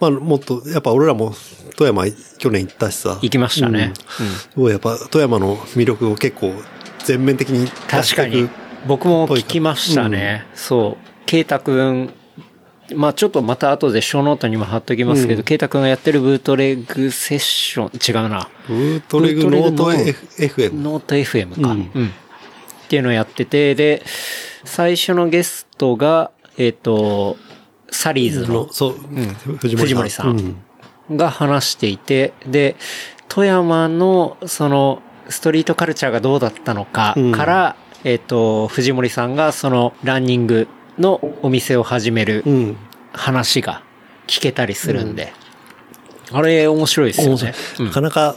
B: まあ、もっと、やっぱ俺らも富山去年行ったしさ。
C: 行きましたね。うん
B: うん。やっぱ富山の魅力を結構全面的に出
C: 確
B: して
C: か
B: い
C: に
B: く。
C: 僕も聞きましたね。そう。ケイタくん、まあちょっとまた後でショーノートにも貼っときますけど、ケイタくんがやってるブートレグセッション、違うな。
B: ブートレグノート FM。
C: ノート FM か。う
B: うんん。
C: っていうのをやってて、で、最初のゲストが、えっ、と、サリーズの
B: の、そう、藤
C: 藤森さん
B: うん
C: が話していて、で、富山のそのストリートカルチャーがどうだったのか
B: うん
C: から、えっ、と、藤森さんがそのランニングのお店を始める
B: うん。
C: 話が聞けたりするんで、あれ面白いですよね。う
B: なんかなか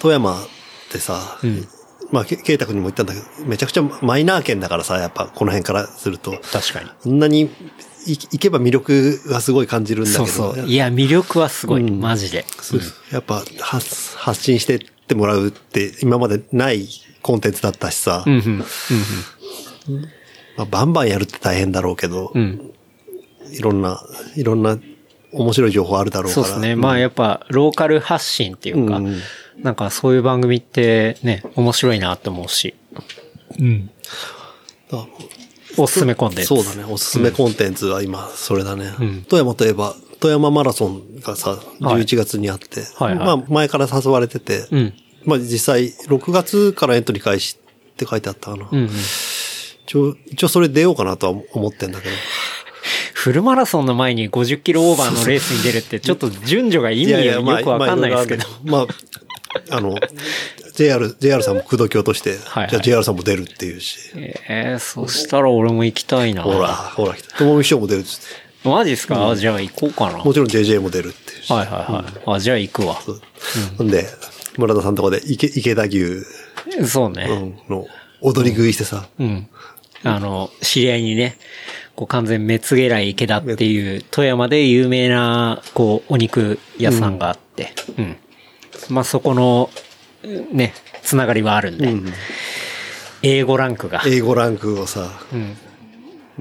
B: 富山ってさ、
C: うん
B: まあ、けケイタ君にも言ったんだけど、めちゃくちゃマイナー県だからさ、やっぱこの辺からすると、
C: 確かに。
B: そんなにい行けば魅力がすごい感じるんだけ
C: そ
B: ど、
C: うそう。い
B: や
C: や、魅力はすごい。
B: うん
C: マジで。
B: そうやっぱ発発信してっってもらうって今までないコンテンツだったしさ、
C: うんうん。うん
B: まあ、バンバンやるって大変だろうけど、
C: うん。うん。
B: いろんな、いろんな面白い情報あるだろうか
C: そう
B: ら。
C: ですね。まあやっぱローカル発信っていうか、
B: うん
C: なんかそういう番組ってね、面白いなって思うし、うん。
B: あ
C: おすすめコンテンツ。
B: そうだね。。おすすめコンテンツは今、それだね、
C: うん
B: 富山といえば、富山マラソンがさ、
C: はい
B: 11月にあって、
C: はいはい
B: まあ前から誘われてて、
C: うん。
B: まあ実際、6月からエントリー開始って書いてあったかな。
C: うん、うん。
B: 一応、一応それ出ようかなとは思ってんだけど。
C: フルマラソンの前に50キロオーバーのレースに出るって、ちょっと順序が意
B: い
C: 味よくわかんないですけど。。
B: まあ、まああの、JR、JR さんも口説き落として、
C: はいはい
B: じゃあ JR さんも出るっていうし、
C: えー、そしたら俺も行きたいな。
B: ほら、。ほら、ともみ師匠も出るっつって
C: マジですか、あじゃあ行こうかな。
B: もちろん JJ も出るっていうし。
C: はいはいはい。あ、じゃあ行くわ。
B: なんで、村田さんとこで池池田牛
C: そう
B: う
C: ね。
B: んの踊り食いしてさ、
C: うん。あの、知り合いにね、こう完全滅ゲライ池田っていう、富山で有名な、こう、お肉屋さんがあって、うん。まあ、そこの、ね、つながりはあるんで、英語ランクが。
B: 英語ランクをさ、
C: ん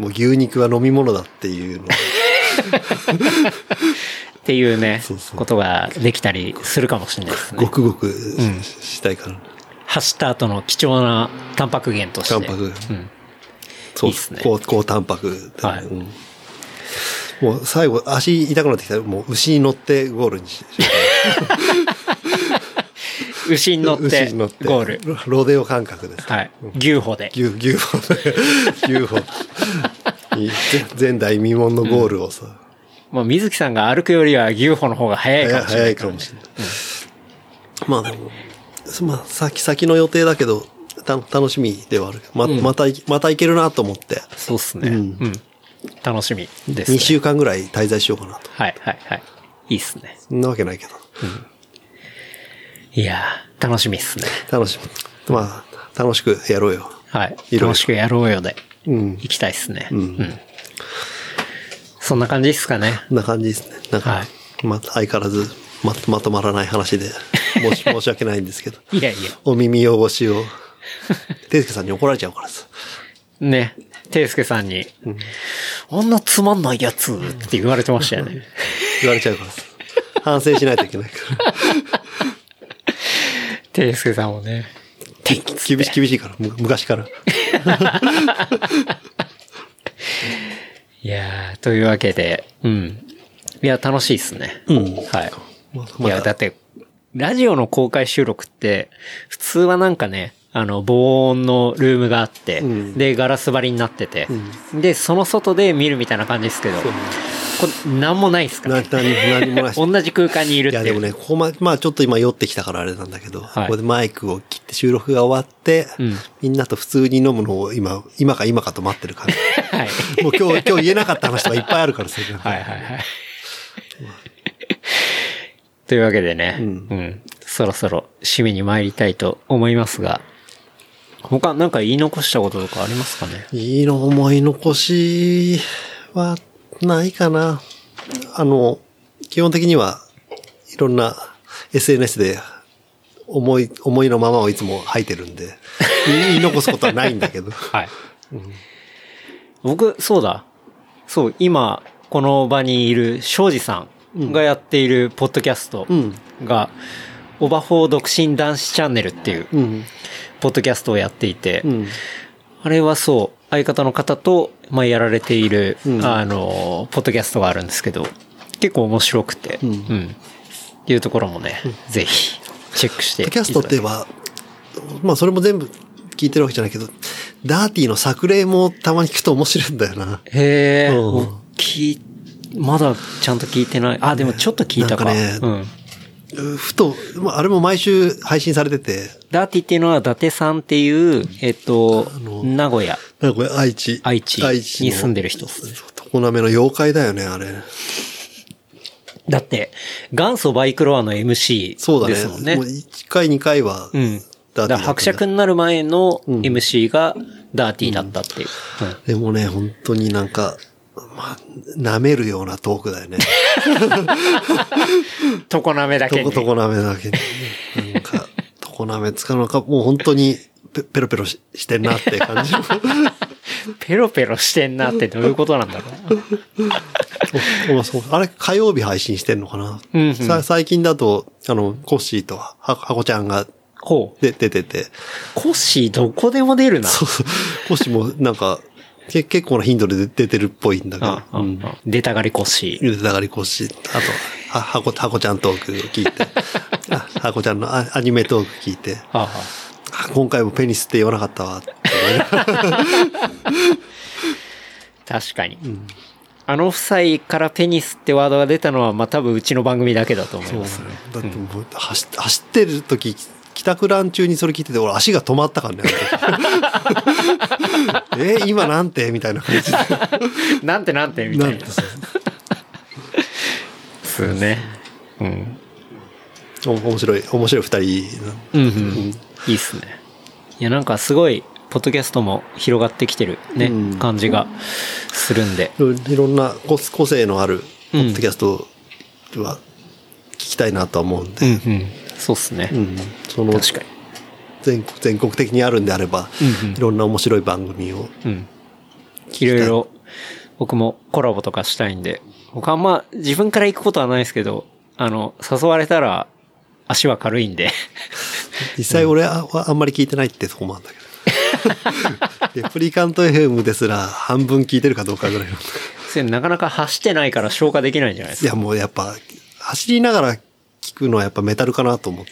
B: もう牛肉は飲み物だっていうのを
C: っていうね、
B: そうそう
C: ことができたりするかもしれないです
B: ご
C: ね。
B: くごくしたいから、
C: 走った後の貴重なタンパク源として。
B: タンパク
C: うん。
B: そう
C: いいっすね
B: 高高タンパクで、
C: はい
B: うんもう最後足痛くなってきたらもう牛に乗ってゴールにし
C: 牛に乗って、
B: 牛に乗って
C: ゴール。
B: ロロデオ感覚です、
C: はい。牛歩で。
B: 牛牛歩牛 歩に前代未聞のゴールをさ、
C: まあ、水木さんが歩くよりは牛歩の方が早いかもしれ
B: 早
C: ない
B: い
C: か
B: から
C: ね、
B: もしれない。まあでも、まあ先先の予定だけど、た楽しみではある。ま,、またいまた行けるなと思って、
C: そうっすね。うん。楽しみです、ね。
B: 2週間ぐらい滞在しようかなと。
C: はいはいはい。いいっすね。
B: そんなわけないけど。
C: いやー、楽しみっすね。
B: 楽しみ。まあ、楽しくやろうよ。
C: はい。
B: いろいろ
C: 楽しくやろうよで。
B: うん
C: 行きたいっすね。うん。そんな感じっすかね。
B: こんな感じですね。なんか、
C: は
B: まあ、相変わらずままとまらない話で、申し 申し訳ないんですけど。
C: いやいや。
B: お耳汚し を。ていすけさんに怒られちゃうからさ。
C: ね。ていすけさんに、あんなつまんないやつって言われてましたよね。
B: 言われちゃうからさ。反省しないといけないから。
C: ていすけさんもね。てい
B: 厳しい、厳しいから、む昔から。
C: いやー、というわけで、うん。いや、楽しいっすね。
B: うん
C: はい。
B: ま
C: いや、だって、ラジオの公開収録って、普通はなんかね、あの、防音のルームがあって、
B: うん
C: で、ガラス張りになってて、で、その外で見るみたいな感じですけど、これ、なんもないっすから、
B: な、
C: ね。
B: 何、何もないし。い
C: 同じ空間にいるってい
B: や
C: う。
B: でもね、ここま、まあちょっと今酔ってきたからあれなんだけど、
C: はい
B: ここでマイクを切って収録が終わって、
C: うん
B: みんなと普通に飲むのを今、今か今かと待ってる感じ。
C: はい。
B: もう今日、今日言えなかった話とかいっぱいあるからさ。
C: はいは いはい。というわけでね、うん、そろそろ締めに参りたいと思いますが、他なんか言い残したこととかありますかね
B: いいの思い残しはないかな。あの、基本的にはいろんな SNS で思い、思いのままをいつも吐いてるんで、言い残すことはないんだけど。
C: はい。僕、そうだ。そう、今、この場にいる庄司さんがやっているポッドキャスト
B: ん
C: が、オバホー独身男子チャンネルって いう、
B: うん。
C: ポッドキャストをやっていて、
B: うん。
C: あれはそう、相方の方と、まあ、やられている、
B: ん
C: あの、ポッドキャストがあるんですけど、結構面白くて、うん。っていうところもね、ぜひ、チェックしてい
B: ポッドキ
C: ただ
B: ャ
C: き
B: ストって言えば、まあそれも全部聞いてるわけじゃないけど、ダーティーの作例もたまに聞くと面白いんだよな。
C: へえ、
B: うん
C: お聞いまだちゃんと聞いてない。あ、でもちょっと聞いたか。
B: なんか
C: うん。
B: うふと、まああれも毎週配信されてて、
C: ダーティっていうのは、伊達さんっていう、えっと、名古屋、
B: なんかこれ愛知。
C: 愛知
B: 愛知
C: に
B: の
C: 住んでる人っすね。
B: 常滑の妖怪だよね、あれ。
C: だって、元祖バイクロアの MC
B: そうだね。
C: ですもんね。
B: もう1回2回は、
C: うん。
B: ダーティーだったん
C: だか
B: だ
C: ら伯爵になる前の MC がダーティーだったっていう。うん
B: でもね、本当になんか、まあ、舐めるようなトークだよね。
C: 常滑だ
B: と
C: けに
B: こ。とこ舐めだけに。なんか、粉目使うのか、もう本当にペペロペロししてんなって感 じの。
C: ペロペロしてんなってどういうことなんだろ う。
B: おおそうあれ、火曜日配信してんのかな、
C: うんうん
B: さ最近だと、あの、コッシーとは、ははこちゃんが
C: ほう。
B: で出てて、
C: コッシーどこでも出るな。
B: そうそうコッシーもなんか、け結構な頻度で出出てるっぽいんだけ
C: あ
B: ど、
C: ああ出たがりコッシー。
B: ゆでたがりコッシー、あと、は、はこ、はこちゃんトーク聞い て、あはこちゃんのアアニメトーク聞いて、
C: ああ
B: あ今回もペニスって言わなかったわって思いながら。
C: 確かに。あの夫妻からペニスってワードが出たのは、まあ、多分うちの番組だけだと思 います。
B: だってもう走っ走ってる時帰宅ラン中にそれ聞いてて俺足が止まったからね。あ の時え今なんてみたい な感じで。
C: なんてなんてみた
B: ないん
C: な
B: て。さ
C: ですね。うん。
B: お面白い面白い二人な。
C: うんうん。いいっすね。いや、なんかすごい、ポッドキャストも広がってきてるね、
B: うん
C: 感じがするんで。
B: いろんな個個性のあるポッドキャストは聞きたいなとは思うんで。
C: うんうん。そうっすね。
B: うんその
C: 確か
B: 全国全国的にあるんであれば、
C: うんうん
B: いろんな面白い番組を
C: に。うん。いろいろ、僕もコラボとかしたいんで、僕あんま自分から行くことはないですけど、あの、誘われたら、足は軽いんで。
B: 実際俺はあんまり聞いてないってとこもあるんだ けど。レプリカント FM ですら半分聞いてるかどうかぐらいの。
C: それなかなか走ってないから消化できないんじゃない
B: い
C: ですか。
B: やもうやっぱ走りながら聞くのはやっぱメタルかなと思って。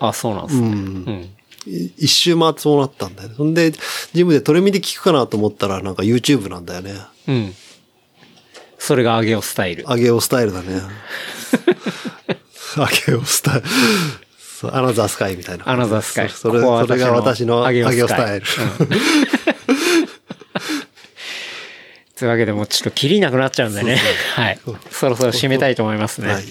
C: あ、そうなんで
B: う。
C: すね。うんん。
B: い一周回ってそうなったんだよね。そんで、ジムでトレミで聞くかなと思ったらなんか YouTube なんだよね。
C: うん。それが上げをスタイル。
B: アゲオスタイルだ ね。アゲオスタイル。そうアナザースカイみたいな。
C: アナザースカイ
B: そそれ
C: ここは
B: それが私のア
C: 私
B: ゲ
C: の
B: オ
C: アゲ
B: ス
C: オスタ
B: タ
C: イ
B: イ
C: ル
B: ル。
C: というわけでもうちょっと切りなくなっちゃうんでね。 はい。そろそろ締めたいと思いますね。
B: はい。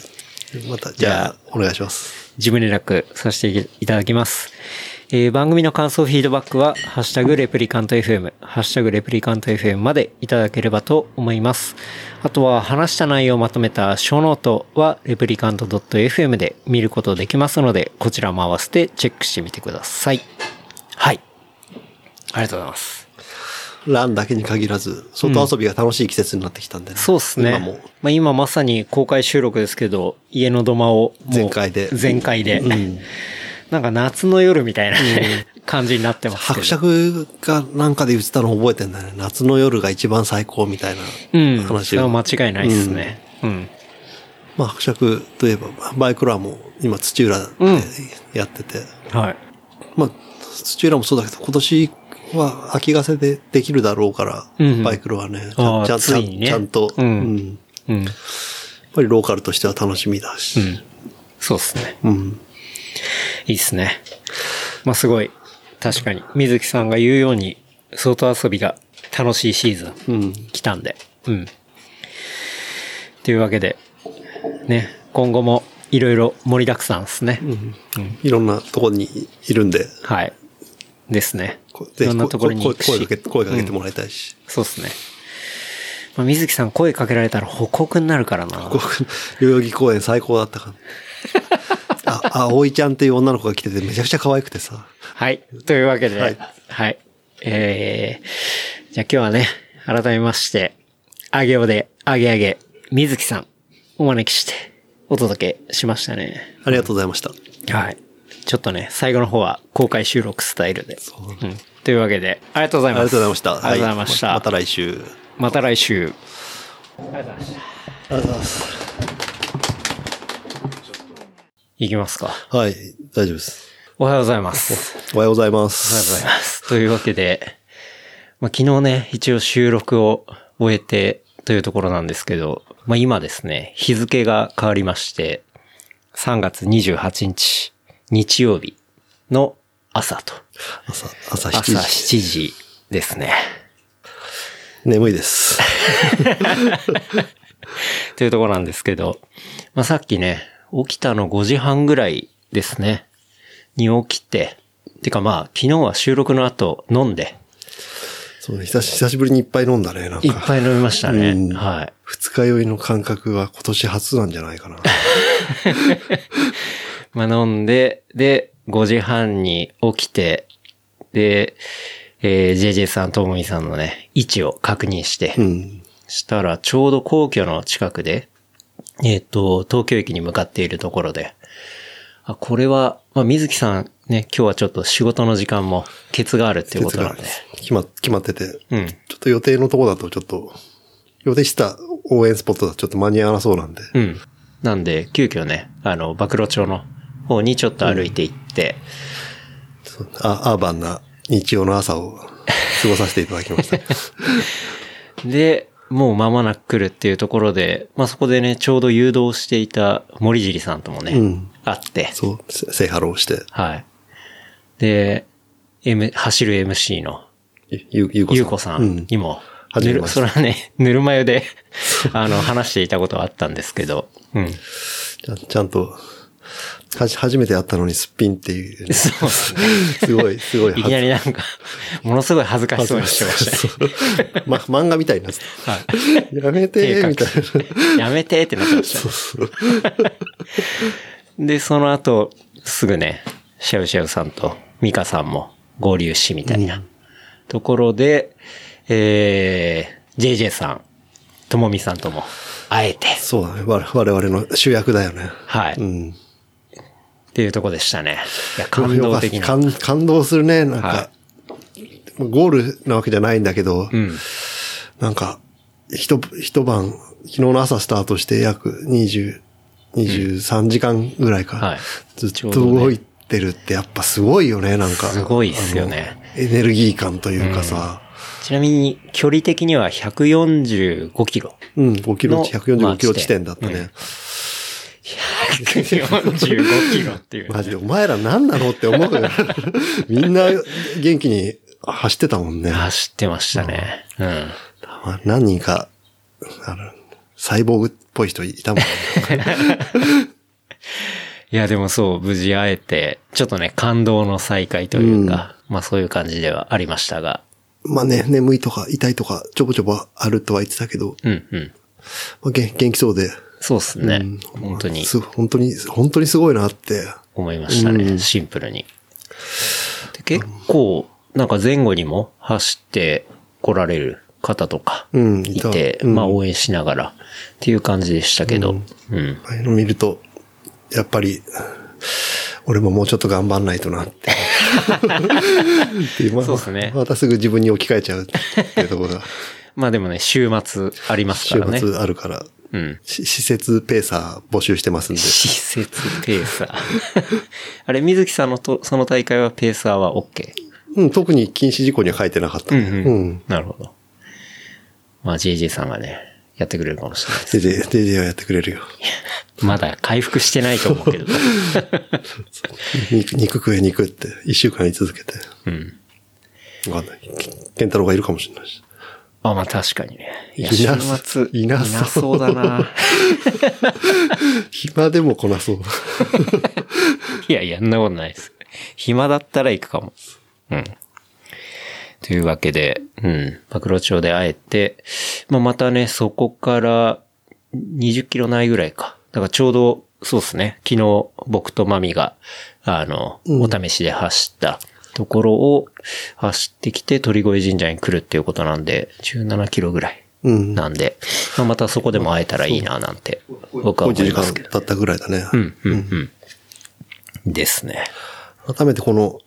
B: また、じゃあ、お願いします。
C: 自分連絡させていただきます。えー番組の感想、フィードバックは、ハッシュタグレプリカント FM、ハッシュタグレプリカント FM までいただければと思います。あとは、話した内容をまとめた小ノートは、レプリカント .fm で見ることできますので、こちらも合わせてチェックしてみてください。はい。ありがとうございます。
B: ランだけに限らず、外遊びが楽しい季節になってきたんでね。
C: そうですね。
B: 今も。
C: まあ、今まさに公開収録ですけど、家の土間をもう
B: 全開で
C: 全開で。
B: うん。
C: なんか夏の夜みたいなね、感じになってますけど。
B: 伯爵がなんかで言ってたの覚えてんだよね。夏の夜が一番最高みたいな
C: うん。そ
B: 話
C: れ
B: を。
C: は間違いないですね。うん。
B: まあ伯爵といえば、バイクラーも今土浦でやってて、
C: はい。
B: まあ土浦もそうだけど、今年は秋ヶ瀬でできるだろうから、
C: うん
B: バイクロはね、ち
C: あ
B: ゃ
C: あ
B: んちゃ
C: つ
B: ん
C: いにね
B: ちゃんと、
C: うん
B: や
C: うん。
B: っぱりローカルとしては楽しみだし、
C: そうですね。
B: うん
C: いいですね。まあすごい。確かに。水木さんが言うように、外遊びが楽しいシーズン。
B: うん
C: 来たんで。うん。というわけで、ね、今後もいろいろ盛りだくさんですね。
B: いろんなところにいるんで、
C: はい。ですね
B: こ。
C: い
B: ぜ
C: ろ
B: ひ
C: んなところに行
B: 声
C: く
B: 声
C: し
B: か。け声かけてもらいたいし、
C: そうですね。まあ、水木さん声かけられたら報告になるからな。
B: こう 代々木公園最高だったから。あ、葵ちゃんっていう女の子が来ててめちゃくちゃ可愛くてさ。
C: はい。というわけで、は
B: はいい。
C: えー、じゃあ今日はね、改めまして、あげおで、あげあげ、水木さん、お招きして、お届けしましたね。
B: ありがとうございました。
C: はい。ちょっとね、最後の方は公開収録スタイルで。
B: う
C: うん。というわけで、ありがとうござい
B: あ
C: ます。
B: りがとうございました。
C: ありがとうございました。
B: はまた来週。
C: また来週。ありがとうございました。ありがとうございます。いきますか。
B: はい、大丈夫です。
C: おはようございます。
B: おはようございま
C: おはようござい
B: す。
C: ます。というわけで、まあ、昨日ね、一応収録を終えてというところなんですけど、まあ、今ですね、日付が変わりまして、3月28日、日曜日の朝と、
B: 朝、朝7
C: 朝
B: 時。
C: 7時ですね。
B: 眠いです。
C: というところなんですけど、まあ、さっきね、起きたの5時半ぐらいですね、に起きて、てかまあ、昨日は収録の後飲んで、
B: そうね、久し久しぶりにいっぱい飲んだね、なん
C: いっ
B: か。
C: ぱい飲みましたね。
B: うん
C: はい。
B: 二日酔いの感覚は今年初なんじゃないかな。
C: まあ、飲んで、で、 5時半に起きて、で、えー、JJ さん、ともみさんのね、位置を確認して、
B: うん。
C: したら、ちょうど皇居の近くで、えっ、と、東京駅に向かっているところで、あ、これは、まあ、水木さんね、今日はちょっと仕事の時間も、ケツがあるっていうことなんで。
B: 決ま、決まってて。
C: うん。
B: ちょっと予定のとこだとちょっと、予定した応援スポットだとちょっと間に合わなそうなんで。
C: うん。なんで、急遽ね、あの、暴露町の方にちょっと歩いて行って、
B: そうあアーバンな日曜の朝を過ごさせていただきま した。
C: で、もう間もなく来るっていうところで、まあ、そこでね、ちょうど誘導していた森尻さんともね、
B: うん
C: 会って、
B: そう、せセイハローして、
C: はい。で、M、走る MC の
B: ゆゆうこさん。
C: ゆうこさ
B: うんん
C: に。も、
B: 初
C: ぬ
B: め
C: る
B: まして
C: それはね、ぬるま湯で、 あの、話していたことはあったんですけど、うん。
B: ちゃんちゃんと、はじ、初めて会ったのにすっぴんっていう、ね。
C: そうですね。
B: すごい、すごい。
C: いきなりなん か、ものすごい恥ずかしそうにしてましたね。
B: た、ま、 漫画みたいになって
C: はい。
B: たやめて
C: 手
B: ー、
C: 隠
B: みたいな。
C: してやめてってなってました。 で、その後、すぐね、シャウシャウさんとミカさんも合流し、みたいなところで、えー、JJ さん、ともみさんとも会えて、
B: そうだね。我我々の主役だよね。
C: はい。
B: う
C: っ
B: ん。
C: ていうとこでしたね。いや、感動的な。
B: 感感動するね、なんか。
C: は
B: ゴールなわけじゃないんだけど、
C: うん。
B: なんか、一、一晩、昨日の朝スタートして約20、23時間ぐらいか。
C: はい
B: ずっ
C: ちょ
B: と
C: うどね
B: 動いてるってやっぱすごいよね、なんか。
C: すごいっすよね
B: あの。エネルギー感というかさ、
C: ちなみに、距離的には145キロ。
B: うん、5キロ、
C: のまあ
B: 145キロ地点だった
C: うん
B: ね。
C: 145キロっていう。
B: マジで、お前ら何なのって思 うよ。みんな元気に走ってたもんね。
C: 走ってましたね。うん。
B: まあ何人か、あの、サイボーグっぽい人い たもんね。
C: いや、でもそう、無事会えて、ちょっとね、感動の再会というか、まあそういう感じではありましたが、
B: まあね、眠いとか痛いとかちょこちょこあるとは言ってたけど、
C: うんうん。
B: まあ、げ元気そうで。
C: そうっすね。
B: うん
C: 本当に
B: す本当に、本当にすごいなって。
C: 思いましたね。
B: うん
C: シンプルに。で結構、なんか前後にも走って来られる方とか、
B: うん
C: い
B: いた
C: て、
B: うん
C: まあ応援しながらっていう感じでしたけど、うん。
B: ああいうの見ると、やっぱり、俺ももうちょっと頑張んないと なって。っていうまあ
C: そうっすね
B: またすぐ自分に置き換えちゃうっていうところが、
C: まあでもね、週末ありますか
B: 週
C: らね。
B: 末あるから、
C: うん。
B: し施設ペーサー募集してますんで。
C: 施設ペーサー。 あれ、水木さんのと、その大会はペーサーは OK?
B: うん、特に禁止事項には書いてなかったね。
C: うんうんなるほど。まあ JJ さんがね、やってくれるかもしれないです。
B: でで、でではやってくれる よ。
C: まだ回復してないと思うけ ど。
B: 肉肉食え肉って、一週間言い続けて。
C: うん。
B: わかんない。ケンタロウがいるかもしれないし。
C: あ、まあ確かにね。いや、
B: い
C: 週
B: な
C: 末、
B: いなそう
C: そうだな。
B: 暇でもこなそう。
C: いや、いやんなことないです。暇だったら行くかも。うん。というわけで、うん。暴露町で会えて、まあ、またね、そこから20キロないぐらいか。だからちょうど、そうですね。昨日、僕とマミが、あの、お試しで走ったところを走ってきて鳥越神社に来るっていうことなんで、17キロぐらい。
B: うん。
C: なんで、まあ、またそこでも会えたらいいな、なんて、僕は
B: 1
C: 思い
B: 時
C: ま
B: 間
C: すけど。
B: 経ったぐらいだね。
C: うん、うん、うん。ですね。
B: 改めてこの、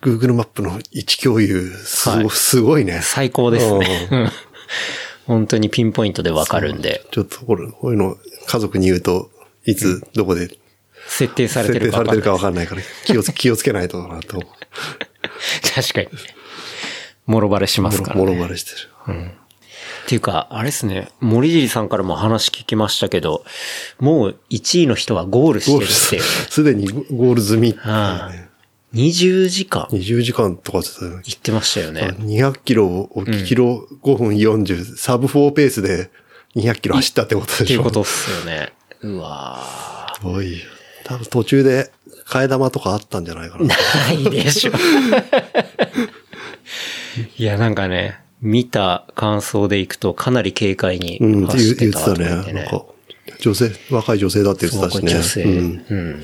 B: Google マップの位置共有、すご,、
C: はい
B: い、すごいね。
C: 最高ですね。うん 本当にピンポイントでわかるんで、
B: ちょっとこれ、こういうの家族に言うと、いつ、どこで
C: 設定されて
B: 設定
C: るか
B: さ
C: わ
B: れてる
C: かんない
B: かわかんないから、気をつ気をつけないとなと思う。
C: 確かに。もろバレしますから、
B: も
C: ね。
B: ろバレしてる。
C: っていうか、あれですね、森尻さんからも話聞きましたけど、もう1位の人はゴールして
B: ゴー
C: る
B: ル
C: っていうね。
B: すでにゴール済みっていう
C: ああ
B: ね。
C: 20時間
B: 20時間とかって言ってたよね
C: 行ってましたよね。
B: 200キロをキロ5分40、サブ4ペースで200キロ走ったってことで
C: ってい
B: しょ
C: うことっすよね。うわ
B: すごいよ。多分途中で替え玉とかあったんじゃないかな。
C: ーないでしょ。いや、なんかね、見た感想でいくとかなり軽快に
B: うん、って
C: 走
B: 言う言
C: って
B: ったて
C: と
B: た
C: 思って
B: ね。
C: ね。
B: なんか、女性、若い女性だって言ってたしね。
C: 女性。
B: うん。
C: うん。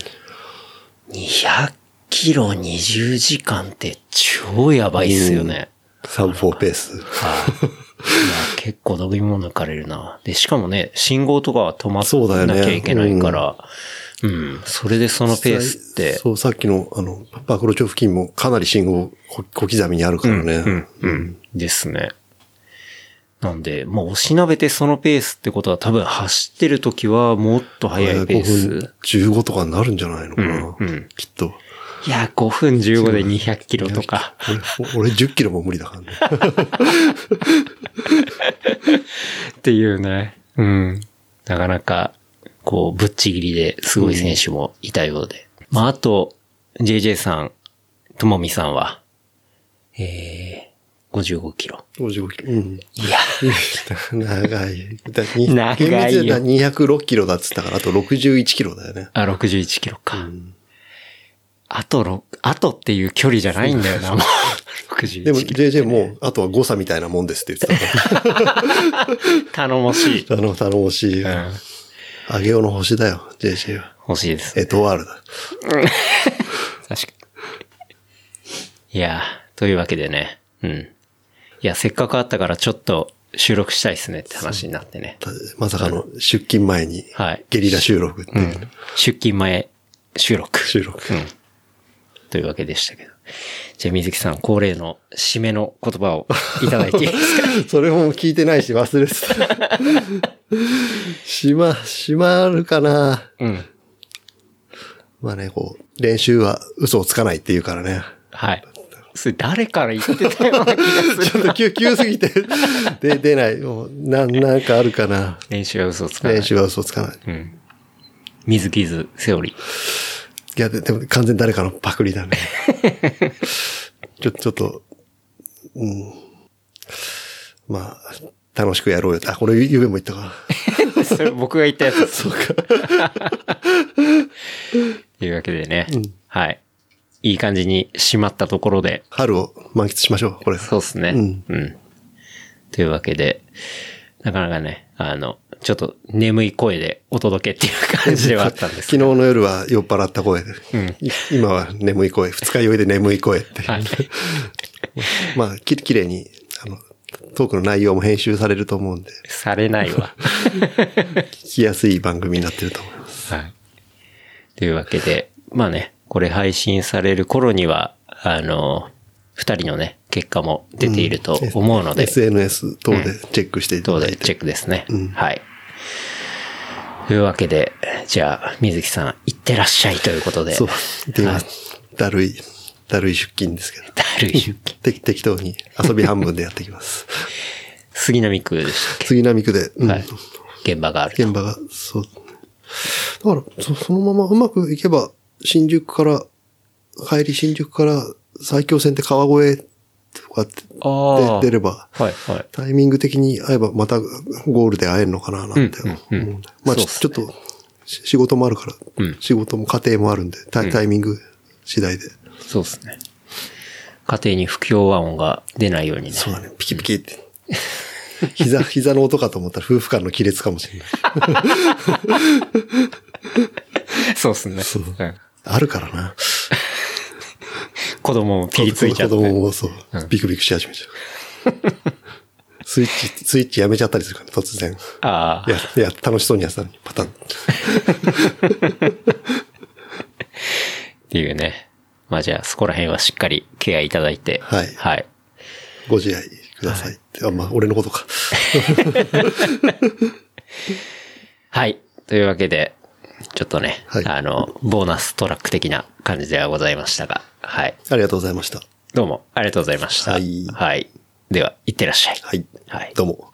C: 200キロ20時間って超やばいっすよね。
B: 散歩ペース。
C: はい。いや、結構飲み物抜かれるな。で、しかもね、信号とかは止ま
B: そうだよ
C: っ
B: ね
C: なきゃいけないから、うん、それでそのペースって、
B: そう、さっきの、あの、パクロ町付近もかなり信号小小刻みにあるからね。
C: うん、うん、ですね。なんで、まあ、おしなべてそのペースってことは多分走ってる時はもっと速いペー
B: 5分
C: ス。
B: 15とかになるんじゃないのかな。
C: うんうん
B: きっと。
C: いや、5分15で200キロとか。
B: 俺俺10キロも無理だからね。
C: っていうね。うん。なかなか、こう、ぶっちぎりですごい選手もいたようで。まあ、あと、JJ さん、ともみさんは、えー、55キロ。
B: 55キロ。うん。
C: いや、
B: 長い。だに
C: 長いよ
B: 厳密には206キロだっつったから、あと61キロだよね。
C: あ、61キロか。あとろ、あとっていう距離じゃないんだよな、もう。
B: でも
C: 61キロ。
B: JJ も、あとは誤差みたいなもんですって言ってたか
C: 頼もしい。
B: ら。あ の、頼もしい。
C: う
B: あ
C: ん。
B: げおの星だよ、JJ は。
C: 欲しいです。
B: エトワールだ。
C: 確かに。いやー、というわけでね。うん。いや、せっかくあったからちょっと収録したいっすねって話になってね。
B: たまさかの出勤前に
C: はい、。
B: ゲリラ収録っていううん
C: 出勤前収録。
B: 収録。
C: うん。というわけでしたけど。じゃあ、水木さん恒例の締めの言葉をいただいてい いですか
B: それも聞いてないし忘れてた。 しま、しまるかな
C: うん。
B: まあね、こう、練習は嘘をつかないって言うからね。
C: はい。それ誰から言ってたような気がす
B: ちょっ
C: る。
B: と急、急すぎて、で、出ない。もう、な、なんかあるかな。
C: 練習は嘘をつかない。
B: 練習は嘘をつかない。
C: うん。水木図、セオリー。
B: いや、ででも完全に誰かのパクリだね。ちょ、ちょっと、うん。まあ、楽しくやろうよ。あ、これ夢も言ったか。
C: それ僕が言ったやつそうか。というわけでね、はい。いい感じに締まったところで、
B: 春を満喫しましょう、これ。
C: そうですね、
B: うん
C: というわけで、なかなかね、あの、ちょっと眠い声でお届けっていう感じではあったんです
B: 昨日の夜は酔っ払った声で。い今は眠い声。二日酔いで眠い声って。
C: けど。はい。
B: まあ、ききれいに、あの、トークの内容も編集されると思うんで、
C: されないわ。
B: 聞きやすい番組になってると思います。
C: はい。というわけで、まあね、これ配信される頃には、あの、二人のね、結果も出ていると思うので、
B: SNS 等でチェックしていた
C: どう
B: だい
C: で
B: て。
C: チェックですね。はい。というわけで、じゃあ、水木さん、行ってらっしゃいということで。
B: そう。で、今
C: はい、
B: だるい、だるい出勤ですけど。
C: だるい出勤。
B: て 適当に遊び半分でやっていきます。
C: 杉並区でしたっ
B: 杉並区で、う
C: け、
B: ん
C: はい。現場があると。
B: 現場が、そう。だからそ、そのままうまくいけば、新宿から、帰り新宿から埼京線って川越とかって
C: ああ
B: で出れば、
C: はい、はい。
B: タイミング的に会えばまたゴールで会えるのかななんて思う。まあちょちょっとし仕事もあるから、仕事も家庭もあるんで、タイタイミング次第で。
C: そうですね。家庭に不協和音が出ないようにね。
B: そうだね、ピキピキって。膝、膝の音かと思ったら夫婦間の亀裂かもしれない。
C: そうですね。うん
B: あるからな。
C: 子供もピリついちゃって。
B: 子供もそう、ビクビクし始めちゃう。 スイッチ、スイッチやめちゃったりするから、突然。
C: あ
B: い
C: あ、
B: や、いや、楽しそうにやってたのに、パタン。
C: っていうね。まあじゃあ、そこら辺はしっかりケアいただいて。
B: はい
C: はい。
B: ご自愛くださいって。あ、まあ、俺のことか。
C: はい。というわけで、ちょっとね、
B: はい
C: あの、ボーナストラック的な感じではございましたが、はい。
B: ありがとうございました。
C: どうもありがとうございました。
B: はい
C: では、いってらっしゃい。
B: はい。
C: はい
B: どうも。